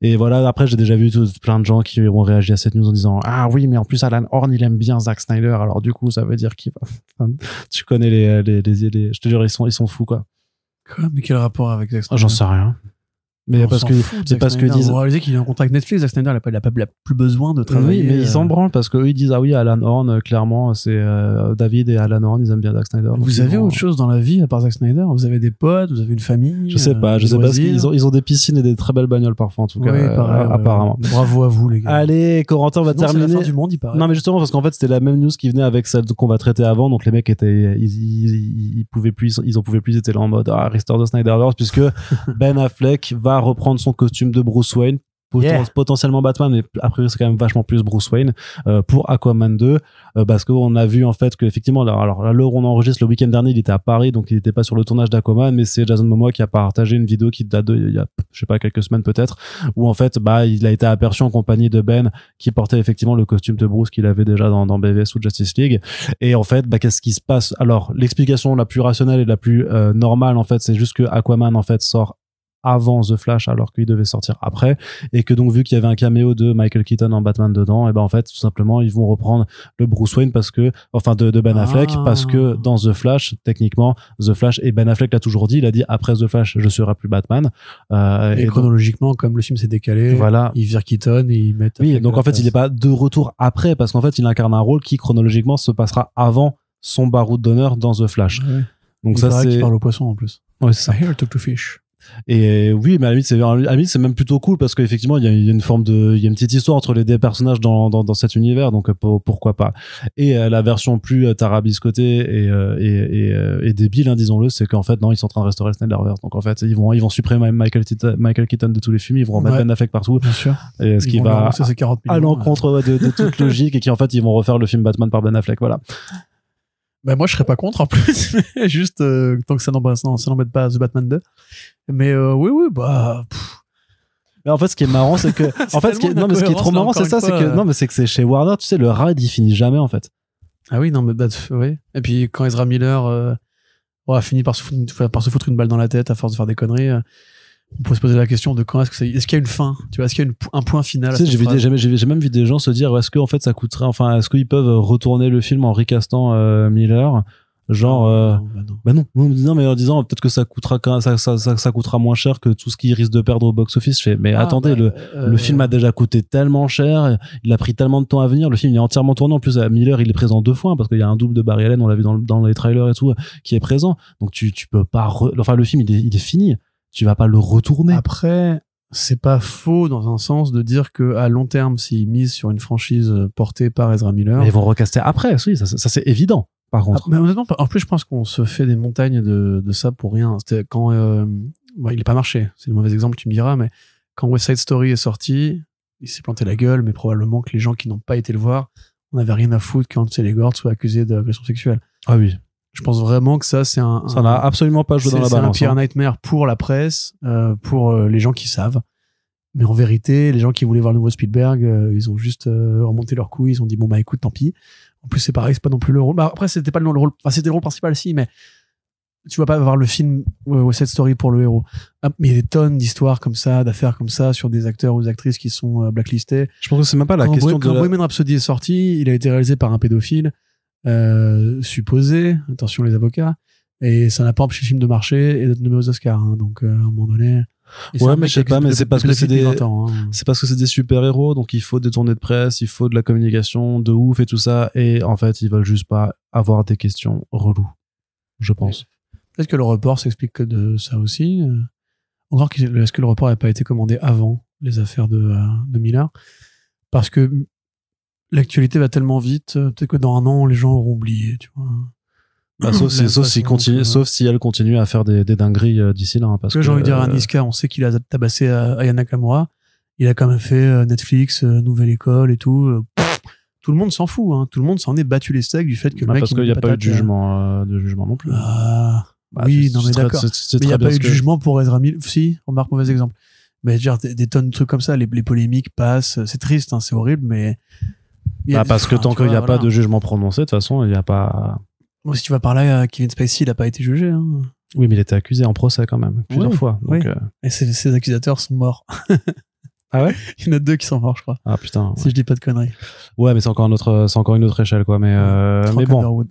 [SPEAKER 1] Et voilà, après, j'ai déjà vu tout- plein de gens qui ont réagi à cette news en disant Ah oui, mais en plus, Alan Horn, il aime bien Zack Snyder, alors du coup, ça veut dire qu'il va. tu connais les, les, les, les- Je te jure, ils sont, ils sont fous, quoi.
[SPEAKER 2] Quoi mais quel rapport avec Zack
[SPEAKER 1] Ah, J'en sais rien. Mais
[SPEAKER 2] On
[SPEAKER 1] parce
[SPEAKER 2] s'en
[SPEAKER 1] que.
[SPEAKER 2] fout de
[SPEAKER 1] c'est
[SPEAKER 2] Zack
[SPEAKER 1] parce que
[SPEAKER 2] Snyder.
[SPEAKER 1] disent-
[SPEAKER 2] Vous réalisez qu'il est en contact Netflix, Zack Snyder, il n'a pas, il a pas- il a plus besoin de travailler.
[SPEAKER 1] Oui, mais ils
[SPEAKER 2] euh,
[SPEAKER 1] s'en branlent parce qu'eux, ils disent Ah oui, Alan Horn, euh, clairement, c'est euh, David et Alan Horn, ils aiment bien Zack Snyder. hein, Donc, ils
[SPEAKER 2] Vous avez
[SPEAKER 1] vont-
[SPEAKER 2] autre chose dans la vie à part Zack Snyder Vous avez des potes, vous avez une famille euh,
[SPEAKER 1] Je sais pas, je sais pas. ce qu'ils- Ils ont, ils ont des piscines et des très belles bagnoles parfois, en tout cas, euh, apparemment.
[SPEAKER 2] Bravo à vous, les gars.
[SPEAKER 1] Allez, Corentin, on va
[SPEAKER 2] Sinon, c'est
[SPEAKER 1] terminer.
[SPEAKER 2] la fin du monde, il paraît.
[SPEAKER 1] Non mais justement parce qu'en fait c'était la même news qui venait avec celle qu'on va traiter avant donc les mecs étaient ils, ils, ils- ils pouvaient plus ils en pouvaient plus ils étaient là en mode ah restore de Snyderverse puisque Ben Affleck va reprendre son costume de Bruce Wayne poten-
[SPEAKER 2] Yeah.
[SPEAKER 1] potentiellement Batman mais a priori c'est quand même vachement plus Bruce Wayne euh, pour Aquaman 2 euh, parce qu'on a vu en fait que effectivement là, alors là l'heure où on enregistre le week-end dernier il était à Paris donc il n'était pas sur le tournage d'Aquaman mais c'est Jason Momoa qui a partagé une vidéo qui date de il y a je sais pas quelques semaines peut-être où en fait bah il a été aperçu en compagnie de Ben qui portait effectivement le costume de Bruce qu'il avait déjà dans, dans BVS ou Justice League. Et en fait, bah, qu'est-ce qui se passe Alors, l'explication la plus rationnelle et la plus euh, normale, en fait, c'est juste que Aquaman, en fait, sort avant The Flash alors qu'il devait sortir après et que donc vu qu'il y avait un caméo de Michael Keaton en Batman dedans et ben en fait tout simplement ils vont reprendre le Bruce Wayne parce que enfin de, de Ben
[SPEAKER 2] Ah.
[SPEAKER 1] Affleck parce que dans The Flash techniquement The Flash et Ben Affleck l'a toujours dit il a dit après The Flash je serai plus Batman Euh,
[SPEAKER 2] Et,
[SPEAKER 1] et donc,
[SPEAKER 2] chronologiquement, comme le film s'est décalé,
[SPEAKER 1] voilà
[SPEAKER 2] ils virent Keaton et ils mettent.
[SPEAKER 1] oui,
[SPEAKER 2] Affleck
[SPEAKER 1] donc
[SPEAKER 2] à la
[SPEAKER 1] en fait,
[SPEAKER 2] place.
[SPEAKER 1] il n'est pas de retour après, parce qu'en fait, il incarne un rôle qui chronologiquement se passera avant son baroud d'honneur dans The Flash.
[SPEAKER 2] Ouais.
[SPEAKER 1] Donc
[SPEAKER 2] Il
[SPEAKER 1] ça,
[SPEAKER 2] paraît qu'il
[SPEAKER 1] c'est.
[SPEAKER 2] parle au poisson en plus.
[SPEAKER 1] Ouais, c'est ça.
[SPEAKER 2] I hear I talk to fish.
[SPEAKER 1] Et oui, mais à la limite, c'est à la limite, c'est même plutôt cool parce qu'effectivement, il y a- il y a une forme de, il y a une petite histoire entre les deux personnages dans, dans, dans cet univers, donc euh, pour- pourquoi pas. Et euh, la version plus euh, tarabiscotée et, euh, et, et, euh, et débile, hein, disons-le, c'est qu'en fait, non, ils sont en train de restaurer le Snyderverse. Donc en fait, ils vont, ils vont supprimer Michael, Tita- Michael Keaton de tous les films, ils vont remettre
[SPEAKER 2] Ouais.
[SPEAKER 1] Ben Affleck partout,
[SPEAKER 2] Bien sûr.
[SPEAKER 1] et ce
[SPEAKER 2] Ils
[SPEAKER 1] qui
[SPEAKER 2] vont leur
[SPEAKER 1] va
[SPEAKER 2] lancer ses 40 millions, hein.
[SPEAKER 1] à l'encontre ouais, de, de toute logique et qui en fait ils vont refaire le film Batman par Ben Affleck voilà
[SPEAKER 2] Bah moi je serais pas contre en plus, mais juste euh, tant que ça n'embrasse- non, ça n'embête pas The Batman 2. Mais euh, oui oui bah pff,
[SPEAKER 1] mais en fait ce qui est marrant c'est que en fait ce qui est,
[SPEAKER 2] tellement
[SPEAKER 1] non mais ce qui est
[SPEAKER 2] d'incohérence,
[SPEAKER 1] trop
[SPEAKER 2] là,
[SPEAKER 1] marrant
[SPEAKER 2] encore
[SPEAKER 1] c'est ça
[SPEAKER 2] une
[SPEAKER 1] c'est
[SPEAKER 2] fois,
[SPEAKER 1] que
[SPEAKER 2] euh.
[SPEAKER 1] non mais c'est que c'est chez Warner tu sais le ride il finit jamais en fait
[SPEAKER 2] ah oui non mais bah, pff, oui. Et puis quand Ezra Miller euh, on a fini par se, foutre, par se foutre une balle dans la tête à force de faire des conneries. euh, On pourrait se poser la question de quand est-ce que c'est- est-ce qu'il y a une fin Tu vois, est-ce qu'il y a une- un point final à
[SPEAKER 1] Tu sais,
[SPEAKER 2] cette
[SPEAKER 1] j'ai vu des-
[SPEAKER 2] phrase
[SPEAKER 1] jamais- j'ai j'ai même vu des gens se dire est-ce que en fait ça coûterait enfin est-ce qu'ils peuvent retourner le film en recastant euh, Miller genre euh,
[SPEAKER 2] Non, bah non.
[SPEAKER 1] bah non non, non, mais en disant peut-être que ça coûtera quand- ça, ça, ça, ça coûtera moins cher que tout ce qu'il risque de perdre au box office je fais mais
[SPEAKER 2] Ah,
[SPEAKER 1] attendez
[SPEAKER 2] bah,
[SPEAKER 1] le
[SPEAKER 2] euh,
[SPEAKER 1] le film a déjà coûté tellement cher, il a pris tellement de temps à venir. Le film il est entièrement tourné. En plus, à Miller, il est présent deux fois hein, parce qu'il y a un double de Barry Allen, on l'a vu dans, le- dans les trailers et tout, euh, qui est présent. Donc tu, tu peux pas. re- Enfin, le film il est, il est fini. Tu vas pas le retourner.
[SPEAKER 2] Après, c'est pas faux dans un sens de dire que à long terme, s'ils misent sur une franchise euh, portée par Ezra Miller,
[SPEAKER 1] Mais ils vont recaster après. Oui, ça, ça, ça, c'est évident. Par
[SPEAKER 2] Ah,
[SPEAKER 1] contre,
[SPEAKER 2] mais honnêtement, en plus, je pense qu'on se fait des montagnes de, de ça pour rien. C'était quand euh, bon, il n'est pas marché, c'est le mauvais exemple, tu me diras, mais quand West Side Story est sorti, il s'est planté la gueule, mais probablement que les gens qui n'ont pas été le voir, on n'avait rien à foutre quand les Gord soit accusé d'agression sexuelle.
[SPEAKER 1] ah oui,
[SPEAKER 2] Je pense vraiment que ça, c'est un,
[SPEAKER 1] ça
[SPEAKER 2] un-
[SPEAKER 1] n'a absolument pas joué
[SPEAKER 2] c'est
[SPEAKER 1] dans la
[SPEAKER 2] c'est un
[SPEAKER 1] balance.
[SPEAKER 2] pire
[SPEAKER 1] hein.
[SPEAKER 2] nightmare pour la presse, euh, pour euh, les gens qui savent. Mais en vérité, les gens qui voulaient voir le nouveau Spielberg, euh, ils ont juste euh, remonté leur couille, ils ont dit bon bah écoute, tant pis. En plus, c'est pareil, c'est pas non plus le rôle. Bah, après, c'était pas le rôle. Enfin, c'était le rôle principal, si, mais tu vas pas voir le film euh, West Side Story pour le héros. Ah, mais il y a des tonnes d'histoires comme ça, d'affaires comme ça sur des acteurs ou des actrices qui sont euh, blacklistés
[SPEAKER 1] Je pense que c'est même pas la
[SPEAKER 2] quand
[SPEAKER 1] question
[SPEAKER 2] Bohemian- quand
[SPEAKER 1] de. la-
[SPEAKER 2] Bohemian Rhapsody est sorti, il a été réalisé par un pédophile euh, supposé, attention les avocats, et ça n'a pas empêché le film de marcher et d'être nommé aux Oscars. hein. donc euh, à un moment donné, et c'est
[SPEAKER 1] Ouais,
[SPEAKER 2] un
[SPEAKER 1] mais
[SPEAKER 2] mec
[SPEAKER 1] je sais
[SPEAKER 2] qui
[SPEAKER 1] pas,
[SPEAKER 2] existe
[SPEAKER 1] mais
[SPEAKER 2] depuis-
[SPEAKER 1] c'est parce que
[SPEAKER 2] depuis
[SPEAKER 1] c'est des-
[SPEAKER 2] 20 ans, hein.
[SPEAKER 1] C'est parce que c'est des super-héros, donc il faut des tournées de presse, il faut de la communication de ouf et tout ça. Et en fait, ils veulent juste pas avoir des questions reloues, je pense.
[SPEAKER 2] Peut-être que le report s'explique que de ça aussi. Euh, Encore que- est-ce que le report n'a pas été commandé avant les affaires de, euh, de Miller Parce que l'actualité va tellement vite, euh, peut-être que dans un an, les gens auront oublié, tu vois.
[SPEAKER 1] Bah, sauf si,
[SPEAKER 2] La
[SPEAKER 1] sauf, si
[SPEAKER 2] façon
[SPEAKER 1] continue,
[SPEAKER 2] que-
[SPEAKER 1] sauf si elle continue à faire des, des dingueries euh, d'ici là. hein, parce
[SPEAKER 2] Parce que j'ai envie de dire à
[SPEAKER 1] euh,
[SPEAKER 2] Niska, on sait qu'il a tabassé à Aya Nakamura. Il a quand même fait euh, Netflix, euh, Nouvelle École et tout. euh, pff, tout le monde s'en fout. hein. Tout le monde s'en est battu les steaks du fait que le
[SPEAKER 1] bah,
[SPEAKER 2] mec.
[SPEAKER 1] parce qu'il
[SPEAKER 2] met
[SPEAKER 1] n'y a
[SPEAKER 2] une
[SPEAKER 1] pas eu de
[SPEAKER 2] patate, euh,
[SPEAKER 1] jugement, euh, de jugement non plus.
[SPEAKER 2] Ah,
[SPEAKER 1] Bah,
[SPEAKER 2] oui,
[SPEAKER 1] c'est-
[SPEAKER 2] non,
[SPEAKER 1] c'est
[SPEAKER 2] mais
[SPEAKER 1] très-
[SPEAKER 2] d'accord.
[SPEAKER 1] c'est- c'est
[SPEAKER 2] Mais il n'y
[SPEAKER 1] très
[SPEAKER 2] a
[SPEAKER 1] bien
[SPEAKER 2] pas eu
[SPEAKER 1] ce
[SPEAKER 2] de
[SPEAKER 1] que-
[SPEAKER 2] jugement pour Ezra Miller. Si, remarque, mauvais exemple. Mais genre, des, des tonnes de trucs comme ça, les, les polémiques passent. C'est triste, hein, c'est horrible, mais. il y a
[SPEAKER 1] Bah,
[SPEAKER 2] des-
[SPEAKER 1] parce que
[SPEAKER 2] enfin,
[SPEAKER 1] tant
[SPEAKER 2] tu
[SPEAKER 1] qu'il n'y
[SPEAKER 2] vois,
[SPEAKER 1] a pas
[SPEAKER 2] voilà.
[SPEAKER 1] de jugement prononcé, de toute façon, il n'y a pas.
[SPEAKER 2] Bon, si tu vas par là, euh, Kevin Spacey, il n'a pas été jugé. hein.
[SPEAKER 1] Oui, mais il était accusé en procès quand même, plusieurs
[SPEAKER 2] Oui,
[SPEAKER 1] fois. Donc,
[SPEAKER 2] oui.
[SPEAKER 1] euh,
[SPEAKER 2] Et ses, ses accusateurs sont morts.
[SPEAKER 1] Ah ouais
[SPEAKER 2] Il y en a deux qui sont morts, je crois.
[SPEAKER 1] Ah putain.
[SPEAKER 2] Si je dis pas de conneries.
[SPEAKER 1] Ouais, mais c'est encore, un autre- c'est encore une autre échelle, quoi. Mais, euh,
[SPEAKER 2] Frank
[SPEAKER 1] mais bon.
[SPEAKER 2] Underwood.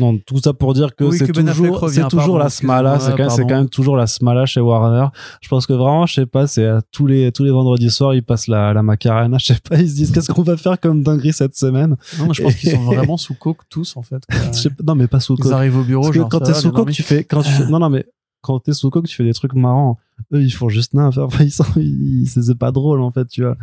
[SPEAKER 1] Non, tout ça pour dire que
[SPEAKER 2] Oui,
[SPEAKER 1] c'est
[SPEAKER 2] que Ben Affleck
[SPEAKER 1] toujours,
[SPEAKER 2] revient,
[SPEAKER 1] c'est toujours
[SPEAKER 2] pardon,
[SPEAKER 1] la smala, c'est
[SPEAKER 2] excuse-moi,
[SPEAKER 1] quand, même- c'est
[SPEAKER 2] pardon.
[SPEAKER 1] quand même toujours la smala chez Warner. Je pense que vraiment, je sais pas, c'est à tous les, tous les vendredis soirs, ils passent la, la macarena, je sais pas, ils se disent qu'est-ce qu'on va faire comme dinguerie cette semaine.
[SPEAKER 2] Non, mais je pense qu'ils sont vraiment sous coke tous en fait. quoi.
[SPEAKER 1] Je sais pas- non, mais pas sous
[SPEAKER 2] Ils
[SPEAKER 1] coque.
[SPEAKER 2] arrivent au bureau,
[SPEAKER 1] Parce que
[SPEAKER 2] genre,
[SPEAKER 1] quand
[SPEAKER 2] ça
[SPEAKER 1] t'es
[SPEAKER 2] va,
[SPEAKER 1] sous
[SPEAKER 2] bien
[SPEAKER 1] coque,
[SPEAKER 2] dormi
[SPEAKER 1] tu fais, quand tu fais- non, non, mais quand t'es sous coque, tu fais des trucs marrants. Eux, ils font juste n'importe enfin, ils sont, ils, c'est c'est pas drôle, en fait, tu vois.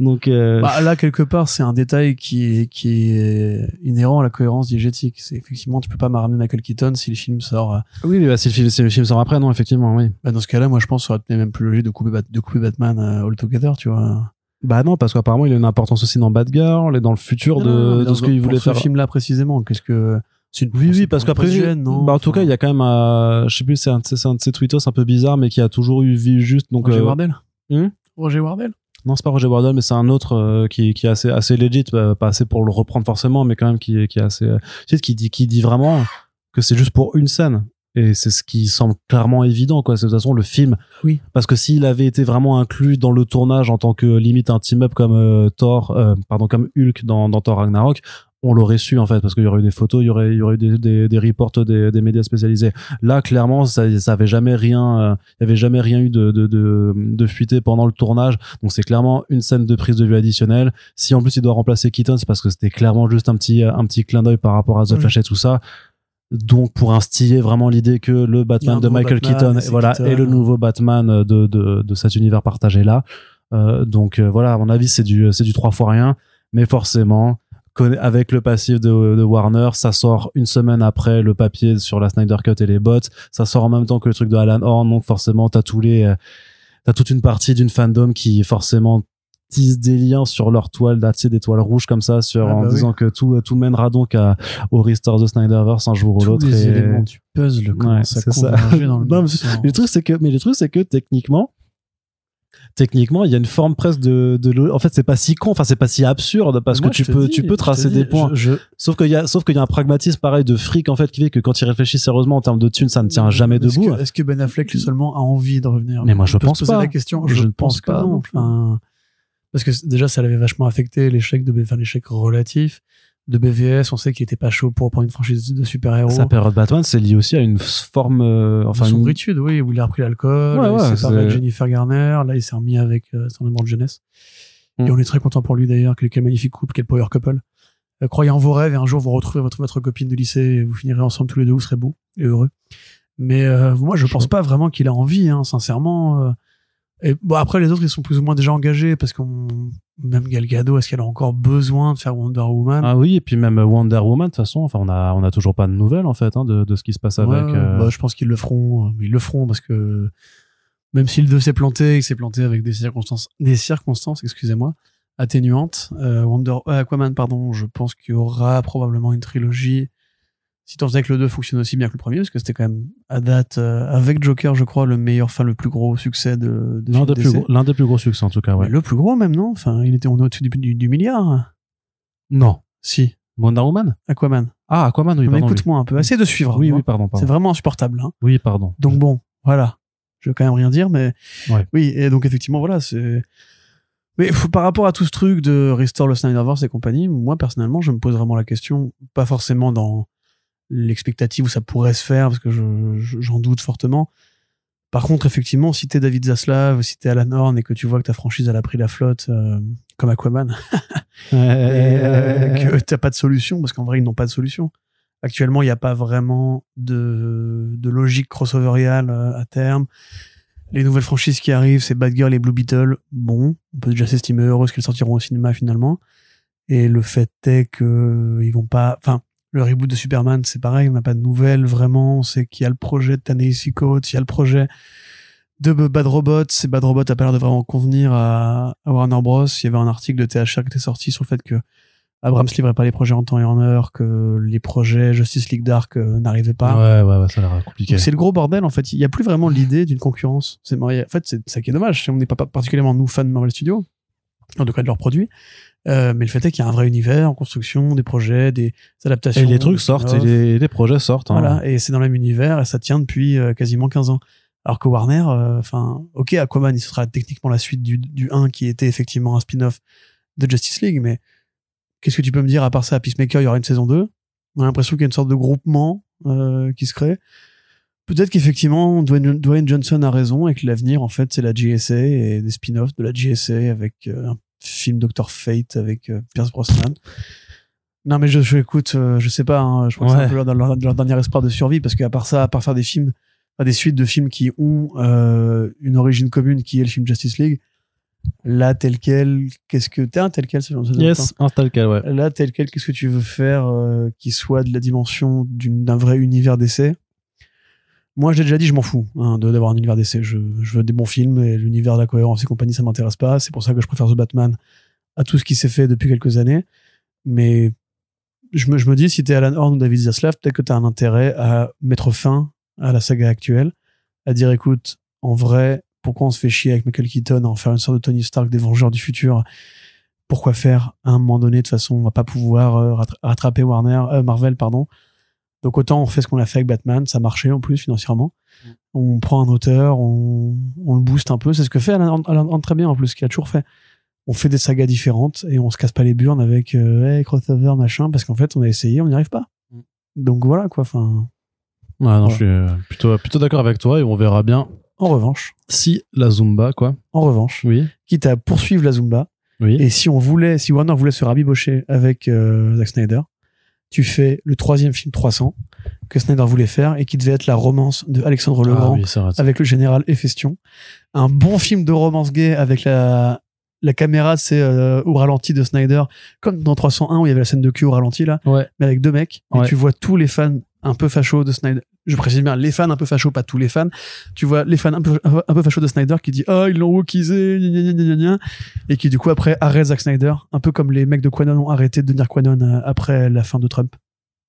[SPEAKER 1] Donc, euh,
[SPEAKER 2] Bah, là, quelque part, c'est un détail qui est, qui est inhérent à la cohérence diégétique. C'est effectivement, tu peux pas m'amener Michael Keaton si le film sort. euh,
[SPEAKER 1] oui, mais bah, si le film, si le film sort après, non, effectivement, oui.
[SPEAKER 2] Bah, dans ce cas-là, moi, je pense que ça aurait été même plus logique de couper, Bat- de couper Batman euh, all together, tu vois.
[SPEAKER 1] Bah non, parce qu'apparemment, il a une importance aussi dans Bad Girl et dans le futur
[SPEAKER 2] Non,
[SPEAKER 1] de,
[SPEAKER 2] non, non, mais
[SPEAKER 1] de
[SPEAKER 2] dans-
[SPEAKER 1] ce qu'il
[SPEAKER 2] pour
[SPEAKER 1] voulait faire.
[SPEAKER 2] ce film-là précisément, qu'est-ce que c'est une
[SPEAKER 1] Oui,
[SPEAKER 2] c'est
[SPEAKER 1] oui,
[SPEAKER 2] une
[SPEAKER 1] parce qu'après,
[SPEAKER 2] proposition, non
[SPEAKER 1] bah, en tout
[SPEAKER 2] Enfin,
[SPEAKER 1] cas, il y a quand même, euh, je sais plus, c'est un, de ces- c'est un de ces tweetos un peu bizarre, mais qui a toujours eu vie juste. Donc,
[SPEAKER 2] Roger
[SPEAKER 1] euh,
[SPEAKER 2] Wardell.
[SPEAKER 1] Hum
[SPEAKER 2] Roger Wardell.
[SPEAKER 1] non, c'est pas Roger Wardell, mais c'est un autre euh, qui, qui est assez, assez legit, bah, pas assez pour le reprendre forcément, mais quand même qui, est- qui est assez, euh, tu sais, qui dit, qui dit vraiment que c'est juste pour une scène. Et c'est ce qui semble clairement évident, quoi. C'est de toute façon le film.
[SPEAKER 2] Oui.
[SPEAKER 1] Parce que s'il avait été vraiment inclus dans le tournage en tant que limite un team-up comme euh, Thor, euh, pardon, comme Hulk dans, dans Thor Ragnarok, on l'aurait su en fait, parce qu'il y aurait eu des photos, il y aurait, il y aurait eu des, des, des reports des, des médias spécialisés. Là, clairement, ça, ça avait jamais rien, euh, il y avait jamais rien eu de, de, de, de fuité pendant le tournage. Donc c'est clairement une scène de prise de vue additionnelle. Si en plus il doit remplacer Keaton, c'est parce que c'était clairement juste un petit, un petit clin d'œil par rapport à The
[SPEAKER 2] Oui.
[SPEAKER 1] Flash et tout ça. Donc pour instiller vraiment l'idée que le
[SPEAKER 2] Il y a
[SPEAKER 1] Batman
[SPEAKER 2] un
[SPEAKER 1] de
[SPEAKER 2] nouveau
[SPEAKER 1] Michael
[SPEAKER 2] Batman,
[SPEAKER 1] Keaton,
[SPEAKER 2] c'est
[SPEAKER 1] voilà,
[SPEAKER 2] Keaton.
[SPEAKER 1] et le nouveau Batman de, de, de cet univers partagé là. Euh, donc euh, voilà, à mon avis c'est du, c'est du trois fois rien, mais forcément. conna- Avec le passif de, de Warner, ça sort une semaine après le papier sur la Snyder Cut et les bots. Ça sort en même temps que le truc de Alan Horn, donc forcément t'as tous les, euh, t'as toute une partie d'une fandom qui forcément tisse des liens sur leur toile, là, tu sais, des toiles rouges comme ça, sur,
[SPEAKER 2] Ah
[SPEAKER 1] en
[SPEAKER 2] bah oui.
[SPEAKER 1] disant que tout, tout mènera donc à, au Restore the Snyderverse un jour ou
[SPEAKER 2] Tous
[SPEAKER 1] l'autre.
[SPEAKER 2] les
[SPEAKER 1] et-
[SPEAKER 2] éléments du puzzle
[SPEAKER 1] Ouais,
[SPEAKER 2] commencent à
[SPEAKER 1] c'est ça.
[SPEAKER 2] converger dans le
[SPEAKER 1] Non,
[SPEAKER 2] même
[SPEAKER 1] mais
[SPEAKER 2] sens.
[SPEAKER 1] le truc, c'est que, mais le truc, c'est que techniquement, techniquement, il y a une forme presque de, de lo- en fait, c'est pas si con, enfin, c'est pas si absurde parce
[SPEAKER 2] Moi,
[SPEAKER 1] que tu
[SPEAKER 2] je te
[SPEAKER 1] peux,
[SPEAKER 2] dis,
[SPEAKER 1] tu
[SPEAKER 2] je
[SPEAKER 1] peux
[SPEAKER 2] te
[SPEAKER 1] tracer
[SPEAKER 2] dis,
[SPEAKER 1] des points.
[SPEAKER 2] Je, je-
[SPEAKER 1] Sauf qu'il y a, sauf qu'il y a un pragmatisme pareil de fric, en fait, qui fait que quand il réfléchit sérieusement en termes de thunes, ça ne tient jamais
[SPEAKER 2] Est-ce
[SPEAKER 1] debout.
[SPEAKER 2] que- Est-ce que Ben Affleck seulement a envie de revenir
[SPEAKER 1] Mais moi, je
[SPEAKER 2] On peut se
[SPEAKER 1] pense
[SPEAKER 2] poser
[SPEAKER 1] pas.
[SPEAKER 2] la question.
[SPEAKER 1] Je
[SPEAKER 2] Je,
[SPEAKER 1] ne pense
[SPEAKER 2] pense que
[SPEAKER 1] pas
[SPEAKER 2] non.
[SPEAKER 1] non plus.
[SPEAKER 2] Enfin, parce que c- déjà, ça l'avait vachement affecté l'échec de B- enfin, l'échec relatif de BVS. On sait qu'il était pas chaud pour prendre une franchise de super-héros.
[SPEAKER 1] Sa période Batman, c'est lié aussi à une forme, euh, enfin,
[SPEAKER 2] de
[SPEAKER 1] une-
[SPEAKER 2] sombritude, oui, où il a repris l'alcool,
[SPEAKER 1] Ouais,
[SPEAKER 2] il
[SPEAKER 1] ouais,
[SPEAKER 2] s'est séparé de
[SPEAKER 1] c'est-
[SPEAKER 2] Jennifer Garner, là il s'est remis avec euh, son amour de jeunesse.
[SPEAKER 1] Mm.
[SPEAKER 2] Et on est très content pour lui d'ailleurs, quel, quel magnifique couple, quel power couple. Euh, croyez en vos rêves et un jour vous retrouverez votre, votre copine de lycée et vous finirez ensemble tous les deux, vous serez beaux et heureux. Mais euh, moi je pense pas vraiment qu'il a envie, hein, sincèrement. euh. Et bon, après les autres ils sont plus ou moins déjà engagés parce qu'on. Même Gal Gadot, est-ce qu'elle a encore besoin de faire Wonder Woman
[SPEAKER 1] ah oui, et puis même Wonder Woman, de toute façon, enfin, on a, on a toujours pas de nouvelles, en fait, hein, de, de ce qui se passe
[SPEAKER 2] Ouais,
[SPEAKER 1] avec. euh,
[SPEAKER 2] bah, je pense qu'ils le feront. euh, Ils le feront parce que même si le 2 s'est planté, il s'est planté avec des circonstances, des circonstances, excusez-moi, atténuantes. Euh, Wonder, euh, Aquaman, pardon, je pense qu'il y aura probablement une trilogie. Si tant est que le 2 fonctionne aussi bien que le premier, parce que c'était quand même à date euh, avec Joker, je crois, le meilleur, enfin le plus gros succès de. de
[SPEAKER 1] l'un
[SPEAKER 2] film
[SPEAKER 1] des, plus
[SPEAKER 2] DC.
[SPEAKER 1] gros- l'un des plus gros succès, en tout cas, ouais.
[SPEAKER 2] Mais Le plus gros même, non Enfin, il était on est au-dessus du, du- du milliard.
[SPEAKER 1] Non.
[SPEAKER 2] Si,
[SPEAKER 1] Wonder Woman?
[SPEAKER 2] Aquaman.
[SPEAKER 1] Ah, Aquaman, oui,
[SPEAKER 2] Non, mais
[SPEAKER 1] pardon. oui.
[SPEAKER 2] écoute-moi un peu. Assez de suivre.
[SPEAKER 1] Oui,
[SPEAKER 2] moi.
[SPEAKER 1] oui, pardon,
[SPEAKER 2] C'est
[SPEAKER 1] pardon.
[SPEAKER 2] vraiment insupportable. Hein.
[SPEAKER 1] Oui, pardon.
[SPEAKER 2] Donc bon, voilà. Je veux quand même rien dire, mais
[SPEAKER 1] Ouais.
[SPEAKER 2] oui. Et donc effectivement, voilà, c'est. Mais f- par rapport à tout ce truc de restore le Snyderverse et compagnie, moi personnellement, je me pose vraiment la question, pas forcément dans l'expectative où ça pourrait se faire, parce que je- je- j'en doute fortement. Par contre, effectivement, si t'es David Zaslav, si t'es Alan Horn et que tu vois que ta franchise elle a pris la flotte euh, comme Aquaman, et euh, que t'as pas de solution, parce qu'en vrai, ils n'ont pas de solution. Actuellement, il n'y a pas vraiment de, de logique crossoveriale euh, à terme. Les nouvelles franchises qui arrivent, c'est Bad Girl et Blue Beetle. Bon, on peut déjà s'estimer heureux qu'elles sortiront au cinéma finalement. Et le fait est que euh, ils vont pas. Enfin, le reboot de Superman, c'est pareil, on n'a pas de nouvelles vraiment. On sait qu'il y a le projet de Ta-Nehisi Coates, il y a le projet de B- Bad Robot. Ces Bad Robot a pas l'air de vraiment convenir à, à Warner Bros. Il y avait un article de THR qui était sorti sur le fait que Abrams livrait pas les projets en temps et en heure, que les projets Justice League Dark euh, n'arrivaient pas.
[SPEAKER 1] Ouais, ouais, ouais, ça a l'air compliqué.
[SPEAKER 2] Donc C'est le gros bordel en fait. Il n'y a plus vraiment l'idée d'une concurrence. C'est marié. En fait, c'est ça qui est dommage. On n'est pas pas particulièrement nous fans de Marvel Studios, en tout cas de leurs produits. Euh, mais le fait est qu'il y a un vrai univers en construction, des projets, des adaptations.
[SPEAKER 1] Et les
[SPEAKER 2] des
[SPEAKER 1] trucs sortent, et
[SPEAKER 2] spin-offs.
[SPEAKER 1] les, les projets sortent. hein.
[SPEAKER 2] Voilà, et c'est dans le même univers et ça tient depuis euh, quasiment 15 ans. Alors que Warner, euh, enfin, ok, Aquaman, il sera techniquement la suite du, du 1 qui était effectivement un spin-off de Justice League, mais qu'est-ce que tu peux me dire à part ça à Peacemaker, il y aura une saison 2 On a l'impression qu'il y a une sorte de groupement euh, qui se crée. Peut-être qu'effectivement, Dwayne, Dwayne Johnson a raison et que l'avenir, en fait, c'est la GSA et des spin-offs de la GSA avec euh, un film Doctor Fate avec euh, Pierce Brosnan. Non, mais je, je écoute, euh, je sais pas, hein, je crois que c'est
[SPEAKER 1] Ouais.
[SPEAKER 2] un peu leur, leur- leur dernier espoir de survie parce qu'à part ça, à part faire des films, enfin, des suites de films qui ont euh, une origine commune qui est le film Justice League, là, tel quel, qu'est-ce que t'es un tel quel, ça, j'en sais pas.
[SPEAKER 1] Yes, un tel quel, ouais.
[SPEAKER 2] Là, tel quel, qu'est-ce que tu veux faire euh, qui soit de la dimension d'une- d'un vrai univers d'essai Moi, je l'ai déjà dit, je m'en fous hein, de- d'avoir un univers d'essai. Je, je veux des bons films et l'univers de la cohérence et compagnie, ça m'intéresse pas. C'est pour ça que je préfère The Batman à tout ce qui s'est fait depuis quelques années. Mais je me, je me dis, si t'es Alan Horn ou David Zaslav, peut-être que t'as un intérêt à mettre fin à la saga actuelle, à dire, écoute, en vrai, pourquoi on se fait chier avec Michael Keaton à en faire une sorte de Tony Stark des Vengeurs du futur pourquoi faire à un moment donné de toute façon on va pas pouvoir euh, rattra- rattraper Warner euh, Marvel pardon donc autant on fait ce qu'on a fait avec Batman ça marchait en plus financièrement on prend un auteur on, on le booste un peu c'est ce que fait Alan, Horn- Alan Horn très bien en plus qui a toujours fait on fait des sagas différentes et on se casse pas les burnes avec euh, Hey, crossover machin parce qu'en fait on a essayé on n'y arrive pas donc voilà quoi enfin
[SPEAKER 1] Ouais, non, je suis euh, plutôt, plutôt d'accord avec toi et on verra bien
[SPEAKER 2] en revanche
[SPEAKER 1] si la Zumba, quoi.
[SPEAKER 2] en revanche
[SPEAKER 1] Oui.
[SPEAKER 2] quitte à poursuivre la Zumba
[SPEAKER 1] Oui.
[SPEAKER 2] Et si on voulait, si Warner voulait se rabibocher avec euh, Zack Snyder, tu fais le troisième film 300 que Snyder voulait faire et qui devait être la romance de Alexandre
[SPEAKER 1] Ah
[SPEAKER 2] Legrand
[SPEAKER 1] oui, ça reste-
[SPEAKER 2] avec le général Héphaestion. Un bon film de romance gay avec la, la caméra, c'est euh, au ralenti de Snyder, comme dans 301 où il y avait la scène de cul au ralenti là,
[SPEAKER 1] Ouais.
[SPEAKER 2] mais avec deux mecs.
[SPEAKER 1] Ouais.
[SPEAKER 2] Et tu vois tous les fans un peu fachos de Snyder. Je précise bien les fans un peu fachos, pas tous les fans. Tu vois les fans un peu, un peu fachos de Snyder qui dit ah ils l'ont wokisé, gna, gna, gna, gna, gna, gna. et qui du coup après arrête Zack Snyder, un peu comme les mecs de Quanon ont arrêté de devenir Quanon euh, après la fin de Trump.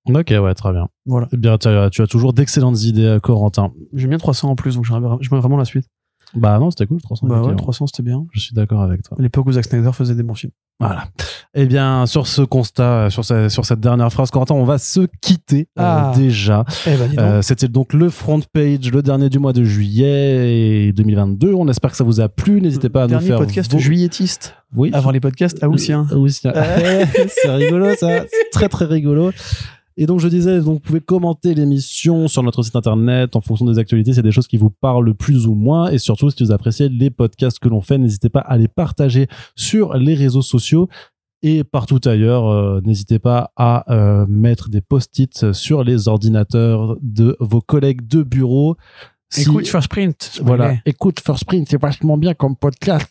[SPEAKER 1] Ok, ouais, très bien.
[SPEAKER 2] Voilà.
[SPEAKER 1] Eh bien, tu as, tu as toujours d'excellentes idées, Corentin.
[SPEAKER 2] J'aime bien 300 en plus donc j'aimerais- j'aimerais vraiment la suite.
[SPEAKER 1] Bah non, c'était cool, 300.
[SPEAKER 2] Bah
[SPEAKER 1] ok,
[SPEAKER 2] ouais,
[SPEAKER 1] on-
[SPEAKER 2] 300, c'était bien.
[SPEAKER 1] Je suis d'accord avec toi.
[SPEAKER 2] À l'époque où Zack Snyder faisait des bons films.
[SPEAKER 1] Voilà. Eh bien, sur ce constat, euh, sur, ce- sur cette dernière phrase, Quentin, on va se quitter euh,
[SPEAKER 2] Ah.
[SPEAKER 1] déjà.
[SPEAKER 2] Eh ben, dis donc.
[SPEAKER 1] Euh, C'était donc le front page, le dernier du mois de juillet 2022. On espère que ça vous a plu. N'hésitez pas à
[SPEAKER 2] Dernier
[SPEAKER 1] nous faire
[SPEAKER 2] podcast
[SPEAKER 1] vos-
[SPEAKER 2] juilletiste.
[SPEAKER 1] Oui.
[SPEAKER 2] Avant les Ah, podcasts hein. haussiens.
[SPEAKER 1] Euh, haussien. c'est rigolo ça, c'est très très rigolo. Et donc je disais, donc, vous pouvez commenter l'émission sur notre site internet en fonction des actualités, c'est des choses qui vous parlent plus ou moins. Et surtout, si vous appréciez les podcasts que l'on fait, n'hésitez pas à les partager sur les réseaux sociaux. Et partout ailleurs, euh, n'hésitez pas à euh, mettre des post-it sur les ordinateurs de vos collègues de bureau. Si-
[SPEAKER 4] Écoute, first print.
[SPEAKER 1] voilà, écoute First Print, c'est vachement bien comme podcast.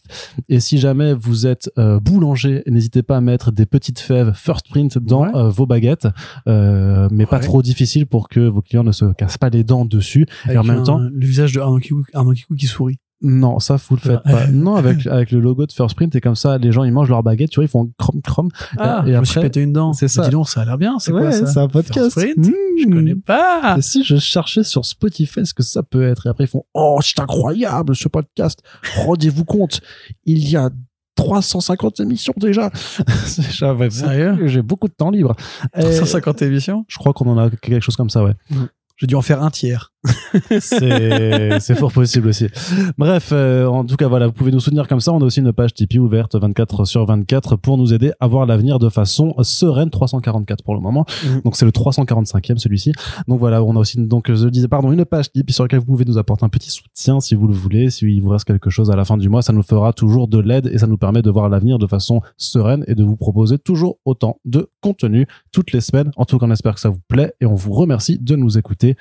[SPEAKER 1] Et si jamais vous êtes euh, boulanger, n'hésitez pas à mettre des petites fèves First Print dans
[SPEAKER 2] Ouais.
[SPEAKER 1] euh, vos baguettes, Euh, mais pas
[SPEAKER 2] Ouais.
[SPEAKER 1] trop difficile pour que vos clients ne se cassent pas les dents dessus.
[SPEAKER 2] Avec
[SPEAKER 1] en même
[SPEAKER 2] un-
[SPEAKER 1] temps-
[SPEAKER 2] Le visage de Arnaud Kikou, Arnaud Kikou qui sourit.
[SPEAKER 1] Non, ça vous le faites
[SPEAKER 2] Ah.
[SPEAKER 1] pas. Non, avec avec le logo de First Print et comme ça, les gens ils mangent leur baguette, tu vois, ils font crom crom. Ah,
[SPEAKER 2] je
[SPEAKER 1] et
[SPEAKER 2] me suis
[SPEAKER 1] après-
[SPEAKER 2] pété une dent.
[SPEAKER 1] c'est ça.
[SPEAKER 2] Dis donc, ça a l'air bien. C'est
[SPEAKER 1] Ouais,
[SPEAKER 2] quoi ça
[SPEAKER 1] c'est un podcast.
[SPEAKER 2] First Print
[SPEAKER 1] Mmh.
[SPEAKER 2] Je connais pas.
[SPEAKER 1] Et si je cherchais sur Spotify ce que ça peut être, et après ils font Oh, c'est incroyable ce podcast, rendez-vous compte, il y a 350 émissions déjà. C'est- j'avais
[SPEAKER 2] Sérieux
[SPEAKER 1] beaucoup- J'ai beaucoup de temps libre. Et
[SPEAKER 2] 350 émissions
[SPEAKER 1] je crois qu'on en a quelque chose comme ça, ouais.
[SPEAKER 2] J'ai dû en faire un tiers.
[SPEAKER 1] C'est c'est fort possible aussi. Bref, euh, en tout cas, voilà, vous pouvez nous soutenir comme ça. On a aussi une page Tipeee ouverte 24 sur 24 pour nous aider à voir l'avenir de façon sereine. 344 pour le moment.
[SPEAKER 2] Mhm.
[SPEAKER 1] Donc c'est le 345e celui-ci. Donc voilà, on a aussi donc je le disais pardon une page Tipeee sur laquelle vous pouvez nous apporter un petit soutien si vous le voulez. Si il vous reste quelque chose à la fin du mois, ça nous fera toujours de l'aide et ça nous permet de voir l'avenir de façon sereine et de vous proposer toujours autant de contenu toutes les semaines. En tout cas, on espère que ça vous plaît et on vous remercie de nous écouter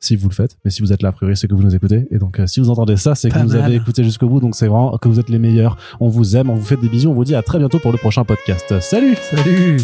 [SPEAKER 1] si vous le faites. Mais si vous êtes là, a priori, c'est que vous nous écoutez. Et donc, euh, si vous entendez ça, c'est que
[SPEAKER 2] Pas
[SPEAKER 1] vous
[SPEAKER 2] mal.
[SPEAKER 1] avez écouté jusqu'au bout. Donc, c'est vraiment que vous êtes les meilleurs. On vous aime, on vous fait des bisous. On vous dit à très bientôt pour le prochain podcast. Salut
[SPEAKER 2] Salut